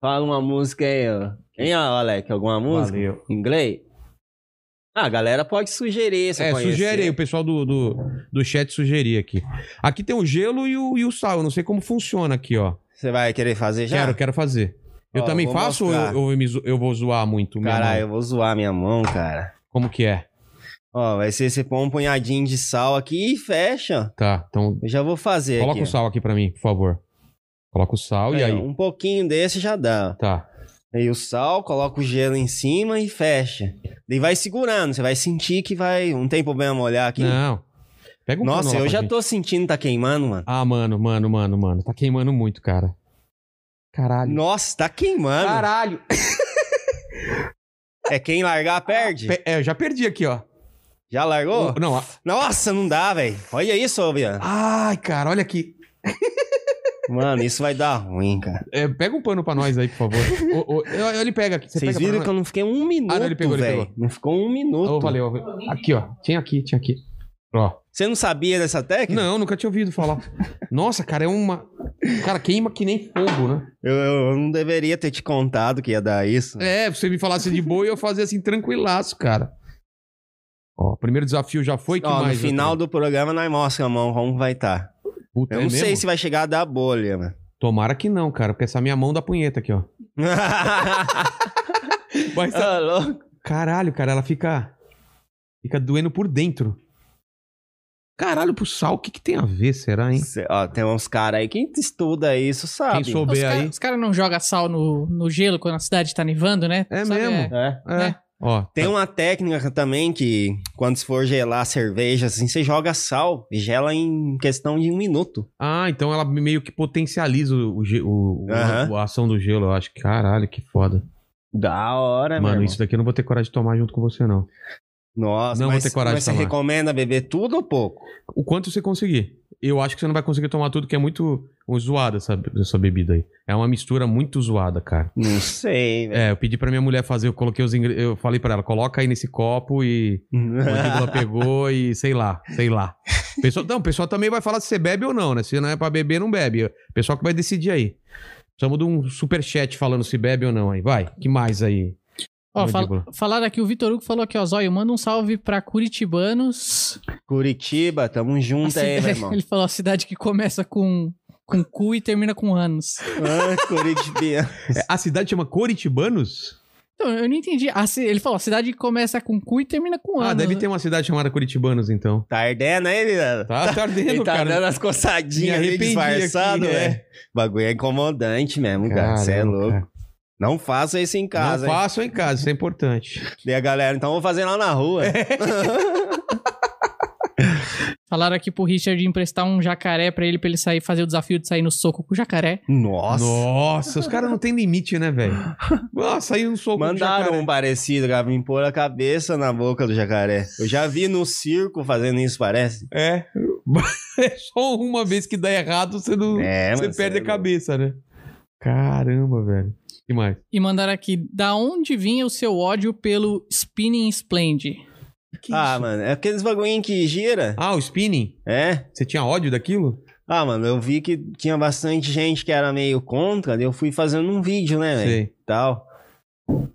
S2: Fala uma música aí, ó. Hein, ó, Alec? Alguma música?
S1: Valeu.
S2: Inglês? Ah, a galera pode sugerir. Se
S1: É,
S2: conhecer.
S1: sugere aí, o pessoal do, do, do chat sugerir aqui. Aqui tem o gelo e o, e o sal, eu não sei como funciona aqui, ó.
S2: Você vai querer fazer já?
S1: Quero, quero fazer. Eu
S2: Ó,
S1: também
S2: vou
S1: faço ou eu,
S2: mostrar.
S1: ou eu me zo- eu vou zoar muito? minha mão?
S2: Caralho, eu vou zoar minha mão, cara.
S1: Como que é?
S2: Ó, vai ser você põe um punhadinho de sal aqui e fecha.
S1: Tá, então
S2: Eu já vou fazer
S1: coloca o
S2: aqui.
S1: sal aqui pra mim, por favor. Coloca o sal e
S2: Aí, ó,
S1: aí.
S2: Um pouquinho desse já dá. ó.
S1: Tá.
S2: Aí o sal, coloca o gelo em cima e fecha. Daí vai segurando, você vai sentir que vai. Não tem problema olhar aqui.
S1: Não. Pega um
S2: Nossa,
S1: pano lá
S2: eu
S1: pra
S2: já
S1: gente.
S2: tô sentindo tá queimando, mano.
S1: Ah, mano, mano, mano, mano. Tá queimando muito, cara. Caralho.
S2: Nossa, tá queimando.
S1: Caralho.
S2: É quem largar perde?
S1: Pe- É, eu já perdi aqui, ó.
S2: Já largou?
S1: Não, a-
S2: Nossa, não dá, velho. Olha isso, ô, Biano.
S1: ai, cara, olha aqui.
S2: Mano, isso vai dar ruim, cara.
S1: É, pega um pano pra nós aí, por favor. Ô, ô, eu- ele pega aqui. Você
S2: Vocês
S1: pega
S2: viram que
S1: pra Ah,
S2: eu não fiquei um minuto,
S1: ele pegou, ele
S2: velho.
S1: pegou.
S2: Não ficou um minuto.
S1: nós? Ô, valeu. Aqui, ó. Tinha aqui, tinha aqui. Ó.
S2: Você não sabia dessa técnica?
S1: Não, nunca tinha ouvido falar. Nossa, cara, é uma. Cara, queima que nem fogo, né?
S2: Eu, eu- eu não deveria ter te contado que ia dar isso.
S1: É, você me falasse de boa e eu fazia assim, tranquilaço, cara. Ó, primeiro desafio já foi que
S2: Ó, no
S1: mais.
S2: final do programa nós mostra a mão como vai estar. Tá.
S1: Puta,
S2: Eu
S1: é
S2: não
S1: mesmo?
S2: sei se vai chegar a dar bolha, mano.
S1: Tomara que não, cara, porque essa minha mão dá punheta aqui, ó. Mas tá-
S2: Tá louco?
S1: Caralho, cara, ela fica. Fica doendo por dentro. Caralho, pro sal, o que, que tem a ver, será, hein?
S2: Cê- ó, tem uns caras aí que estuda isso, sabe?
S1: Quem
S3: Os
S1: souber aí.
S3: caras não jogam sal no, no gelo quando a cidade tá nevando, né?
S1: É
S3: Sabe,
S1: mesmo.
S2: É.
S1: É.
S3: né?
S1: Ó,
S2: Tem uma técnica também que quando se for gelar a cerveja, assim, você joga sal e gela em questão de um minuto.
S1: Ah, então ela meio que potencializa o, ge- o- o-
S2: Aham.
S1: a ação do gelo, eu acho. Caralho, que foda.
S2: Da hora,
S1: Mano,
S2: meu
S1: isso daqui eu não vou ter coragem de tomar junto com você, não.
S2: irmão. Nossa,
S1: não vou
S2: mas,
S1: ter coragem de
S2: mas você
S1: tomar.
S2: recomenda beber tudo ou pouco?
S1: O quanto você conseguir. Eu acho que você não vai conseguir tomar tudo, que é muito zoada essa, essa bebida aí. É uma mistura muito zoada, cara.
S2: Não sei, velho.
S1: É, eu pedi pra minha mulher fazer, eu coloquei os ingre... Eu falei pra ela, coloca aí nesse copo e a mandíbula pegou e sei lá, sei lá. Pessoal, não, o pessoal também vai falar se você bebe ou não, né? Se não é pra beber, não bebe. O pessoal que vai decidir aí. Precisamos de um superchat falando se bebe ou não aí. Vai, que mais aí?
S3: Ó,
S1: Mandíbula.
S3: fal- falaram aqui, o Vitor Hugo falou aqui, ó, Zóio, manda um salve pra curitibanos.
S2: Curitiba, tamo
S3: A
S2: junto aí,
S3: cida-
S2: meu irmão.
S3: Ele falou a cidade que começa com, com cu e termina com anos.
S2: ah, Curitiba.
S1: É, A cidade chama Coritibanos?
S3: Então, eu não entendi. A ci- ele falou, a cidade que começa com cu e termina com anos.
S1: Ah, deve ter uma cidade chamada Coritibanos, então.
S2: Tá ardendo aí, Leandro?
S1: Tá, tá ardendo,
S2: Ele tá
S1: cara.
S2: dando as coçadinhas
S1: Me
S2: ali,
S1: arrependi aqui,
S2: disfarçado,
S1: é.
S2: velho. O bagulho é incomodante mesmo, cara. Você é
S1: Caramba,
S2: louco.
S1: cara.
S2: Não faça isso em casa,
S1: não
S2: hein?
S1: façam em casa, isso é importante. É.
S2: E a galera, então eu vou fazer lá na rua.
S3: Falaram aqui pro Richard emprestar um jacaré pra ele, pra ele sair, fazer o desafio de sair no soco com o jacaré.
S2: Nossa.
S1: Nossa, os caras não têm limite, né, velho? Nossa, aí um soco de
S2: Mandaram
S1: jacaré.
S2: um parecido, Gavin, pôr a cabeça na boca do jacaré. Eu já vi no circo fazendo isso, parece.
S1: É. É só uma vez que dá errado, você, não,
S2: É,
S1: Hum, você perde
S2: mano, cê é
S1: a
S2: louco.
S1: cabeça, né? Caramba, velho. que mais?
S3: E mandaram aqui, da onde vinha o seu ódio pelo Spinning Splend?
S1: Que
S2: Ah,
S1: isso?
S2: mano, é aqueles bagulhinho que gira,
S1: ah, o spinning?
S2: é?
S1: Você tinha ódio daquilo?
S2: Ah, mano, eu vi que tinha bastante gente que era meio contra, daí eu fui fazendo um vídeo, né, velho?
S1: Sei.
S2: Tal.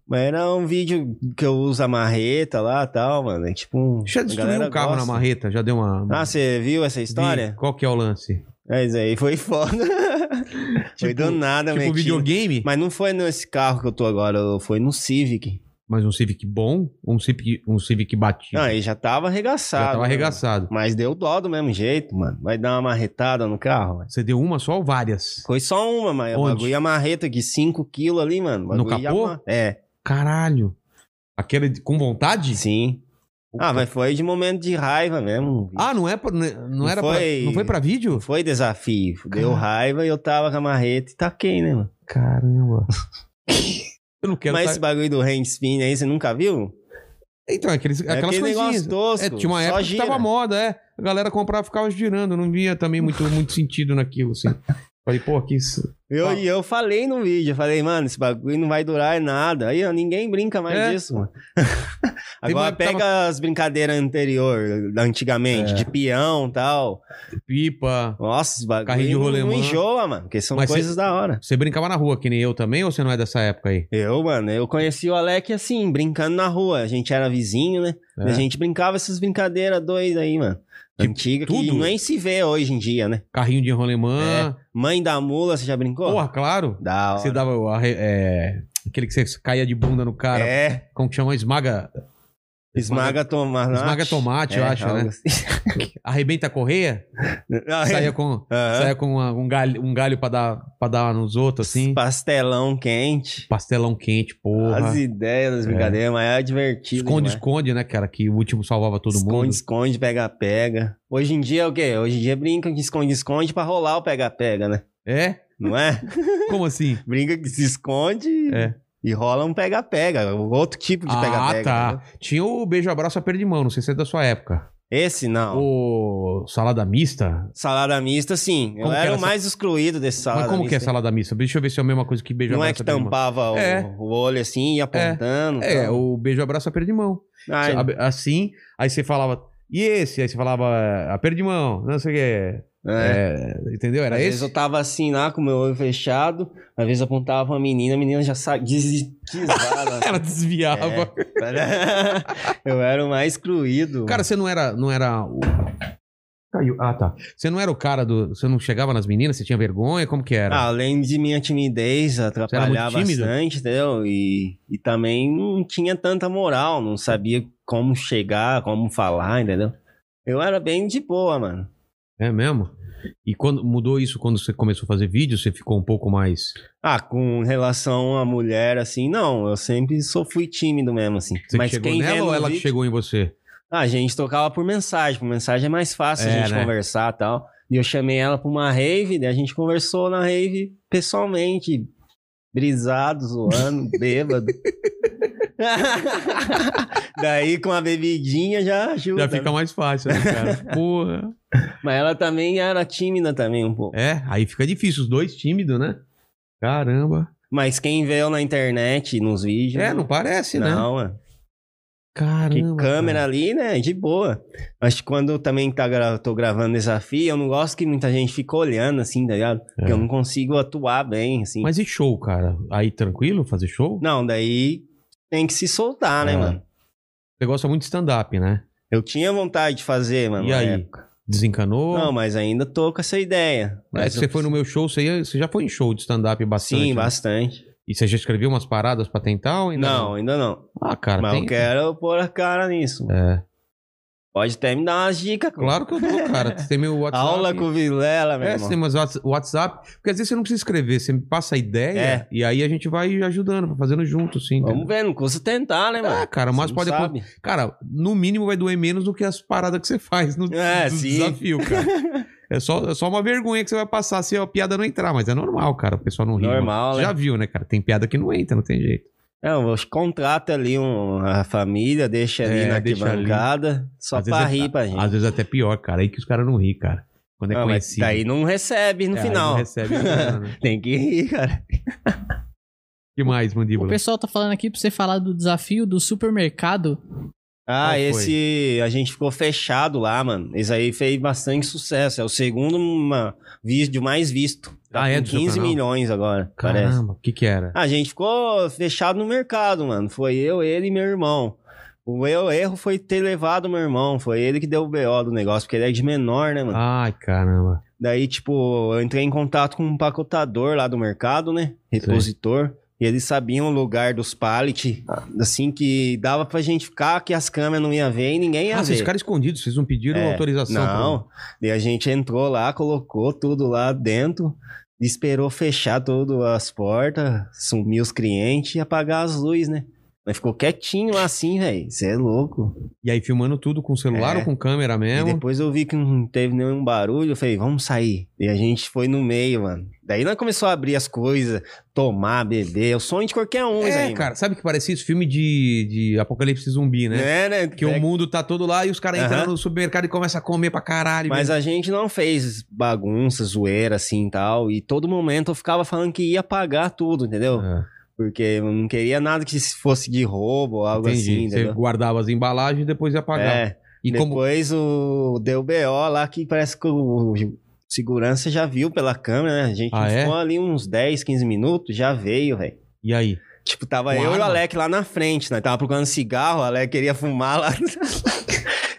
S2: Mas era um vídeo que eu uso a marreta lá, tal, mano. É tipo um...
S1: Já
S2: a
S1: destruiu
S2: galera
S1: um carro na
S2: gosta.
S1: marreta, já deu uma. uma-
S2: Ah, você viu essa história?
S1: Vi. Qual que é o lance?
S2: É isso aí, foi foda. foi
S1: Tipo-
S2: do nada,
S1: tipo
S2: metido.
S1: videogame,
S2: Mas não foi nesse carro que eu tô agora, foi no Civic.
S1: mas um Civic bom ou um Civic, um Civic batido?
S2: Não, ele já tava arregaçado.
S1: já tava
S2: né?
S1: arregaçado.
S2: Mas deu dó do mesmo jeito, mano. Vai dar uma marretada no carro. velho.
S1: Você deu uma só ou várias?
S2: Foi só uma, mas o
S1: Onde?
S2: bagulho ia marreta de 5kg ali, mano. O
S1: No
S2: bagulho ia
S1: capô?
S2: ma- É,
S1: Caralho. Aquela de- com vontade?
S2: sim. Ah, mas foi de momento de raiva mesmo.
S1: Ah, não é pra, não é- não era
S2: foi-
S1: pra, não foi pra vídeo?
S2: Não foi desafio. Deu
S1: Cara.
S2: raiva e eu tava com a marreta e taquei, né, mano?
S1: Caramba. Eu não quero
S2: mas
S1: tá-
S2: esse bagulho do handspin aí, você nunca viu?
S1: Então, aqueles,
S2: É
S1: aquelas
S2: aquele
S1: coisinhas.
S2: negócio tosco.
S1: É, tinha uma
S2: só
S1: época
S2: gira.
S1: que tava moda, é. A galera comprava e ficava girando. Não via também muito, muito sentido naquilo, assim. Falei, pô, que isso.
S2: Eu,
S1: Ó.
S2: e eu falei no vídeo, eu falei, mano, esse bagulho não vai durar em nada. Aí ó, ninguém brinca mais
S1: É.
S2: disso, mano. Agora
S1: uma- tava- É.
S2: pega as brincadeiras anterior, da antigamente, de peão e tal.
S1: Pipa.
S2: Nossa, esse bagulho
S1: Carrinho de
S2: não-
S1: rolemã.
S2: não enjoa, mano, porque são
S1: Mas
S2: coisas da hora.
S1: Você brincava na rua, que nem eu também, ou você não é dessa época aí?
S2: Eu, mano, eu conheci o Alec assim, brincando na rua. A gente era vizinho, né?
S1: É.
S2: A gente brincava essas brincadeiras doidas aí, mano.
S1: Tipo,
S2: Antiga, que
S1: tudo?
S2: nem se vê hoje em dia, né?
S1: Carrinho de rolemã.
S2: Mãe da mula, você já brincou?
S1: Porra, claro.
S2: Da É. hora.
S1: Você dava o arre- é, aquele que você caía de bunda no cara.
S2: É,
S1: Como que chama? Esmaga.
S2: esmaga É, tomate.
S1: né? Esmaga tomate, eu acho, né?
S2: assim.
S1: Arrebenta a correia. Saia com, saia com uma- um galho, um galho pra, dar, pra dar nos outros, assim.
S2: Pastelão quente.
S1: Pastelão quente, porra.
S2: As ideias das brincadeiras, mas é divertido.
S1: Esconde,
S2: demais.
S1: esconde, né, cara? Que o último salvava todo
S2: Esconde,
S1: mundo.
S2: esconde, pega, pega. Hoje em dia é o quê? Hoje em dia brinca que esconde, esconde pra rolar o pega, pega, né?
S1: É?
S2: Não é?
S1: Como assim?
S2: brinca que se esconde
S1: É.
S2: e rola um pega, pega. Outro tipo de pega,
S1: ah,
S2: pega.
S1: tá.
S2: né?
S1: Tinha o beijo, abraço, aperto de mão. Não sei se é da sua época.
S2: Esse não.
S1: O salada mista?
S2: Salada mista, sim.
S1: Como
S2: eu
S1: que
S2: era
S1: era
S2: o mais excluído desse salada
S1: Mas como
S2: mista.
S1: que é salada mista? Deixa eu ver se é a mesma coisa que beijo,
S2: Não é
S1: abraço,
S2: que
S1: aperto de mão.
S2: tampava o,
S1: É.
S2: o olho assim e apontando.
S1: É,
S2: tal.
S1: o beijo, abraço, aperto de mão.
S2: Ai,
S1: Sabe, Assim, aí você falava... E esse? Aí você falava "Ah, aperto de mão, não sei o que.
S2: é.
S1: entendeu? Era
S2: às vezes
S1: esse?
S2: eu tava assim lá com o meu olho fechado, às vezes eu apontava pra uma menina, a menina já sa... desesquisada.
S1: Ela desviava.
S2: É. eu era o mais excluído.
S1: Cara, você não era, não era o... Caiu. Ah, tá. Você não era o cara do... Você não chegava nas meninas? Você tinha vergonha? Como que era?
S2: Ah, além de minha timidez, atrapalhar
S1: muito tímido?
S2: bastante, entendeu? E, e também não tinha tanta moral, não sabia como chegar, como falar, entendeu? Eu era bem de boa, mano.
S1: É mesmo? E quando mudou isso quando você começou a fazer vídeo, você ficou um pouco mais.
S2: Ah, com relação a mulher, assim, não, eu sempre só fui tímido mesmo, assim.
S1: Você
S2: Mas
S1: que chegou
S2: quem vê
S1: nela ou
S2: no
S1: ela que
S2: vídeo-
S1: chegou em você?
S2: Ah, a gente tocava por mensagem. Por mensagem é mais fácil
S1: É,
S2: a gente
S1: né?
S2: conversar e tal. E eu chamei ela pra uma rave, daí a gente conversou na rave pessoalmente. Brisado, zoando, bêbado. daí com a bebidinha já ajuda.
S1: Já fica um
S2: né?
S1: mais fácil, né, cara? Porra.
S2: Mas ela também era tímida também um pouco.
S1: É, aí fica difícil, os dois tímidos, né? Caramba.
S2: Mas quem vê eu na internet, nos vídeos...
S1: É, não parece, né?
S2: Não, mano. Que
S1: Caramba.
S2: câmera
S1: cara.
S2: ali, né? De boa. Mas quando eu também tá gra- tô gravando desafio, eu não gosto que muita gente fica olhando assim, tá ligado? Porque
S1: É.
S2: eu não consigo atuar bem, assim.
S1: Mas e show, cara? Aí tranquilo fazer show?
S2: Não, daí tem que se soltar, né,
S1: É.
S2: mano?
S1: Você gosta muito de stand-up, né?
S2: Eu tinha vontade de fazer, mano.
S1: E
S2: na
S1: aí?
S2: época.
S1: Desencanou?
S2: Não, mas ainda tô com essa ideia.
S1: É,
S2: Mas
S1: se você
S2: eu-
S1: foi no meu show, você, ia- você já foi em show de stand-up bastante.
S2: Sim,
S1: né?
S2: bastante.
S1: E você já escreveu umas paradas pra tentar ou ainda
S2: Não, ainda não.
S1: Ah, cara,
S2: mas
S1: tem...
S2: eu quero pôr a cara nisso.
S1: É.
S2: Pode até me dar umas dicas. cara.
S1: Claro que eu dou, cara. Você tem meu WhatsApp.
S2: Aula com o Vilela, meu
S1: É, você
S2: irmão.
S1: tem meus whats- WhatsApp. Porque às vezes você não precisa escrever, você me passa a ideia
S2: É.
S1: e aí a gente vai ajudando, fazendo junto, assim.
S2: Vamos
S1: Vamos
S2: ver, não custa tentar, né, mano?
S1: É, cara, mas
S2: Você não
S1: pode depois.
S2: sabe.
S1: Cara, no mínimo vai doer menos do que as paradas que você faz no,
S2: É,
S1: no
S2: sim.
S1: desafio, cara. É só, é só uma vergonha que você vai passar se a piada não entrar, mas é normal, cara. O pessoal não ri.
S2: Normal,
S1: mano.
S2: né?
S1: Já viu, né, cara? Tem piada que não entra, não tem jeito.
S2: Não, É, os- contrata ali um, a família, deixa ali
S1: É,
S2: na
S1: deixa ali.
S2: arquibancada, só
S1: Às
S2: pra
S1: vezes é-
S2: rir pra gente.
S1: Às vezes até pior, cara. Aí que os caras não ri, cara. Quando é
S2: Não, mas
S1: conhecido.
S2: daí não recebe no
S1: É, aí
S2: final.
S1: Não recebe nada, né?
S2: Tem que rir, cara.
S1: que mais,
S3: O
S1: mandíbula?
S3: pessoal tá falando aqui pra você falar do desafio do supermercado.
S2: Ah,
S1: Qual foi?
S2: esse a gente ficou fechado lá, mano. Esse aí fez bastante sucesso. É o segundo uma, vídeo mais visto. Tá
S1: Ah, é
S2: com
S1: do seu
S2: 15
S1: canal?
S2: milhões agora, parece. Ah,
S1: Caramba, o que que era?
S2: A gente ficou fechado no mercado, mano. Foi eu, ele e meu irmão. O meu erro foi ter levado meu irmão. Foi ele que deu o BO do negócio, porque ele é de menor, né, mano?
S1: Ai, caramba.
S2: Daí, tipo, eu entrei em contato com um empacotador lá do mercado, né? Repositor. E eles sabiam o lugar dos pallet,
S1: Ah.
S2: assim, que dava pra gente ficar, que as câmeras não iam ver e ninguém ia
S1: Ah,
S2: ver.
S1: vocês ficaram escondidos, vocês não pediram
S2: É,
S1: autorização.
S2: Não. E a gente entrou lá, colocou tudo lá dentro, esperou fechar todas as portas, sumir os clientes e apagar as luzes, né? Mas ficou quietinho lá assim, velho. Você é louco.
S1: E aí filmando tudo com celular
S2: É.
S1: ou com câmera
S2: E
S1: mesmo?
S2: depois eu vi que não teve nenhum barulho, eu falei, vamos sair. E a gente foi no meio, mano. Daí nós começou a abrir as coisas, tomar, beber. É o sonho de qualquer um, isso
S1: é,
S2: aí,
S1: cara, sabe que parecia isso? Filme de, de apocalipse zumbi,
S2: mano.
S1: né?
S2: É, né?
S1: Que o mundo tá todo lá e os caras entram
S2: Aham.
S1: no supermercado e começam a comer pra caralho.
S2: Mas
S1: é mesmo.
S2: a gente não fez bagunça, zoeira, assim e tal. E todo momento eu ficava falando que ia pagar tudo, entendeu?
S1: É,
S2: Porque eu não queria nada que fosse de roubo ou algo
S1: entendi.
S2: assim,
S1: Você
S2: entendeu?
S1: guardava as embalagens e depois ia pagar.
S2: É,
S1: e como.
S2: depois o deu BO lá que parece que o o segurança já viu pela câmera, né? A gente
S1: Ah, é?
S2: ficou ali uns 10, 15 minutos, já veio, velho.
S1: E aí?
S2: Tipo, tava
S1: Com
S2: eu e o
S1: arma?
S2: Alec lá na frente, né? Tava procurando cigarro, o Alec queria fumar lá.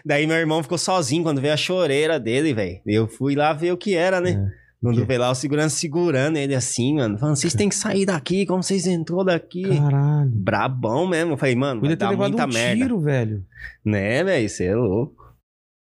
S2: Daí meu irmão ficou sozinho quando veio a choreira dele, velho. Eu fui lá ver o que era, né?
S1: É.
S2: Quando veio lá, o segurança segurando ele assim, mano. Falando, vocês têm que sair daqui, como vocês entrou daqui?
S1: Caralho.
S2: Brabão mesmo. Eu falei, mano, vai
S1: Podia ter
S2: dar
S1: levado
S2: muita
S1: um
S2: merda.
S1: tiro, velho.
S2: Né, velho? Você é louco.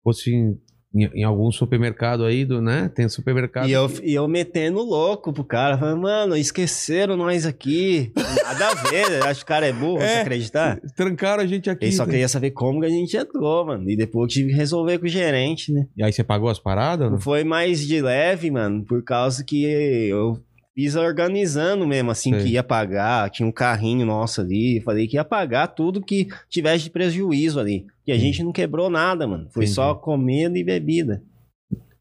S1: Fosse em, em- em algum supermercado aí, do, né? Tem supermercado.
S2: E eu, e eu metendo louco pro cara. Falando, mano, esqueceram nós aqui. Nada a ver. eu Acho que o cara é burro,
S1: É.
S2: você acreditar?
S1: Trancaram a gente aqui.
S2: Ele só
S1: né?
S2: queria saber como que a gente entrou, mano. E depois eu tive que resolver com o gerente, né?
S1: E aí você pagou as paradas? ou não?
S2: Foi mais de leve, mano, por causa que eu fiz organizando mesmo, assim,
S1: Sei.
S2: que ia pagar. Tinha um carrinho nosso ali. Falei que ia pagar tudo que tivesse de prejuízo ali. E a
S1: Entendi.
S2: gente não quebrou nada, mano. Foi
S1: Entendi.
S2: só comida e bebida.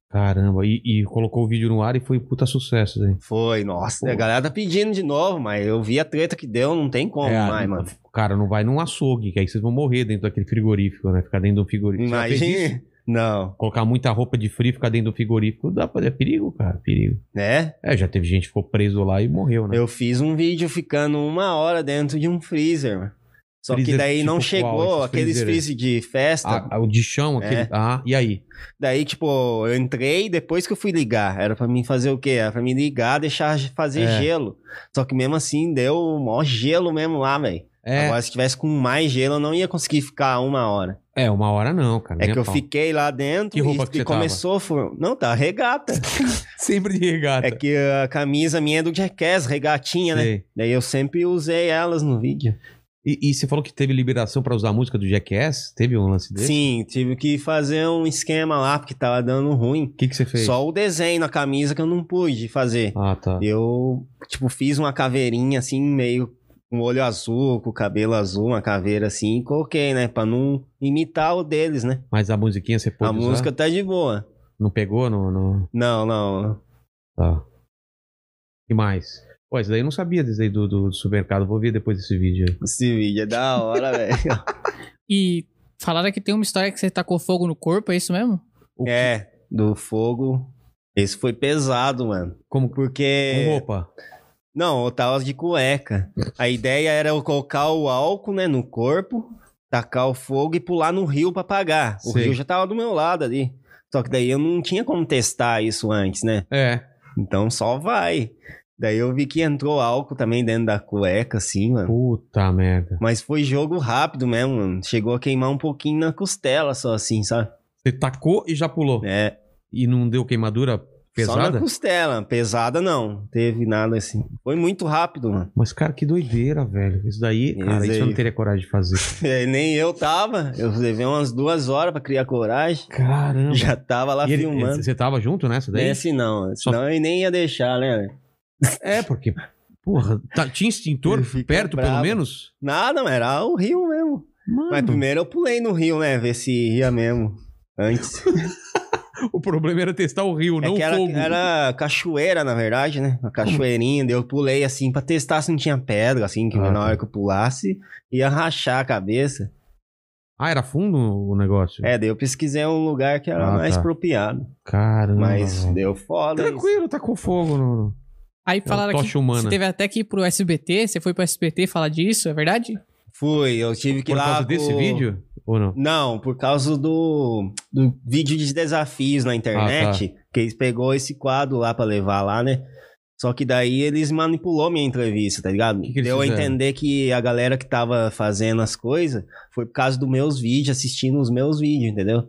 S1: Caramba, e, e colocou o vídeo no ar e foi um puta sucesso, hein?
S2: Foi, nossa.
S1: Pô.
S2: A galera tá pedindo de novo, mas eu vi a treta que deu, não tem como
S1: É,
S2: mais, mano.
S1: Cara, não vai num açougue, que aí vocês vão morrer dentro daquele frigorífico, né? Ficar dentro do frigorífico. Já fez isso?
S2: Imagina. Não,
S1: Colocar muita roupa de frio, ficar dentro do frigorífico, dá pra... é perigo, cara, perigo.
S2: né?
S1: É, já teve gente que ficou preso lá e morreu, né?
S2: Eu fiz um vídeo ficando uma hora dentro de um freezer, mano. Só que
S1: Freezer
S2: daí
S1: tipo
S2: não
S1: qual?
S2: chegou
S1: Esses
S2: aqueles
S1: freezer-
S2: freezer de festa.
S1: Ah, ah, o de chão, aquele...
S2: É.
S1: Ah, e aí?
S2: Daí, tipo, eu entrei depois que eu fui ligar. Era pra mim fazer o quê? Era pra me ligar, deixar fazer
S1: É.
S2: gelo. Só que mesmo assim, deu o maior gelo mesmo lá, velho.
S1: É,
S2: Agora, se tivesse com mais gelo, eu não ia conseguir ficar uma hora.
S1: é uma hora não, cara.
S2: é
S1: nem
S2: que
S1: a
S2: eu
S1: pau.
S2: fiquei lá dentro
S1: Que roupa
S2: e,
S1: que
S2: e
S1: você tava?
S2: começou... a fu- Não, tá regata.
S1: Sempre de regata.
S2: é que a camisa minha é do Jackass, regatinha, né?
S1: Sei.
S2: Daí eu sempre usei elas no vídeo.
S1: E, e você falou que teve liberação pra usar a música do Jackass? Teve um lance desse?
S2: Sim, tive que fazer um esquema lá, porque tava dando ruim.
S1: O que, que você fez?
S2: Só o desenho na camisa que eu não pude fazer.
S1: Ah, tá.
S2: Eu, tipo, fiz uma caveirinha assim, meio com olho azul, com o cabelo azul, uma caveira assim, e coloquei, né? Pra não imitar o deles, né?
S1: Mas a musiquinha você pôde
S2: a
S1: usar?
S2: música tá de boa.
S1: Não pegou? Não, não...
S2: Não, não.
S1: Tá. E mais? Pô, esse daí eu não sabia desse aí do, do, do supermercado. Vou ver depois desse vídeo aí.
S2: Esse vídeo é da hora, velho.
S3: E falaram que tem uma história que você tacou fogo no corpo, é isso mesmo?
S1: O
S2: É, do fogo. Esse foi pesado, mano.
S1: que- como com
S2: Porque.
S1: roupa.
S2: Não, eu tava de cueca. A ideia era eu colocar o álcool, né, no corpo, tacar o fogo e pular no rio pra apagar. O
S1: Sei.
S2: rio já tava do meu lado ali. Só que daí eu não tinha como testar isso antes, né?
S1: É.
S2: Então só vai. Daí eu vi que entrou álcool também dentro da cueca, assim, mano.
S1: Puta merda.
S2: Mas foi jogo rápido mesmo, mano. Chegou a queimar um pouquinho na costela, só assim, sabe?
S1: Você tacou e já pulou.
S2: É,
S1: E não deu queimadura
S2: só na
S1: pesada?
S2: costela. Pesada não, teve nada assim. Foi muito rápido, mano.
S1: Mas, cara, que doideira, velho. Isso daí, cara,
S2: Isso
S1: isso eu
S2: aí.
S1: não teria coragem de fazer.
S2: É, nem eu tava. Eu levei umas duas horas pra criar coragem.
S1: Caramba.
S2: Já tava lá
S1: E ele-
S2: Tá filmando.
S1: Você tava junto nessa daí?
S2: Nem assim não.
S1: Só-
S2: Senão eu nem ia deixar, né?
S1: É, porque. Porra, tá- tinha extintor
S2: Ele fica
S1: perto, pelo
S2: bravo.
S1: menos?
S2: Nada, mano. Era o rio mesmo. Mas
S1: Mano,
S2: primeiro eu pulei no rio, né? Ver se ria mesmo. Antes.
S1: o problema era testar o rio,
S2: É
S1: não
S2: que
S1: o
S2: era,
S1: fogo.
S2: era cachoeira, na verdade, né? Uma cachoeirinha, daí eu pulei assim pra testar se não tinha pedra, assim, que
S1: Ah,
S2: na
S1: tá.
S2: hora que eu pulasse ia rachar a cabeça.
S1: Ah, era fundo o negócio?
S2: É, daí eu pesquisei um lugar que era
S1: Ah,
S2: mais
S1: tá. Hum,
S2: apropriado.
S1: Caramba.
S2: Mas
S1: velho.
S2: deu foda.
S1: Tranquilo, tacou fogo no. no-
S3: Aí
S1: É
S3: falaram
S1: uma
S3: que
S1: tocha humana.
S3: você teve até que ir pro SBT, você foi pro SBT falar disso, é verdade?
S2: isso. Fui, eu tive que ir
S1: Por
S2: lá.
S1: causa
S2: pro-
S1: desse vídeo? Ou não?
S2: Não, por causa do, do vídeo de desafios na internet,
S1: Ah, tá.
S2: que eles pegou esse quadro lá pra levar lá, né? Só que daí eles manipulou minha entrevista, tá ligado?
S1: Que que eles
S2: Deu a
S1: fizeram?
S2: entender que a galera que tava fazendo as coisas foi por causa dos meus vídeos, assistindo os meus vídeos, entendeu?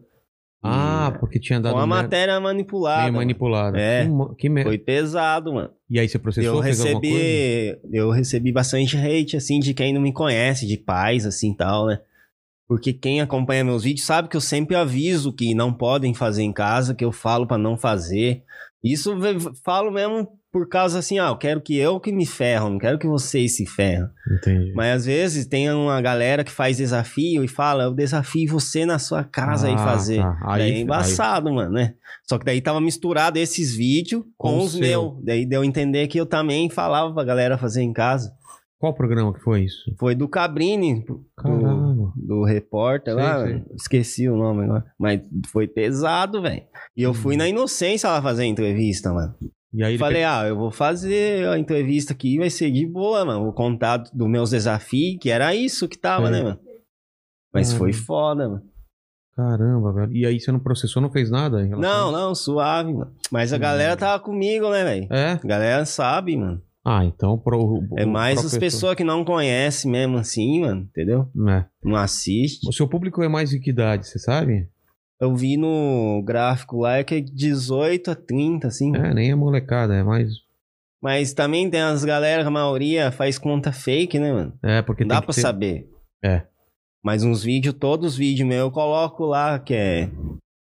S1: Ah, porque tinha dado.
S2: Com a
S1: merda.
S2: matéria manipulada.
S1: Meio manipulada.
S2: É.
S1: Que mo- Que merda.
S2: Foi pesado, mano.
S1: E aí você processou,
S2: eu
S1: fez alguma coisa?
S2: recebi, eu recebi bastante hate assim de quem não me conhece, de pais assim, tal, né? Porque quem acompanha meus vídeos sabe que eu sempre aviso que não podem fazer em casa, que eu falo pra não fazer. Isso eu ve- falo mesmo por causa assim, ah, eu quero que eu que me ferro, não quero que vocês se ferram.
S1: Entendi.
S2: Mas às vezes tem uma galera que faz desafio e fala, eu desafio você na sua casa aí
S1: Ah,
S2: fazer.
S1: tá. Aí,
S2: Daí é
S1: aí-
S2: embaçado, mano, né? Só que daí tava misturado esses vídeos com,
S1: Com o
S2: os
S1: seu.
S2: meus. Daí deu a entender que eu também falava pra galera fazer em casa.
S1: Qual programa que foi isso?
S2: Foi do Cabrini,
S1: Caramba.
S2: do repórter
S1: Sei,
S2: lá.
S1: sei.
S2: Esqueci o nome agora. Mas foi pesado, velho. E eu fui
S1: Hum.
S2: na inocência lá fazer a entrevista, mano.
S1: E aí ele
S2: Falei, ah, eu vou fazer a entrevista aqui, vai ser de boa, mano. Vou contar dos meus desafios, que era isso que
S1: É.
S2: tava,
S1: Uhum.
S2: né, mano? Mas
S1: Caramba.
S2: foi foda, mano.
S1: Caramba, velho. E aí você não processou, não fez nada? em relação
S2: Não, não, suave, mano. Mas a
S1: Hum.
S2: galera tava comigo, né, velho?
S1: a- É?
S2: A galera sabe, mano.
S1: Ah, então pro.
S2: É
S1: o-
S2: mais
S1: pro
S2: as
S1: pessoa-
S2: pessoas que não conhecem mesmo assim, mano, entendeu?
S1: É.
S2: Não assiste.
S1: O seu público é mais de que idade, você sabe?
S2: Eu vi no gráfico lá que é 18 a 30, assim.
S1: É, nem é molecada, é mais.
S2: Mas também tem as galera, a maioria faz conta fake, né, mano?
S1: É, porque
S2: Não dá
S1: tem que
S2: pra
S1: ter-
S2: saber.
S1: É.
S2: Mas uns vídeos, todos os vídeos meus eu coloco lá, que é,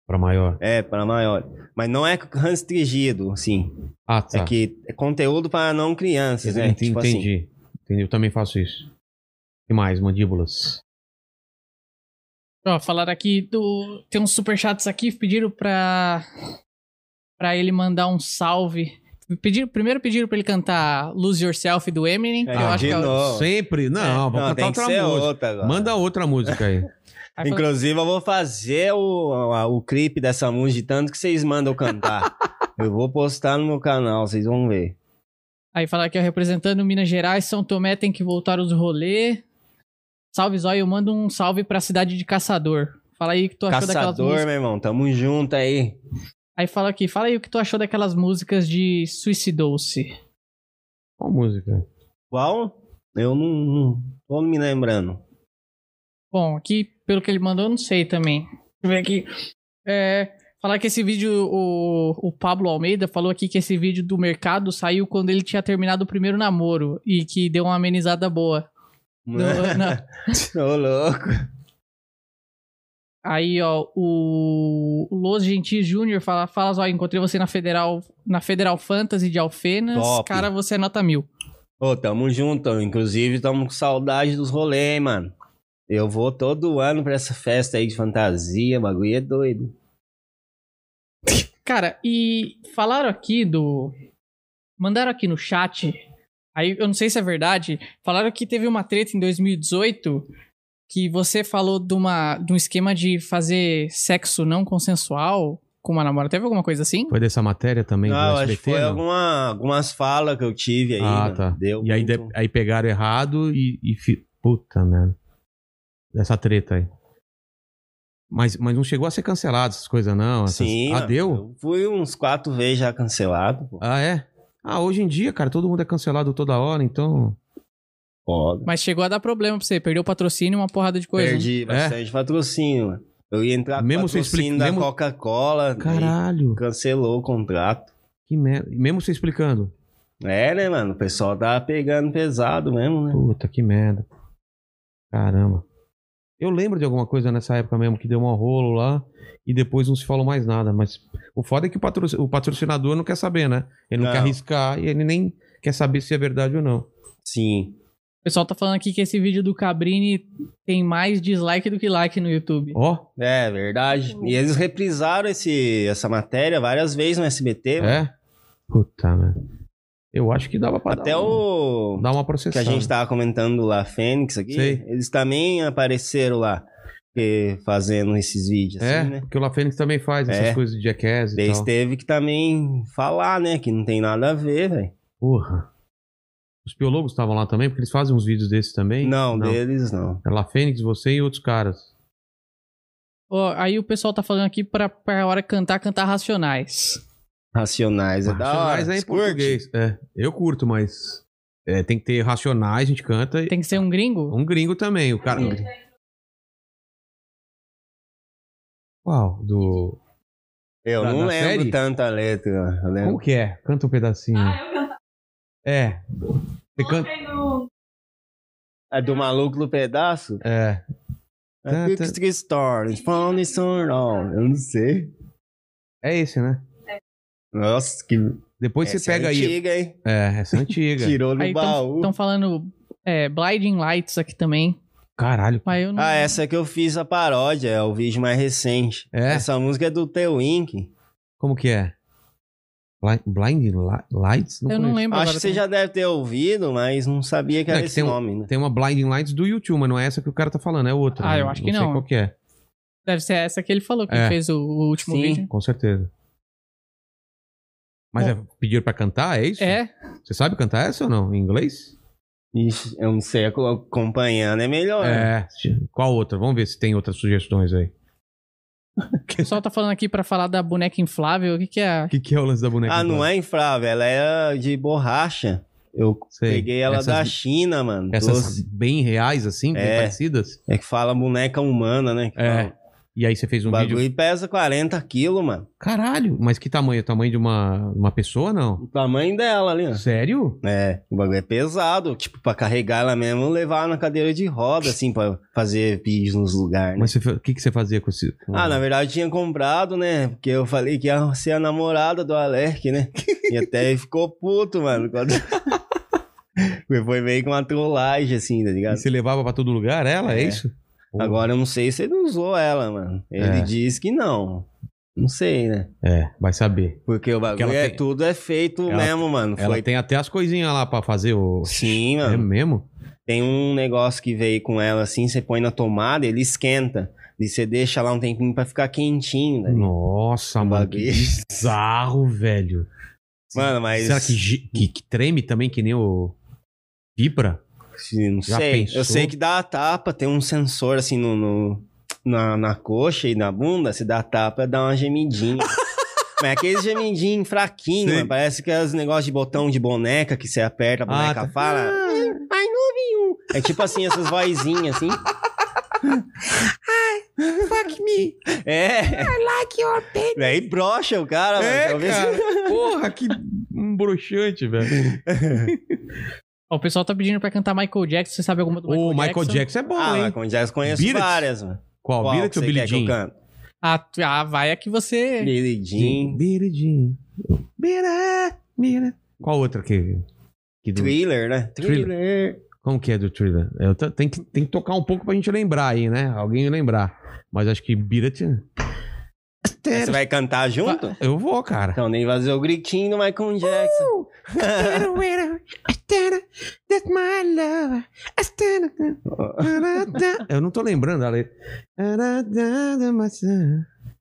S1: Pra maior.
S2: é pra maior. Mas não é restringido, assim.
S1: Ah, tá.
S2: É que é conteúdo para não crianças, né?
S1: Entendi.
S2: Tipo assim.
S1: entendi. Entendi, Eu também faço isso. O que mais, mandíbulas?
S3: Ó, falaram aqui do. Tem uns superchats aqui, pediram pra. pra ele mandar um salve. Pediram, primeiro pediram pra ele cantar Lose Yourself do Eminem, que
S2: É,
S3: eu
S2: de
S3: acho que é o.
S2: novo.
S1: Sempre? Não, vou
S2: É. Não,
S1: cantar
S2: tem que
S1: outra
S2: ser
S1: música.
S2: outra agora.
S1: Manda outra música aí.
S3: Aí falaram-
S2: Inclusive, eu vou fazer o, a- o clipe dessa música de tanto que vocês mandam eu cantar. eu vou postar no meu canal, vocês vão ver.
S3: Aí falaram aqui, ó, representando Minas Gerais, São Tomé tem que voltar os rolê. Salve, Zóio, manda um salve pra cidade de Caçador. Fala aí o que tu achou daquelas
S2: Caçador, né?
S3: músicas.
S2: meu irmão, tamo junto aí.
S3: Aí fala aqui, fala aí o que tu achou daquelas músicas de Suicidou-se.
S1: Qual música?
S2: Qual? Eu não, não tô me lembrando.
S3: Bom, aqui, pelo que ele mandou, eu não sei também. Deixa eu ver aqui. É, falar que esse vídeo, o, o Pablo Almeida falou aqui que esse vídeo do mercado saiu quando ele tinha terminado o primeiro namoro e que deu uma amenizada boa.
S2: Né?
S3: No- na-
S2: Ô, louco.
S3: Aí, ó, o o Los Gentis Júnior fala, fala só, encontrei você na Federal, na Federal Fantasy de Alfenas.
S2: Top.
S3: Cara, você é nota mil.
S2: Ô, tamo junto. Inclusive, tamo com saudade dos rolês, mano. Eu vou todo ano pra essa festa aí de fantasia, o bagulho é doido.
S3: Cara, e falaram aqui do. Mandaram aqui no chat. Aí eu não sei se é verdade. Falaram que teve uma treta em 2018 que você falou de, uma, de um esquema de fazer sexo não consensual com uma namorada. Teve alguma coisa assim?
S1: Foi dessa matéria também
S2: não,
S1: do
S2: Ah, acho que
S1: SBT?
S2: foi
S1: não?
S2: alguma- algumas falas que eu tive aí.
S1: Ah,
S2: mano.
S1: tá.
S2: Deu
S1: E aí, de-
S2: muito-
S1: aí pegaram errado e. e fi- Puta, merda. Dessa treta aí. Mas, mas não chegou a ser cancelado essas coisas, não? Essas...
S2: Sim.
S1: Ah,
S2: mano.
S1: deu?
S2: Eu fui uns quatro vezes já cancelado. pô.
S1: Ah, é? Ah, hoje em dia, cara, todo mundo é cancelado toda hora, então.
S2: Foda.
S3: Mas chegou a dar problema pra você. Perdeu o patrocínio e uma porrada de coisa. né?
S2: Perdi bastante patrocínio, mano. Eu ia entrar com
S1: é. Mesmo você
S2: patrocínio
S1: explica-
S2: da
S1: mesmo-
S2: Coca-Cola, daí
S1: Caralho,
S2: cancelou o contrato.
S1: que merda. Mesmo você explicando.
S2: É, né, mano? O pessoal tá pegando pesado mesmo, né?
S1: Puta, que merda. Caramba. Eu lembro de alguma coisa nessa época mesmo que deu um rolo lá e depois não se falou mais nada. Mas o foda é que o, patroci- o patrocinador não quer saber, né? Ele não,
S2: Não.
S1: quer arriscar e ele nem quer saber se é verdade ou não.
S2: Sim.
S3: O pessoal tá falando aqui que esse vídeo do Cabrini tem mais dislike do que like no YouTube.
S1: Ó,
S2: É verdade. E eles reprisaram esse, essa matéria várias vezes no SBT, mano.
S1: é? Puta, mano. Eu acho que dava pra
S2: Até
S1: dar, um-
S2: o.
S1: dar uma processada.
S2: que a gente tá tava comentando lá, Fênix aqui,
S1: Sei.
S2: eles também apareceram lá eh, fazendo esses vídeos,
S1: é,
S2: assim, né?
S1: porque o La Fênix também faz essas
S2: É.
S1: coisas de jackass e
S2: Daí
S1: tal.
S2: teve que também falar, né? Que não tem nada a ver, velho.
S1: Porra. Os biólogos estavam lá também, porque eles fazem uns vídeos desses também?
S2: Não, deles não.
S1: É La Fênix, você e outros caras.
S3: Ó, aí o pessoal tá falando aqui pra, pra hora cantar, cantar Racionais.
S2: Racionais é da hora.
S1: Racionais é em
S2: Você curte?
S1: português. É, eu curto, mas é, tem que ter racionais, a gente canta. e-
S3: Tem que ser um gringo?
S1: Um gringo também, o cara. Qual? Do.
S2: Eu
S1: Da-
S2: não
S1: da
S2: lembro
S1: série?
S2: tanta letra. Eu lembro.
S1: Como que é? Canta um pedacinho.
S3: Ah,
S4: eu canto.
S1: É. Você canta.
S4: Ah, no...
S2: É do maluco do pedaço?
S1: É. Tá,
S2: É Big
S1: tá.
S2: Street Stories, Funny Story. Eu não sei.
S1: É esse, né?
S2: Nossa, que.
S1: Depois
S2: Essa
S1: você pega
S2: é
S1: aí. então,
S2: antiga, hein?
S1: É, essa é antiga.
S2: Tirou no
S3: Aí
S2: baú.
S3: estão falando é, Blinding Lights aqui também.
S1: Caralho.
S3: Mas eu não.
S2: Ah, essa que eu fiz a paródia, é o vídeo mais recente.
S1: É?
S2: Essa música é do The Wink.
S1: Como que é? Bli- Blind, Li- Lights?
S3: eu não
S1: conheço.
S3: lembro
S2: Acho
S3: agora
S2: que você
S3: também.
S2: já deve ter ouvido, mas não sabia que
S1: Não,
S2: era
S1: é que
S2: esse
S1: tem um-
S2: nome, né?
S1: Tem uma Blinding Lights do YouTube, mas não é essa que o cara tá falando, é outra.
S3: Ah, eu acho que
S1: Sei
S3: não.
S1: qual que é,
S3: Deve ser essa que ele falou, que
S1: É.
S3: ele fez o, o último
S2: Sim.
S3: vídeo.
S1: com certeza. Mas é, pediram pra cantar, é isso?
S3: É,
S1: Você sabe cantar essa ou não? Em inglês?
S2: Ixi, eu não sei, acompanhando é melhor.
S1: É. Qual outra? Vamos ver se tem outras sugestões aí.
S3: o pessoal tá falando aqui pra falar da boneca inflável. O que, que é?
S1: O que, que é o lance da boneca?
S2: Ah, não
S1: inflável?
S2: é inflável, ela é de borracha. Eu
S1: Sei.
S2: é? peguei ela
S1: Essas-
S2: da China, mano.
S1: Essas
S2: Doce.
S1: bem reais, assim, bem
S2: É.
S1: parecidas?
S2: É que fala boneca humana, né? Que
S1: É.
S2: fala.
S1: E aí você fez
S2: O
S1: um
S2: bagulho
S1: vídeo.
S2: pesa 40 quilos, mano.
S1: Caralho, mas que tamanho? O tamanho de uma, uma pessoa, não?
S2: O tamanho dela ali, ó.
S1: Sério?
S2: É, o bagulho é pesado. Tipo, pra carregar ela mesmo, levar na cadeira de roda, assim, pra fazer vídeos nos lugares, né?
S1: Mas você fe- o que, que você fazia com esse. com-
S2: Ah, na verdade eu tinha comprado, né? Porque eu falei que ia ser a namorada do Alec, né? E até ele ficou puto, mano. Quando... Foi meio que uma trollagem, assim, tá
S1: E
S2: ligado?
S1: você levava pra todo lugar ela? É,
S2: É.
S1: isso? Pô,
S2: Agora eu não sei se ele usou ela, mano. Ele
S1: É.
S2: diz que não. Não sei, né?
S1: É, vai saber.
S2: Porque o bagulho
S1: ela
S2: é
S1: tem-
S2: tudo é feito
S1: Ela-
S2: mesmo, mano.
S1: Ela
S2: Foi...
S1: tem até as coisinhas lá pra fazer o.
S2: Sim,
S1: É
S2: mano.
S1: mesmo?
S2: Tem um negócio que veio com ela assim, você põe na tomada, ele esquenta. E você deixa lá um tempinho pra ficar quentinho, né?
S1: Nossa, mano. Que
S2: Bagulho.
S1: bizarro, velho.
S2: Mano, mas.
S1: Será que, gi- que, que treme também que nem o. Vibra?
S2: Sim, Não
S1: Já
S2: sei.
S1: pensou?
S2: Eu sei que dá a tapa, tem um sensor assim no, no- na, na coxa e na bunda. Se dá a tapa, dá uma gemidinha. Mas é aquele gemidinho fraquinho,
S1: Sei.
S2: mano, parece que é os negócios de botão de boneca que você aperta, a
S1: Ah,
S2: boneca
S1: tá.
S2: fala. "Ah, Ai, novinho! É tipo assim, essas vozinhas assim.
S1: Fuck me!
S2: É.
S1: Like your baby!
S2: Aí brocha o cara, mano.
S1: É,
S2: Talvez-
S1: cara. Porra, que um broxante, velho.
S3: Ó, O pessoal tá pedindo pra cantar Michael Jackson. Você sabe alguma do Michael,
S1: O Michael
S3: Jackson?
S1: Jackson é bom,
S2: Ah,
S1: hein?
S2: mas como já conheço
S1: Beat It?
S2: várias, mano.
S1: Qual? Billy
S2: que
S1: ou
S2: você
S1: Billie
S2: quer que eu
S1: Jean?
S2: canto?
S3: Ah, tu- ah, vai a que você.
S2: Billie Jean.
S1: Billie Jean. Billie, Billie. Qual outra que. que do-
S2: Thriller, né?
S1: Thriller. Como que é do Thriller? Eu tô- tem, que, tem que tocar um pouco pra gente lembrar aí, né? Alguém lembrar. Mas acho que Birat.
S2: Aí Você vai cantar junto?
S1: Eu vou, cara.
S2: Então, nem fazer o gritinho do Michael Jackson.
S1: Eu não tô lembrando a letra.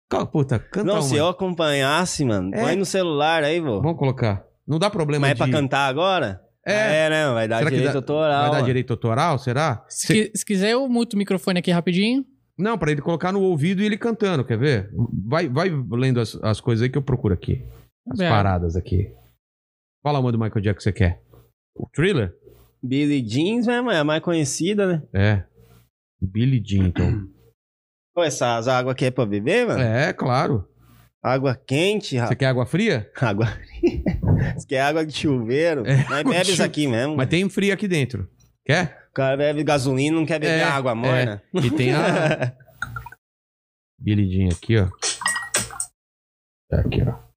S1: Qual- Puta, canta
S2: não,
S1: uma.
S2: se eu acompanhasse, mano.
S1: É.
S2: Põe no celular aí, vô.
S1: Vamos colocar. Não dá problema
S2: Mas é
S1: de...
S2: pra cantar agora?
S1: É.
S2: né? Vai dar
S1: Será que
S2: direito
S1: dá-
S2: autoral.
S1: Vai dar
S2: ó.
S1: direito autoral, será?
S3: Se, qui- se quiser, eu muto o microfone aqui rapidinho.
S1: Não, pra ele colocar no ouvido e ele cantando, quer ver? Vai, vai lendo as, as coisas aí que eu procuro aqui. As
S3: É.
S1: paradas aqui. Fala uma do Michael Jackson que você quer. O Thriller?
S2: Billy Jeans né, mano? é a mais conhecida, né?
S1: É. Billy Jean, então.
S2: Pô, essas águas aqui é pra beber, mano?
S1: É, claro.
S2: Água quente,
S1: Você
S2: rapaz.
S1: quer água fria?
S2: Água. Isso aqui é água de chuveiro.
S1: É,
S2: Mas
S1: água de
S2: bebe isso
S1: chu-
S2: aqui mesmo.
S1: Mas tem fria aqui dentro. Quer?
S2: O cara bebe gasolina não quer beber
S1: É,
S2: água morna.
S1: E tem a Billy Jean aqui, ó. Tá Aqui, ó.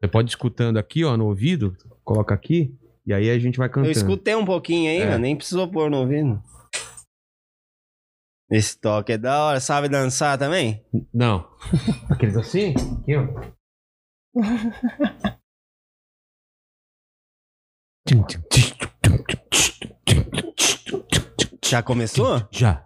S1: Você pode ir escutando aqui, ó, no ouvido. Coloca aqui. E aí a gente vai
S2: Eu
S1: cantando.
S2: escutei um pouquinho aí,
S1: Uhum. É.
S2: mano. Nem precisou pôr no ouvido. Esse toque é da hora. Sabe dançar também?
S1: Não. Aqueles assim? Aqui, ó.
S2: Já começou?
S1: Já.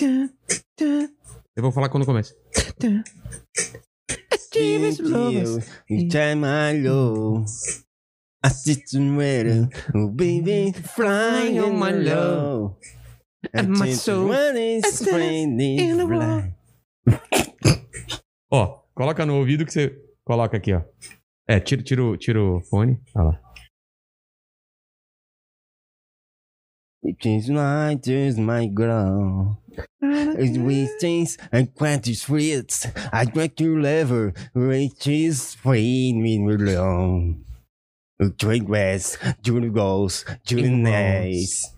S1: Eu vou falar quando começa.
S2: You time I low. I sit and wait, oh Assim, baby, flying on my low.
S1: And my soul
S2: is
S1: in
S2: in
S1: the world. Ó, coloca no ouvido que você. Coloca aqui, ó. É, tira, tira, o- tira o fone. Olha lá.
S2: It is light as my ground. It wastes and quite streets. I drink your lever, which is freeing me alone. Drink grass, June goes, June nice.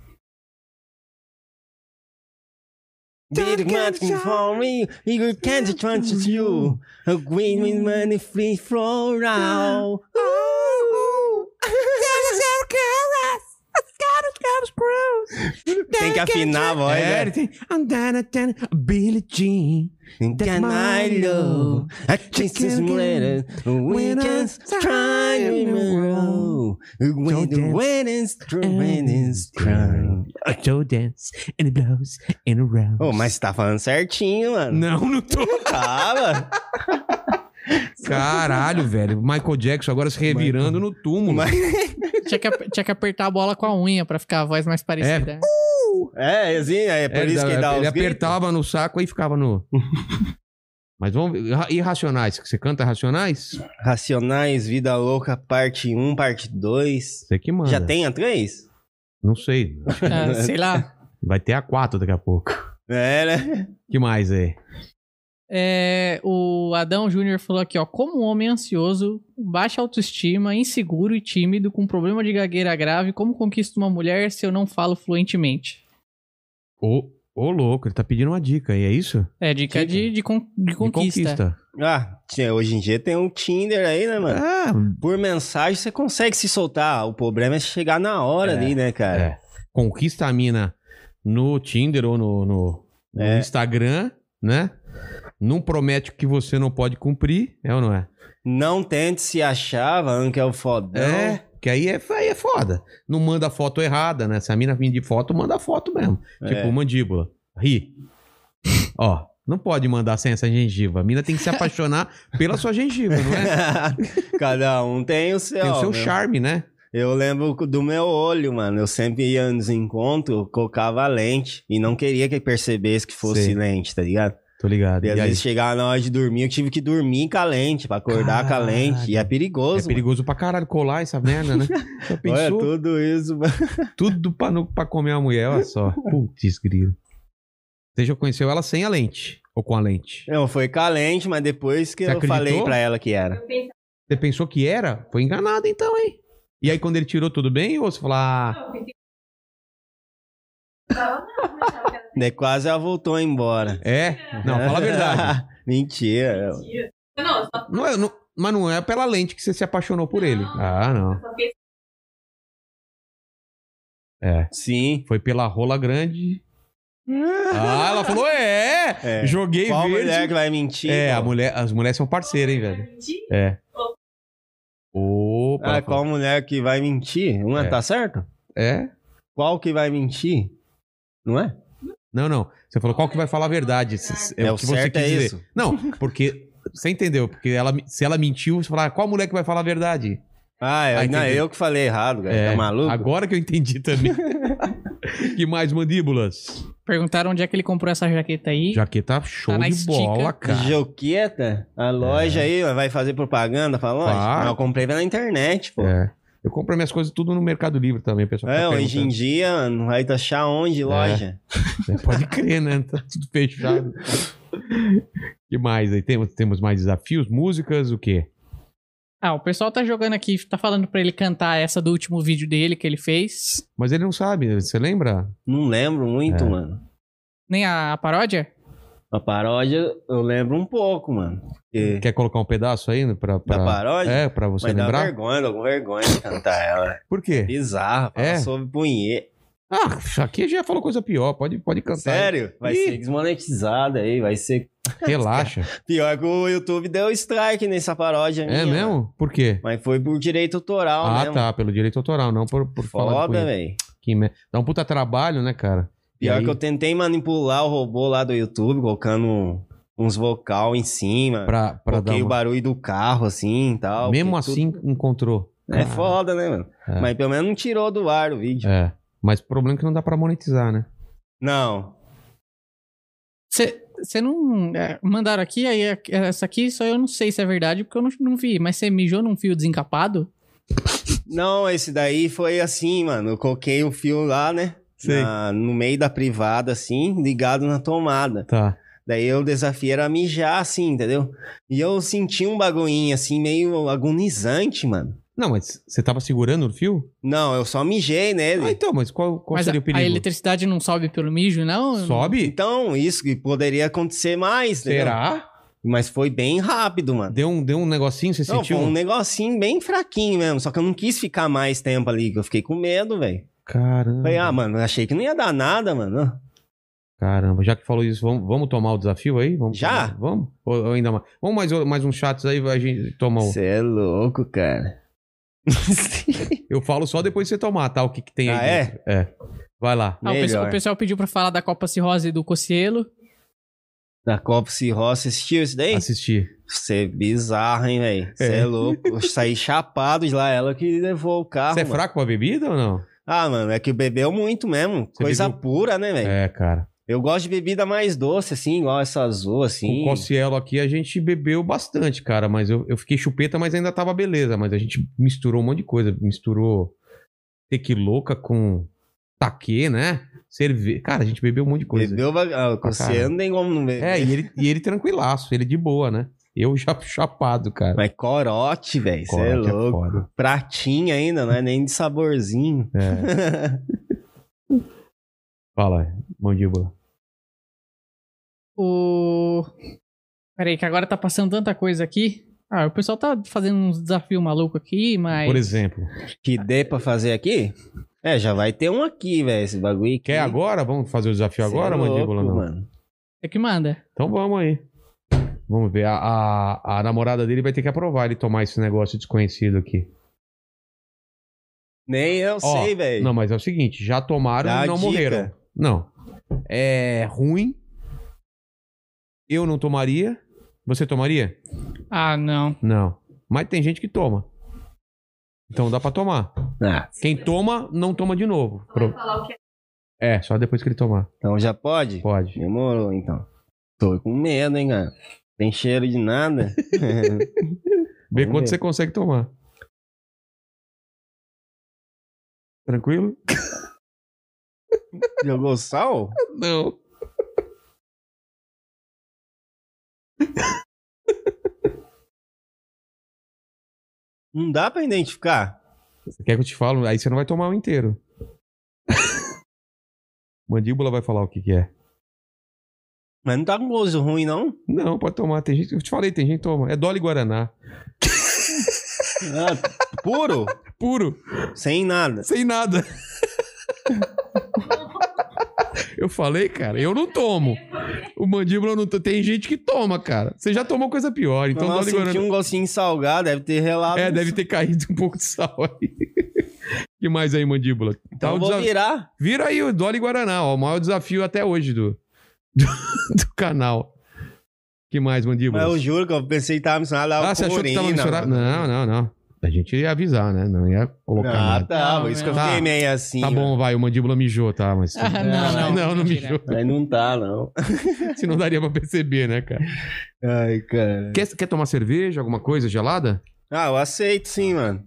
S2: Did nothing for me, you can't trust you. A green
S1: Hum.
S2: with money free for all.
S1: Uh,
S2: Tem que afinar a voz,
S1: É.
S2: né?
S1: Billy Jean.
S2: Can I love I taste this letter We can try and roll When the wind is when is crying
S1: I do dance and it blows and it rounds.
S2: Oh, mas você tá falando certinho, mano. Tá,
S1: Não, não tô.
S2: Tava.
S1: Caralho, velho. Michael Jackson agora se revirando no túmulo.
S2: Mas-
S3: Tinha que, ap- tinha que apertar a bola com a unha pra ficar a voz mais parecida.
S2: É, assim, é por
S1: É,
S2: isso que dá
S1: ele
S2: os gritos.
S1: apertava no saco e ficava no. Mas vamos ver. Ra- E Racionais? Você canta Racionais?
S2: Racionais, Vida Louca, parte 1, parte 2.
S1: Você que manda.
S2: Já tem a 3?
S1: Não sei.
S3: Ah, sei lá.
S1: Vai ter a quatro daqui a pouco.
S2: É, né?
S1: que mais aí?
S3: É, o Adão Júnior falou aqui, ó. Como um homem ansioso, com baixa autoestima, inseguro e tímido, com problema de gagueira grave, como conquisto uma mulher se eu não falo fluentemente?
S1: Ô, ô, louco, ele tá pedindo uma dica aí, é isso?
S3: É dica de, de, con- de conquista.
S2: Ah, tinha- hoje em dia tem um Tinder aí, né, mano?
S1: Ah,
S2: Por mensagem você consegue se soltar. O problema é chegar na hora
S1: É,
S2: ali, né, cara?
S1: é. Conquista a mina no Tinder ou no, no- no
S2: É.
S1: Instagram, né? Não promete o que você não pode cumprir, é ou não é?
S2: Não tente se achar, falando que é o fodão.
S1: Que aí é, aí é foda. Não manda foto errada, né? Se a mina vir de foto, manda foto mesmo.
S2: É.
S1: Tipo, mandíbula. Ri. Ó, não pode mandar sem essa gengiva. A mina tem que se apaixonar pela sua gengiva, não é?
S2: Cada um tem o seu.
S1: Tem o seu
S2: meu.
S1: charme, né?
S2: Eu lembro do meu olho, mano. Eu sempre ia nos encontros, colocava a lente e não queria que percebesse que fosse
S1: Sei.
S2: lente, tá ligado?
S1: Tô ligado.
S2: E às
S1: E aí,
S2: vezes é chegava na hora de dormir, eu tive que dormir com a lente, pra acordar com a lente. E é
S1: é
S2: perigoso.
S1: perigoso pra caralho colar essa merda, né? Já
S2: mano. Olha
S1: pensou?
S2: tudo isso, mano.
S1: Tudo pra, no- pra comer a mulher, olha só. Putz, grilo. Você já conheceu ela sem a lente? Ou com a lente?
S2: Não, foi com a lente, mas depois que
S1: Você
S2: eu
S1: acreditou?
S2: falei pra ela que era.
S1: Você pensou que era? Foi enganado então, hein? E aí quando ele tirou, tudo bem? Ou você falou, ah,
S4: é
S2: Daí quase ela voltou embora.
S1: é? Não, fala a verdade.
S2: Mentira.
S1: Não é, não- mas não é pela lente que você se apaixonou por ele. Ah, não. É,
S2: Sim.
S1: foi pela rola grande. Ah, ela falou, é!
S2: É.
S1: Joguei
S2: Qual
S1: verde.
S2: mulher que vai mentir?
S1: É, a
S2: pô?
S1: mulher, as mulheres são parceiras, hein, velho? É. Opa!
S2: Ah,
S1: ela
S2: qual
S1: falou-
S2: mulher que vai mentir? Uma
S1: É.
S2: tá certo?
S1: É?
S2: Qual que vai mentir? Não é?
S1: Não, não. Você falou qual que vai falar a verdade. Se- É, o que você quis dizer. "Ah, Não, porque. Você entendeu? Porque ela, se ela mentiu, você fala, qual mulher que vai falar a verdade?
S2: Ah, eu,
S1: Ah,
S2: não,
S1: entendi.
S2: eu que falei errado, cara.
S1: É,
S2: Tá maluco?
S1: Agora que eu entendi também. que mais, mandíbulas?
S3: Perguntaram onde é que ele comprou essa jaqueta aí.
S1: Jaqueta show
S3: Tá na
S1: de
S3: estica.
S1: bola, cara. É.
S2: Joqueta, a loja aí ó, vai fazer propaganda pra loja?
S1: Claro.
S2: Não, eu comprei na internet, pô. É,
S1: É. Eu compro minhas coisas tudo no Mercado Livre também, pessoal. tá
S2: hoje em dia não vai achar onde loja.
S1: perguntando. É, Pode crer, né? Tá tudo fechado. que mais aí? Temos, temos mais desafios, músicas, o quê?
S3: Ah, o pessoal tá jogando aqui, tá falando pra ele cantar essa do último vídeo dele que ele fez.
S1: Mas ele não sabe, você lembra?
S2: Não lembro muito,
S1: É.
S2: mano.
S3: Nem a, a paródia?
S2: A paródia eu lembro um pouco, mano. Porque
S1: Quer colocar um pedaço aí pra, pra...
S2: da paródia,
S1: É, pra você
S2: mas dá
S1: lembrar?
S2: vergonha, dá com vergonha de cantar ela.
S1: Por quê?
S2: Bizarra, fala
S1: É?
S2: sobre punheta.
S1: Ah, aqui já falou coisa pior, pode, pode cantar.
S2: Sério? Vai
S1: Ih.
S2: ser desmonetizada aí, vai ser...
S1: Relaxa.
S2: Pior que o YouTube deu strike nessa paródia minha.
S1: é mesmo? Por quê?
S2: Mas foi por direito autoral
S1: Ah,
S2: mesmo.
S1: tá, pelo direito autoral, não por, por falar de
S2: Foda,
S1: punheta.
S2: velho.
S1: Que me- Dá um puta trabalho, né, cara? E
S2: Pior
S1: aí-
S2: que eu tentei manipular o robô lá do YouTube, colocando uns vocal em cima.
S1: Pra, pra dar
S2: coloquei o
S1: uma...
S2: barulho do carro, assim e tal.
S1: Mesmo
S2: porque
S1: assim, encontrou. Ah,
S2: tudo- É
S1: Cara,
S2: foda, né, mano?
S1: É.
S2: Mas pelo menos não tirou do ar o vídeo.
S1: É. Mas o problema é que não dá pra monetizar, né?
S2: Não.
S3: Você não. é, mandaram aqui, aí é- essa aqui só eu não sei se é verdade, porque eu não, não vi. Mas você mijou num fio desencapado?
S2: Não, esse daí foi assim, mano. Eu coloquei o fio lá, né?
S1: Sei.
S2: na- no meio da privada, assim, ligado na tomada.
S1: Tá.
S2: Daí eu desafiei era mijar, assim, entendeu? E eu senti um bagulhinho, assim, meio agonizante, mano.
S1: Não, mas você tava segurando o fio?
S2: Não, eu só mijei nele.
S1: Ah, então, mas qual, qual
S3: mas tá
S1: seria
S3: a,
S1: o perigo?
S3: a eletricidade não sobe pelo mijo, não?
S1: Sobe?
S2: Então, isso que poderia acontecer mais, entendeu?
S1: Será?
S2: Mas foi bem rápido, mano.
S1: Deu um, deu um negocinho, você
S2: Não, foi
S1: sentiu?
S2: um negocinho bem fraquinho mesmo. Só que eu não quis ficar mais tempo ali, que eu fiquei com medo, velho.
S1: Caramba.
S2: Falei, ah, mano, achei que não ia dar nada, mano.
S1: Caramba, já que falou isso, vamos, vamos tomar o desafio aí? Vamos
S2: Já?
S1: tomar- Vamos? Ou, ou ainda mais? Vamos mais, mais uns chatos aí, a gente toma um. o...
S2: Você é louco, cara.
S1: Eu falo só depois de você tomar, tá? O que, que tem
S2: Ah,
S1: aí
S2: é?
S1: dentro. É. Vai lá.
S3: Ah, o, pessoal,
S2: Melhor.
S3: o pessoal pediu pra falar da Copa Cirrose e do Cocielo.
S2: Da Copa Cirró, você assistiu isso daí?
S1: Assistir.
S2: Você é bizarro, hein, velho? Você é.
S1: É.
S2: louco. Eu saí chapado de lá, ela que levou o carro.
S1: Você é
S2: mano.
S1: fraco pra bebida ou não?
S2: Ah, mano, é que bebeu muito mesmo.
S1: Você
S2: Coisa
S1: bebeu-
S2: pura, né, velho?
S1: É, cara.
S2: Eu gosto de bebida mais doce, assim, igual essa azul, assim.
S1: Com o Cossielo aqui a gente bebeu bastante, cara. Mas eu, eu fiquei chupeta, mas ainda tava beleza. Mas a gente misturou um monte de coisa. Misturou tequiloca com taquê, né? Cerveja. Cara, a gente bebeu um monte de coisa.
S2: Bebeu bagulho.
S1: Pra
S2: Você
S1: caralho.
S2: não tem como não beber.
S1: É, e ele, e ele tranquilaço, ele de boa, né? Eu já chapado, cara.
S2: Mas corote, velho. Você é
S1: Corote é
S2: louco.
S1: foda.
S2: Pratinha ainda, não é nem de saborzinho.
S1: É. Fala, mandíbula.
S3: O. Peraí, que agora tá passando tanta coisa aqui. Ah, o pessoal tá fazendo uns desafios malucos aqui, mas.
S1: Por exemplo.
S2: que dê pra fazer aqui? É, já vai ter um aqui, velho. Esse bagulho aqui.
S1: Quer agora? Vamos fazer o desafio
S2: Cê
S1: agora,
S2: é louco,
S1: mandíbula? Não.
S2: Mano.
S3: É que manda.
S1: Então vamos aí. Vamos ver. A, a, a namorada dele vai ter que aprovar ele tomar esse negócio desconhecido aqui.
S2: Nem eu
S1: Ó,
S2: sei, velho.
S1: Não, mas é o seguinte: já tomaram
S2: Dá
S1: e não
S2: a dica.
S1: morreram. Não. É ruim. Eu não tomaria. Você tomaria?
S3: Ah, não.
S1: Não. Mas tem gente que toma. Então dá pra tomar.
S2: Ah,
S1: Quem toma, não toma de novo. Pro- É, só depois que ele tomar.
S2: então já pode?
S1: Pode.
S2: Demorou, então. Tô com medo, hein, cara. Tem cheiro de nada.
S1: Vê
S2: Vamos
S1: quanto
S2: ver.
S1: você consegue tomar. Tranquilo?
S2: Jogou sal?
S1: Não.
S2: Não dá pra identificar.
S1: Você quer que eu te falo? Aí você não vai tomar o inteiro. Mandíbula vai falar o que, que é.
S2: Mas não tá com gozo ruim, não?
S1: Não, pode tomar. Tem gente. Eu te falei, tem gente que toma. É Dolly Guaraná.
S2: Ah, puro?
S1: Puro,
S2: Sem nada.
S1: sem nada. Eu falei, cara, eu não tomo. O mandíbula não to- Tem gente que toma, cara. Você já tomou coisa pior, então
S2: Então, Nossa,
S1: Dolly Guaraná.
S2: senti um gostinho salgado, deve ter relado.
S1: É, deve ter caído um pouco de sal aí. que mais aí, mandíbula? Tá
S2: Então
S1: o
S2: eu vou
S1: desa-
S2: virar.
S1: Vira aí o Dolly Guaraná, ó, o maior desafio até hoje do, do, do canal. que mais,
S2: Mas
S1: mandíbula?
S2: eu juro que eu pensei que tava Ah, misturado
S1: Ah,
S2: lá
S1: você achou que tava misturado? Não, não, não. A gente ia avisar, né? Não ia colocar
S2: Ah,
S1: nada.
S2: tá.
S3: Não,
S2: isso que eu
S1: não.
S2: fiquei
S1: Tá.
S2: meio assim.
S1: Tá bom, vai, o mandíbula mijou, tá? Mas.
S3: Ah,
S1: não,
S3: não, não.
S1: não
S3: mentira.
S1: mijou.
S2: Mas não tá, não.
S1: Se não daria pra perceber, né, cara?
S2: Ai, cara.
S1: Quer, quer tomar cerveja, alguma coisa gelada?
S2: Ah, eu aceito sim, mano.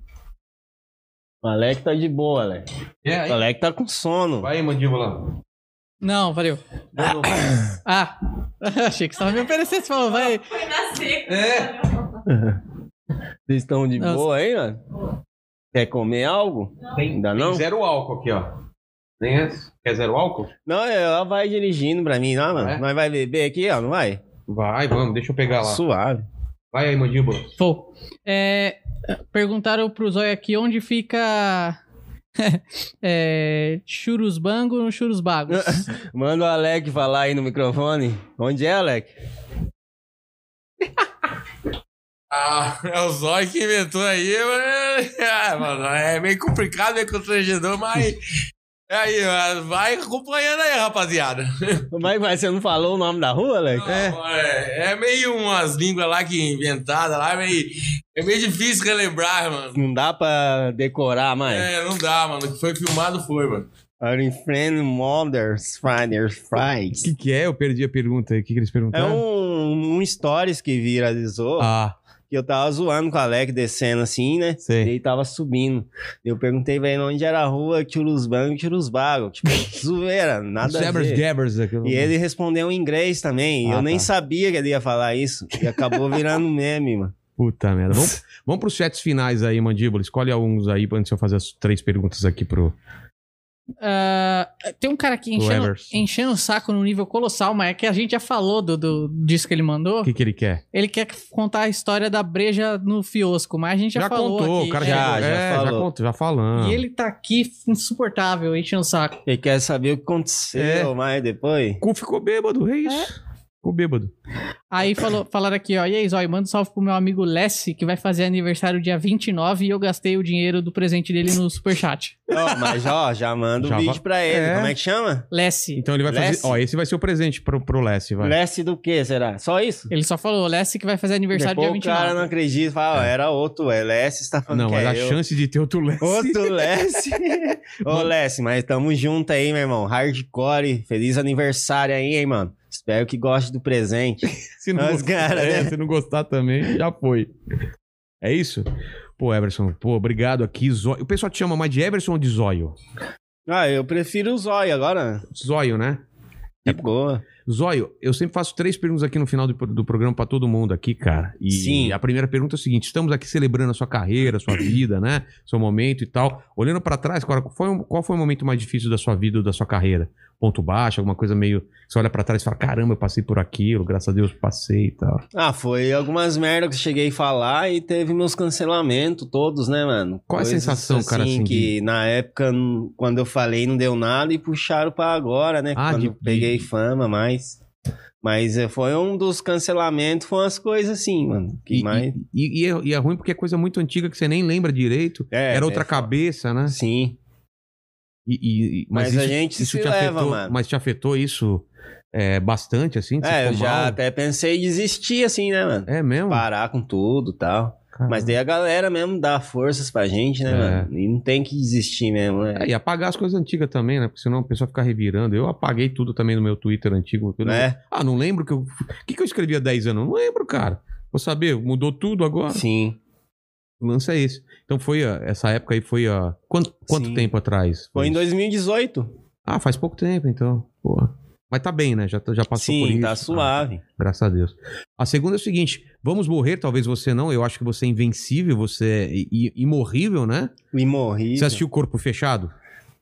S2: O Alec tá de boa, Alec.
S1: É,
S2: O Alec tá com sono.
S1: Vai aí, mandíbula.
S3: Não, valeu. Ah, achei que você tava me oferecendo. Você falou, vai.
S4: Foi na seca.
S2: Vocês estão de
S3: Nossa.
S2: boa aí, mano? Quer comer algo? Ainda não?
S1: zero álcool aqui, ó. Tem essa? Quer zero álcool?
S2: Não, é, ela vai dirigindo pra mim, não, mano.
S1: É?
S2: Nós vai beber aqui, ó, não vai?
S1: Vai, vamos, deixa eu pegar lá.
S2: Suave.
S1: Vai aí, mandíbula.
S3: Vou. É, perguntaram pro Zóio aqui onde fica. é, churusbango no churusbago.
S2: Manda o Alec falar aí no microfone. Onde é, Alec?
S5: Ah, é o Zói que inventou aí, mas... ah, mano, é meio complicado, meio constrangedor, mas... É aí, mas vai acompanhando aí, rapaziada.
S2: Mas, mas é você não falou o nome da rua, Alec?
S5: Não, É, é meio umas línguas lá que inventadas lá, é meio, é meio difícil relembrar, mano.
S2: Não dá pra decorar mais.
S5: É, não dá, mano. O que foi filmado foi, mano.
S2: Are in friend mothers Fridays
S1: O
S2: fries.
S1: que, que é? Eu perdi a pergunta aí. O que, que eles
S2: É
S1: perguntaram?
S2: um, um stories que viralizou,
S1: Ah,
S2: que eu tava zoando com o Alec descendo assim, né? E
S1: sei.
S2: ele tava subindo. Eu perguntei pra ele onde era a rua, Churusbango e Churusbago. Tipo, zoeira, nada a
S1: Jabbers
S2: ver.
S1: Jabbers aquilo.
S2: E ele respondeu em inglês também. e
S1: Ah,
S2: eu nem
S1: tá.
S2: sabia que ele ia falar isso. E acabou virando meme, mano.
S1: Puta merda. Vamos, vamos pros sets finais aí, mandíbula. Escolhe alguns aí antes de eu fazer as três perguntas aqui pro.
S3: Ah, tem um cara aqui enchendo,
S1: Evers.
S3: enchendo o saco no nível colossal, mas é que a gente já falou do, do disso que ele mandou.
S1: O que, que ele quer?
S3: Ele quer contar a história da breja no fiosco, mas a gente já, falou.
S1: contou,
S3: aqui,
S1: o cara
S3: né?
S2: Já,
S1: já,
S2: já
S1: é, já
S2: falou.
S1: contou, já falando.
S3: E ele tá aqui insuportável, enchendo o saco.
S2: Ele quer saber o que aconteceu
S1: É.
S2: mais depois.
S1: Cu ficou bêbado, é isso. Ficou bêbado. É.
S3: Aí falou, falaram aqui, ó. E aí, Zói, manda um salve pro meu amigo Lessie, que vai fazer aniversário dia 29 e eu gastei o dinheiro do presente dele no superchat.
S2: Ó, mas ó, já manda o
S1: Já
S2: vídeo
S1: va-
S2: pra ele.
S1: É.
S2: Como é que chama?
S3: Lessie.
S1: Então ele vai fazer.
S2: Lesse?
S1: Ó, esse vai ser o presente pro, pro Leste, vai.
S2: Leste do que, será? Só isso?
S3: Ele só falou, Lessie que vai fazer aniversário
S2: Depois
S3: dia
S2: o
S3: 29.
S2: cara né? não acredita, fala, ó, era outro, é Leste, você tá falando
S1: Não,
S2: que
S1: mas
S2: é
S1: a
S2: eu.
S1: chance de ter outro Leste.
S2: Outro Leste. Ô, Leste, mas tamo junto aí, meu irmão. Hardcore, feliz aniversário aí, hein, mano. Espero que goste do presente.
S1: Se não,
S2: Mas,
S1: gostar,
S2: cara,
S1: é,
S2: né?
S1: se não gostar também, já foi. É isso? Pô, Everson, pô, obrigado aqui. Zóio. O pessoal te chama mais de Everson ou de Zóio?
S2: Ah, eu prefiro o Zóio agora.
S1: Zóio, né?
S2: É boa.
S1: Zóio, eu sempre faço três perguntas aqui no final do, do programa pra todo mundo aqui, cara. E
S2: Sim.
S1: a primeira pergunta é o seguinte: estamos aqui celebrando a sua carreira, a sua vida, né? Seu momento e tal. Olhando pra trás, cara, qual foi, o- qual foi o momento mais difícil da sua vida ou da sua carreira? Ponto baixo, alguma coisa meio. Você olha pra trás e fala: caramba, eu passei por aquilo, graças a Deus passei e tal.
S2: Ah, foi algumas merdas que eu cheguei a falar e teve meus cancelamentos todos, né, mano?
S1: Qual é a
S2: Coisas
S1: sensação, cara, assim,
S2: que na época, n- quando eu falei, não deu nada e puxaram pra agora, né?
S1: Ah,
S2: quando
S1: de-
S2: eu peguei fama, mas... Mas eh, foi um dos cancelamentos, foi umas coisas assim, mano. Que
S1: E,
S2: mais...
S1: e- e é, e é ruim porque é coisa muito antiga que você nem lembra direito.
S2: É,
S1: Era outra
S2: é,
S1: cabeça, né?
S2: Sim.
S1: E- e- e-
S2: Mas a gente se leva,
S1: afetou,
S2: mano.
S1: Mas te afetou isso é, bastante, assim? Você
S2: É, eu
S1: ficou
S2: já
S1: mal?
S2: até pensei em desistir, assim, né, mano?
S1: É mesmo?
S2: Parar com tudo e tal.
S1: Caramba.
S2: Mas daí a galera mesmo dá forças pra gente, né,
S1: É.
S2: mano? E não tem que desistir mesmo, né?
S1: É, e apagar as coisas antigas também, né? Porque senão a pessoa fica revirando. Eu apaguei tudo também no meu Twitter antigo. Eu não-
S2: né?
S1: Ah, não lembro que eu. O que, que eu escrevi há 10 anos? Eu Não lembro, cara. Vou saber, mudou tudo agora.
S2: Sim.
S1: O lance é esse. Então foi ah, essa época aí, foi a. Quanto, quanto
S2: Sim.
S1: tempo atrás?
S2: Foi em
S1: isso?
S2: 2018.
S1: Ah, faz pouco tempo, então. Porra. Mas tá bem, né? Já, tá- já passou por
S2: Sim,
S1: isso.
S2: tá
S1: Ah,
S2: suave.
S1: Graças a Deus. A segunda é o seguinte: vamos morrer, talvez você não. Eu acho que você é invencível, você é i- i- imorrível, né?
S2: E morri.
S1: Você assistiu Corpo Fechado?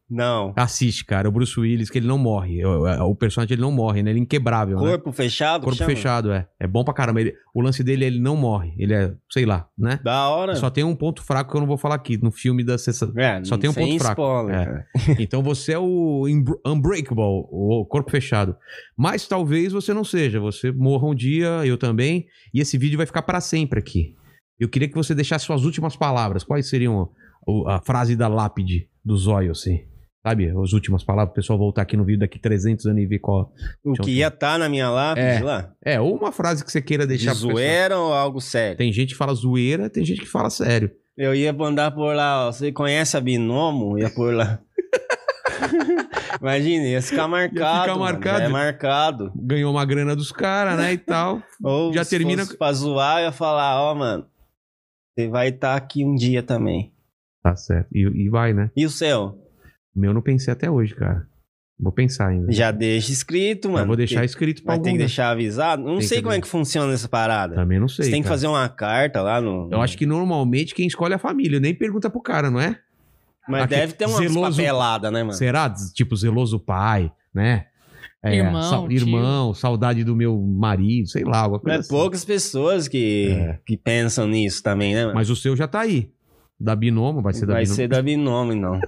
S2: Não.
S1: Assiste, cara. O Bruce Willis, que ele não morre. O, o personagem ele não morre, né? Ele é inquebrável, né?
S2: Corpo fechado? que
S1: Corpo
S2: chama?
S1: fechado, é. É bom pra caramba. Ele- o lance dele, ele não morre. Ele é, sei lá, né?
S2: Da hora.
S1: Só tem um ponto fraco que eu não vou falar aqui, no filme da sessão.
S2: É,
S1: só tem um
S2: sem
S1: ponto fraco.
S2: spoiler,
S1: É.
S2: cara.
S1: Então você é o imbr- unbreakable, o corpo fechado. Mas talvez você não seja. Você morra um dia, eu também. E esse vídeo vai ficar pra sempre aqui. Eu queria que você deixasse suas últimas palavras. Quais seriam o- a frase da lápide do zóio, assim? Sabe? As últimas palavras. O pessoal voltar aqui no vídeo daqui 300 anos e ver qual.
S2: O
S1: Tchau,
S2: que ia estar na minha lápide
S1: É.
S2: lá?
S1: É, ou uma frase que você queira
S2: De
S1: deixar pro pessoal.
S2: zoeira ou algo sério?
S1: Tem gente que fala zoeira, tem gente que fala sério.
S2: Eu ia mandar por lá, ó. Você conhece a Binomo? Ia por lá. Imagina, ia ficar marcado. mano,
S1: marcado.
S2: já É marcado.
S1: Ganhou uma grana dos caras, né? E tal.
S2: Ou
S1: Já
S2: se
S1: termina-
S2: fosse pra zoar, eu ia falar, ó, mano. Você vai estar aqui um dia também.
S1: Tá certo. E, e vai, né?
S2: E o seu?
S1: O meu eu não pensei até hoje, cara. Vou pensar ainda.
S2: Já deixa escrito,
S1: Eu
S2: mano.
S1: vou deixar
S2: porque
S1: escrito pra
S2: Vai ter
S1: algum.
S2: que
S1: né?
S2: deixar avisado. Não
S1: Tem
S2: sei
S1: que
S2: como é
S1: avisar.
S2: que funciona essa parada.
S1: Também não sei.
S2: Você tem que
S1: cara.
S2: fazer uma carta lá no.
S1: Eu acho que normalmente quem escolhe é a família, nem pergunta pro cara, não é?
S2: Mas
S1: aqui,
S2: deve ter uma
S1: zeloso-
S2: papelada, né, mano?
S1: Será? Z- Tipo, zeloso pai, né? É,
S3: Irmão, tio.
S1: irmão, saudade do meu marido, sei lá, alguma
S2: Não
S1: coisa.
S2: é
S1: assim.
S2: poucas pessoas que,
S1: É.
S2: que pensam nisso também, né, mano?
S1: Mas o seu já tá aí. Da binomo, vai ser é da
S2: Vai
S1: binomo.
S2: ser da então. binômio, não.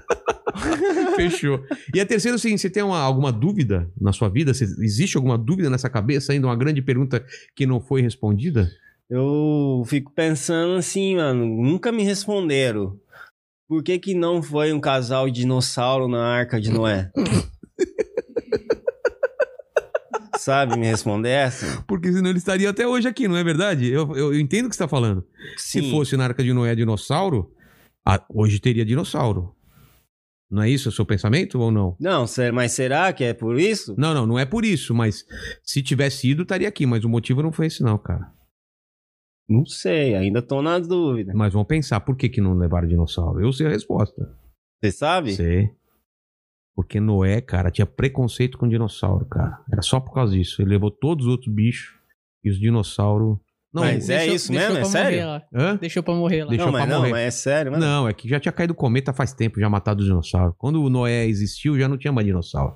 S1: Fechou. E a terceira, assim, você tem uma- alguma dúvida na sua vida? Você- existe alguma dúvida nessa cabeça ainda? Uma grande pergunta que não foi respondida?
S2: Eu fico pensando assim, mano, nunca me responderam. Por que que não foi um casal de dinossauro na Arca de Noé? Sabe me responder essa?
S1: Porque senão ele estaria até hoje aqui, não é verdade? Eu, eu- eu entendo o que você tá falando.
S2: Sim.
S1: Se fosse na Arca de Noé dinossauro, a- hoje teria dinossauro. Não é isso o seu pensamento ou não?
S2: Não, ser- mas será que é por isso?
S1: Não, não, não é por isso, mas se tivesse ido, estaria aqui. Mas o motivo não foi esse, não, cara.
S2: Não sei, ainda tô na dúvida.
S1: Mas vamos pensar, por que, que não levaram dinossauro? Eu sei a resposta.
S2: Você sabe?
S1: Sei. Porque Noé, cara, tinha preconceito com dinossauro, cara. Era só por causa disso. Ele levou todos os outros bichos e os dinossauros. Não,
S2: Mas é
S3: Deixou-
S2: isso
S3: deixou
S2: mesmo? É
S3: pra
S2: sério?
S3: morrer lá.
S1: hã?
S3: Deixou pra morrer lá.
S1: Deixa-
S2: não,
S1: eu
S2: mas
S1: pra
S2: não,
S1: morrer.
S2: mas é sério, mano.
S1: Não, é que já tinha caído cometa faz tempo, já matado os dinossauros. Quando o Noé existiu, já não tinha mais dinossauro.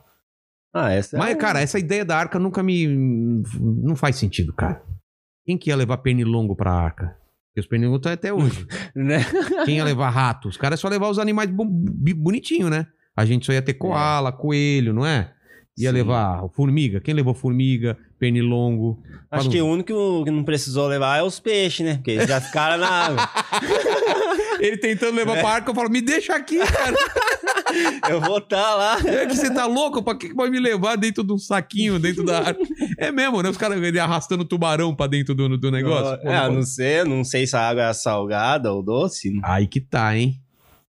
S2: Ah, é sério.
S1: Mas, cara, essa ideia da arca nunca me. Não faz sentido, cara. Quem que ia levar pernilongo pra arca? Porque os pernilongos estão até hoje.
S2: Né?
S1: Quem ia levar rato? Os caras só levar os animais bu- bi- bonitinho, né? A gente só ia ter koala, coelho, não é? Ia
S2: É. Sim.
S1: levar formiga. Quem levou formiga, pernilongo?
S2: Acho
S1: Fala.
S2: que o único que não precisou levar é os peixes, né? Porque eles já ficaram na água.
S1: Ele tentando
S2: É.
S5: É.
S1: levar pra arca, eu falo, me deixa aqui, cara.
S2: Eu vou estar lá.
S1: É que você tá louco? Pra que que vai me levar dentro de um saquinho, dentro da arca? É mesmo, né? Os caras ele arrastando tubarão pra dentro do, do negócio. Pô,
S2: é,
S1: não
S2: não,
S1: pode.
S2: sei, não sei se a água é salgada ou doce. né?
S1: Aí que tá, hein?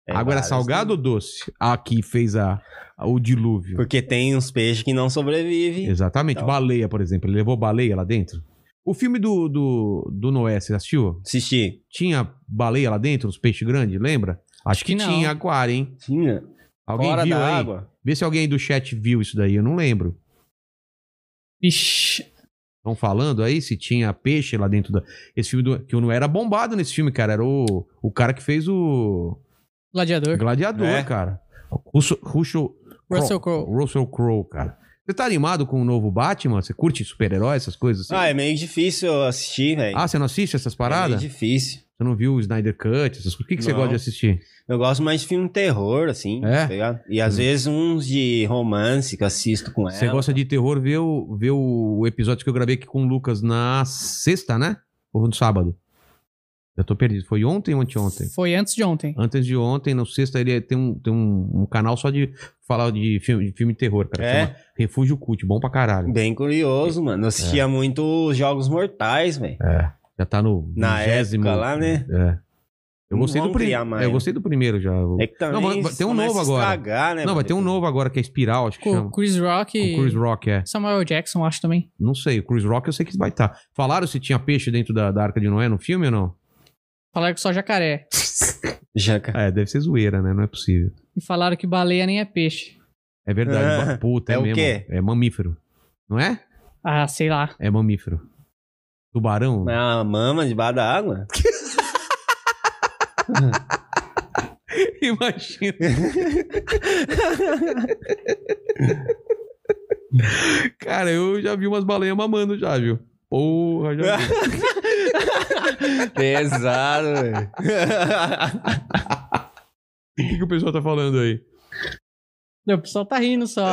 S2: É
S1: água era
S2: várias,
S1: salgada
S2: né?
S1: ou doce? A que fez a, a- o dilúvio.
S2: Porque tem uns peixes que não sobrevivem.
S1: Exatamente.
S2: Então.
S1: Baleia, por exemplo. Ele levou baleia lá dentro? O filme do, do, do Noé, você assistiu?
S2: Assisti.
S1: Tinha baleia lá dentro, uns peixes grandes, lembra? Acho que,
S3: que não.
S1: tinha agora, hein?
S2: Tinha.
S1: Alguém
S2: Fora
S1: viu
S2: da
S1: aí?
S2: água.
S1: Vê se alguém aí do chat viu isso daí, eu não lembro.
S3: Ixi,
S1: Estão falando aí se tinha peixe lá dentro da. Esse filme do. Que o Noé era bombado nesse filme, cara. Era o, o cara que fez o.
S3: gladiador.
S1: Gladiador,
S2: É.
S1: cara. Russo, Russo,
S3: Russell Crowe.
S1: Russell Crowe, cara. Você tá animado com o novo Batman? Você curte super-herói, essas coisas assim?
S2: Ah, é meio difícil eu assistir, velho.
S1: Ah, você não assiste essas
S2: É
S1: paradas?
S2: meio difícil.
S1: Você não viu o Snyder Cut? Essas... coisas? O que, que você
S2: Não.
S1: gosta de assistir?
S2: Eu gosto mais de filme terror, assim.
S1: É?
S2: tá ligado? E às vezes uns de romance que eu assisto com ela.
S1: Você gosta de terror? Vê o, vê o episódio que eu gravei aqui com o Lucas na sexta, né? Ou no sábado? Eu tô perdido. Foi ontem ou anteontem?
S3: Foi antes de ontem.
S1: Antes de ontem, na sexta, ele tem um, tem um, um canal só de falar de filme de, filme de terror, cara.
S2: É?
S1: Chama Refúgio Cult, bom pra caralho.
S2: Bem curioso, mano. Eu assistia
S1: É.
S2: muito os Jogos Mortais, velho.
S1: Já tá no
S2: Na
S1: vigésimo.
S2: época lá, né?
S1: É. Eu
S2: Não
S1: gostei, do
S2: vamos
S1: prim...
S2: criar mais,
S1: é, eu
S2: né?
S1: gostei do primeiro já.
S2: É que
S1: Não,
S2: também
S1: vai- tem um
S2: começa
S1: novo
S2: a
S1: agora.
S2: estragar, né,
S1: não, vai
S2: mano?
S1: ter um novo agora que é Espiral, acho que
S3: Com
S1: chama.
S3: o Chris Rock
S1: Com
S3: e
S1: o Chris Rock, é.
S3: Samuel Jackson, acho também.
S1: Não sei, o Chris Rock eu sei que vai estar. Falaram se tinha peixe dentro da, da Arca de Noé no filme ou não?
S3: Falaram que só jacaré.
S2: Jaca.
S1: É, deve ser zoeira, né? Não é possível.
S3: E falaram que baleia nem é peixe.
S1: É verdade,
S2: Ah,
S1: ba- puta, é,
S2: é o
S1: mesmo.
S2: quê?
S1: É mamífero. Não é?
S3: Ah, sei lá.
S1: É mamífero. Tubarão?
S2: Mas ela É mama debaixo da água?
S1: Imagina. Cara, eu já vi umas baleias mamando já, viu? Porra, já vi.
S2: Pesado, velho.
S1: O que, que o pessoal tá falando aí?
S3: Não, O pessoal tá rindo só.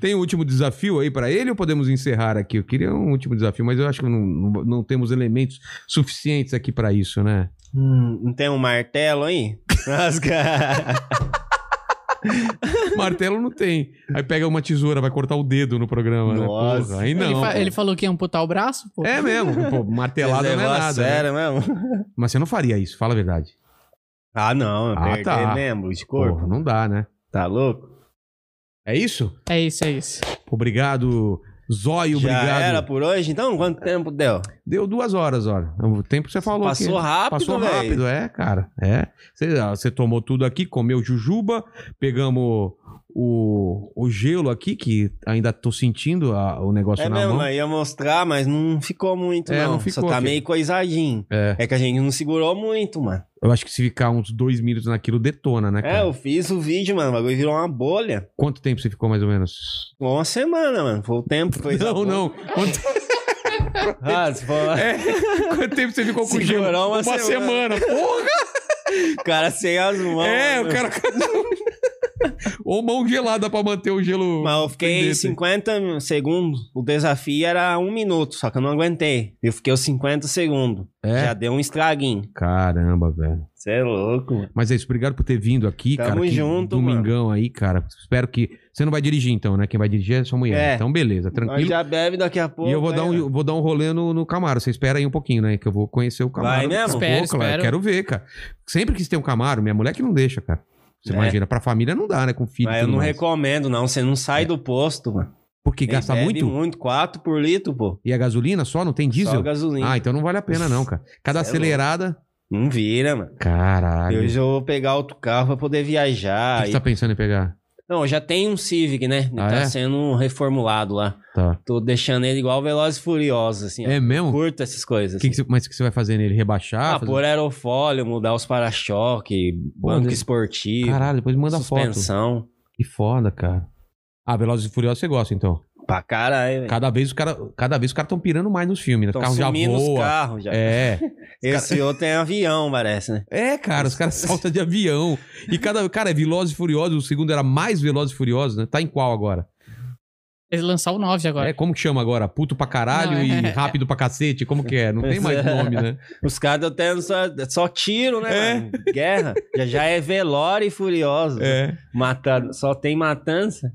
S1: Tem um último desafio aí pra ele ou podemos encerrar aqui? Eu queria um último desafio, mas eu acho que não, não- não temos elementos suficientes aqui pra isso, né?
S2: Hum, não tem um martelo aí? Rasga.
S1: Martelo não tem. Aí pega uma tesoura, vai cortar o dedo no programa, né?
S2: Nossa.
S1: Porra, aí não.
S3: ele, fa-
S1: pô.
S3: ele falou que ia amputar o braço, pô.
S1: É mesmo. Pô, martelada não é
S2: Levar a
S1: nada. né?
S2: Sério mesmo?
S1: Mas você não faria isso, fala a verdade.
S2: Ah, não.
S1: Ah,
S2: perder
S1: tá.
S2: membro de corpo.
S1: Porra, não dá, né?
S2: Tá louco?
S1: É isso?
S3: É isso, é isso.
S1: Tá Obrigado, Zóio,
S2: Já
S1: obrigado.
S2: era por hoje, então? Quanto tempo deu?
S1: Deu duas horas, olha. é O tempo que você falou aqui.
S2: Passou rápido,
S1: Passou
S2: velho.
S1: rápido, é, cara. É. Você, ah, você tomou tudo aqui, comeu jujuba, pegamos o, o gelo aqui, que ainda tô sentindo a- o negócio
S2: É
S1: na
S2: mesmo,
S1: mão.
S2: né? ia mostrar, mas não ficou muito,
S1: É,
S2: não.
S1: não ficou
S2: Só tá
S1: aqui.
S2: meio coisadinho.
S1: É.
S2: É que a gente não segurou muito, mano.
S1: Eu acho que se ficar uns dois minutos naquilo, detona, né, cara?
S2: É, eu fiz o vídeo, mano. O bagulho virou uma bolha.
S1: Quanto tempo você ficou, mais ou menos?
S2: Ficou Uma semana, mano. Foi o tempo. Foi
S1: não, não. Quanto,
S2: Ah, se for...
S1: é, quanto tempo você ficou com o gelo?
S2: Segurou uma
S1: semana.
S2: semana.
S1: Porra!
S2: O cara sem as mãos.
S1: é,
S2: mano.
S1: o cara... Ou mão gelada pra manter o gelo...
S2: Mas eu fiquei
S1: Entendi.
S2: 50 segundos. O desafio era um minuto, só que eu não aguentei. Eu fiquei os 50 segundos.
S1: É.
S2: Já deu um estraguinho.
S1: Caramba, velho.
S2: Você é louco, mano.
S1: Mas é isso, obrigado por ter vindo aqui,
S2: Tamo
S1: cara. que
S2: junto,
S1: domingão aí, cara. Espero que. Você não vai dirigir, então, né? Quem vai dirigir é sua mulher.
S2: É.
S1: Então, beleza,
S2: Nós
S1: tranquilo.
S2: já bebe daqui a pouco.
S1: E eu vou dar,
S2: né?
S1: um, vou dar um rolê no, no Camaro. Você espera aí um pouquinho, né? Que eu vou conhecer o Camaro.
S2: Vai mesmo?
S1: Vou,
S3: Espero,
S1: claro.
S3: espero.
S1: Quero ver, cara. Sempre quis ter um Camaro, minha mulher que não deixa, cara. Você
S2: É.
S1: imagina, pra família não dá, né? Com filho. e
S2: Mas eu
S1: tudo
S2: não
S1: mais.
S2: recomendo, não. Você não sai do posto, mano.
S1: Porque
S2: Ele
S1: gasta
S2: bebe
S1: muito.
S2: muito, 4 por litro, pô.
S1: E a gasolina só? Não tem diesel?
S2: Só gasolina.
S1: Ah, então não vale a pena, não, cara. Cada
S2: Cê é
S1: acelerada.
S2: Não vira, mano.
S1: Caralho.
S2: Eu
S1: O que
S2: já vou pegar outro carro pra poder viajar.
S1: você
S2: e-
S1: tá pensando em pegar?
S2: Não, eu já tem um Civic, né? Ele
S1: Ah,
S2: tá
S1: é?
S2: sendo reformulado lá.
S1: Tá.
S2: Tô deixando ele igual Veloz e Furioso, assim. ó.
S1: É mesmo?
S2: Curto essas coisas.
S1: Que que
S2: assim.
S1: você- mas o que você vai fazer nele? Rebaixar?
S2: Ah,
S1: fazer-
S2: pôr aerofólio, mudar os para-choque, banco
S1: que-
S2: esportivo,
S1: Caralho, depois me manda foto.
S2: suspensão.
S1: Que foda, cara. Ah, Velozes e Furiosos você gosta, então.
S2: Pra caralho, velho.
S1: Cada vez os caras cada vez os caras estão pirando mais nos filmes, né?
S2: Tão
S1: o carro já
S2: sumindo os
S1: voa.
S2: carros já.
S1: É.
S2: Esse outro é avião, parece, né?
S1: É, cara, os caras saltam de avião. E cada cara é Velozes e Furiosos, o segundo era mais Velozes e Furiosos, né? Tá em qual agora?
S3: Ele lançar o 9 agora.
S1: É, como que chama agora? Puto pra caralho
S3: Não, é-
S1: e rápido pra cacete, como que é? Não tem mais nome, né?
S2: Os caras estão tendo só, só tiro, né?
S1: É.
S2: mano? Guerra. Já, já é velório e furioso.
S1: É.
S2: Matado. Só tem matança.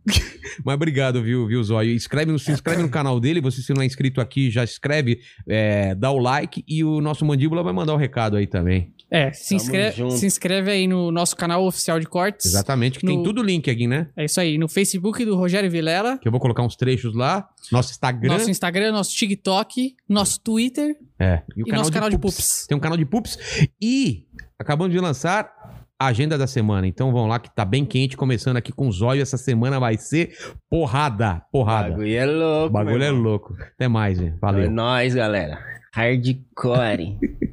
S1: Mas obrigado, viu, viu, Zóio? Inscreve no, se inscreve no canal dele. Você, se não é inscrito aqui, já escreve, é, dá o like e o nosso mandíbula vai mandar o recado aí também.
S3: É, se,
S2: Tamo
S3: inscreve,
S2: junto.
S3: se inscreve aí no nosso canal oficial de cortes.
S1: Exatamente, que tem
S3: No-
S1: tudo link aqui, né?
S3: É isso aí. No Facebook do Rogério Vilela,
S1: que eu vou colocar uns trechos lá. Nosso Instagram.
S3: nosso Instagram, nosso TikTok, nosso Twitter
S1: é. o
S3: e nosso canal de
S1: pups.
S3: pups.
S1: Tem um canal de pups. E acabamos de lançar a agenda da semana. Então vão lá que tá bem quente, começando aqui com o zóio. Essa semana vai ser porrada.
S2: O
S1: Porrada.
S2: bagulho é louco.
S1: O bagulho
S2: meu
S1: é
S2: irmão.
S1: louco. Até mais, gente.
S2: É
S1: Valeu.
S2: nóis, galera. Hardcore.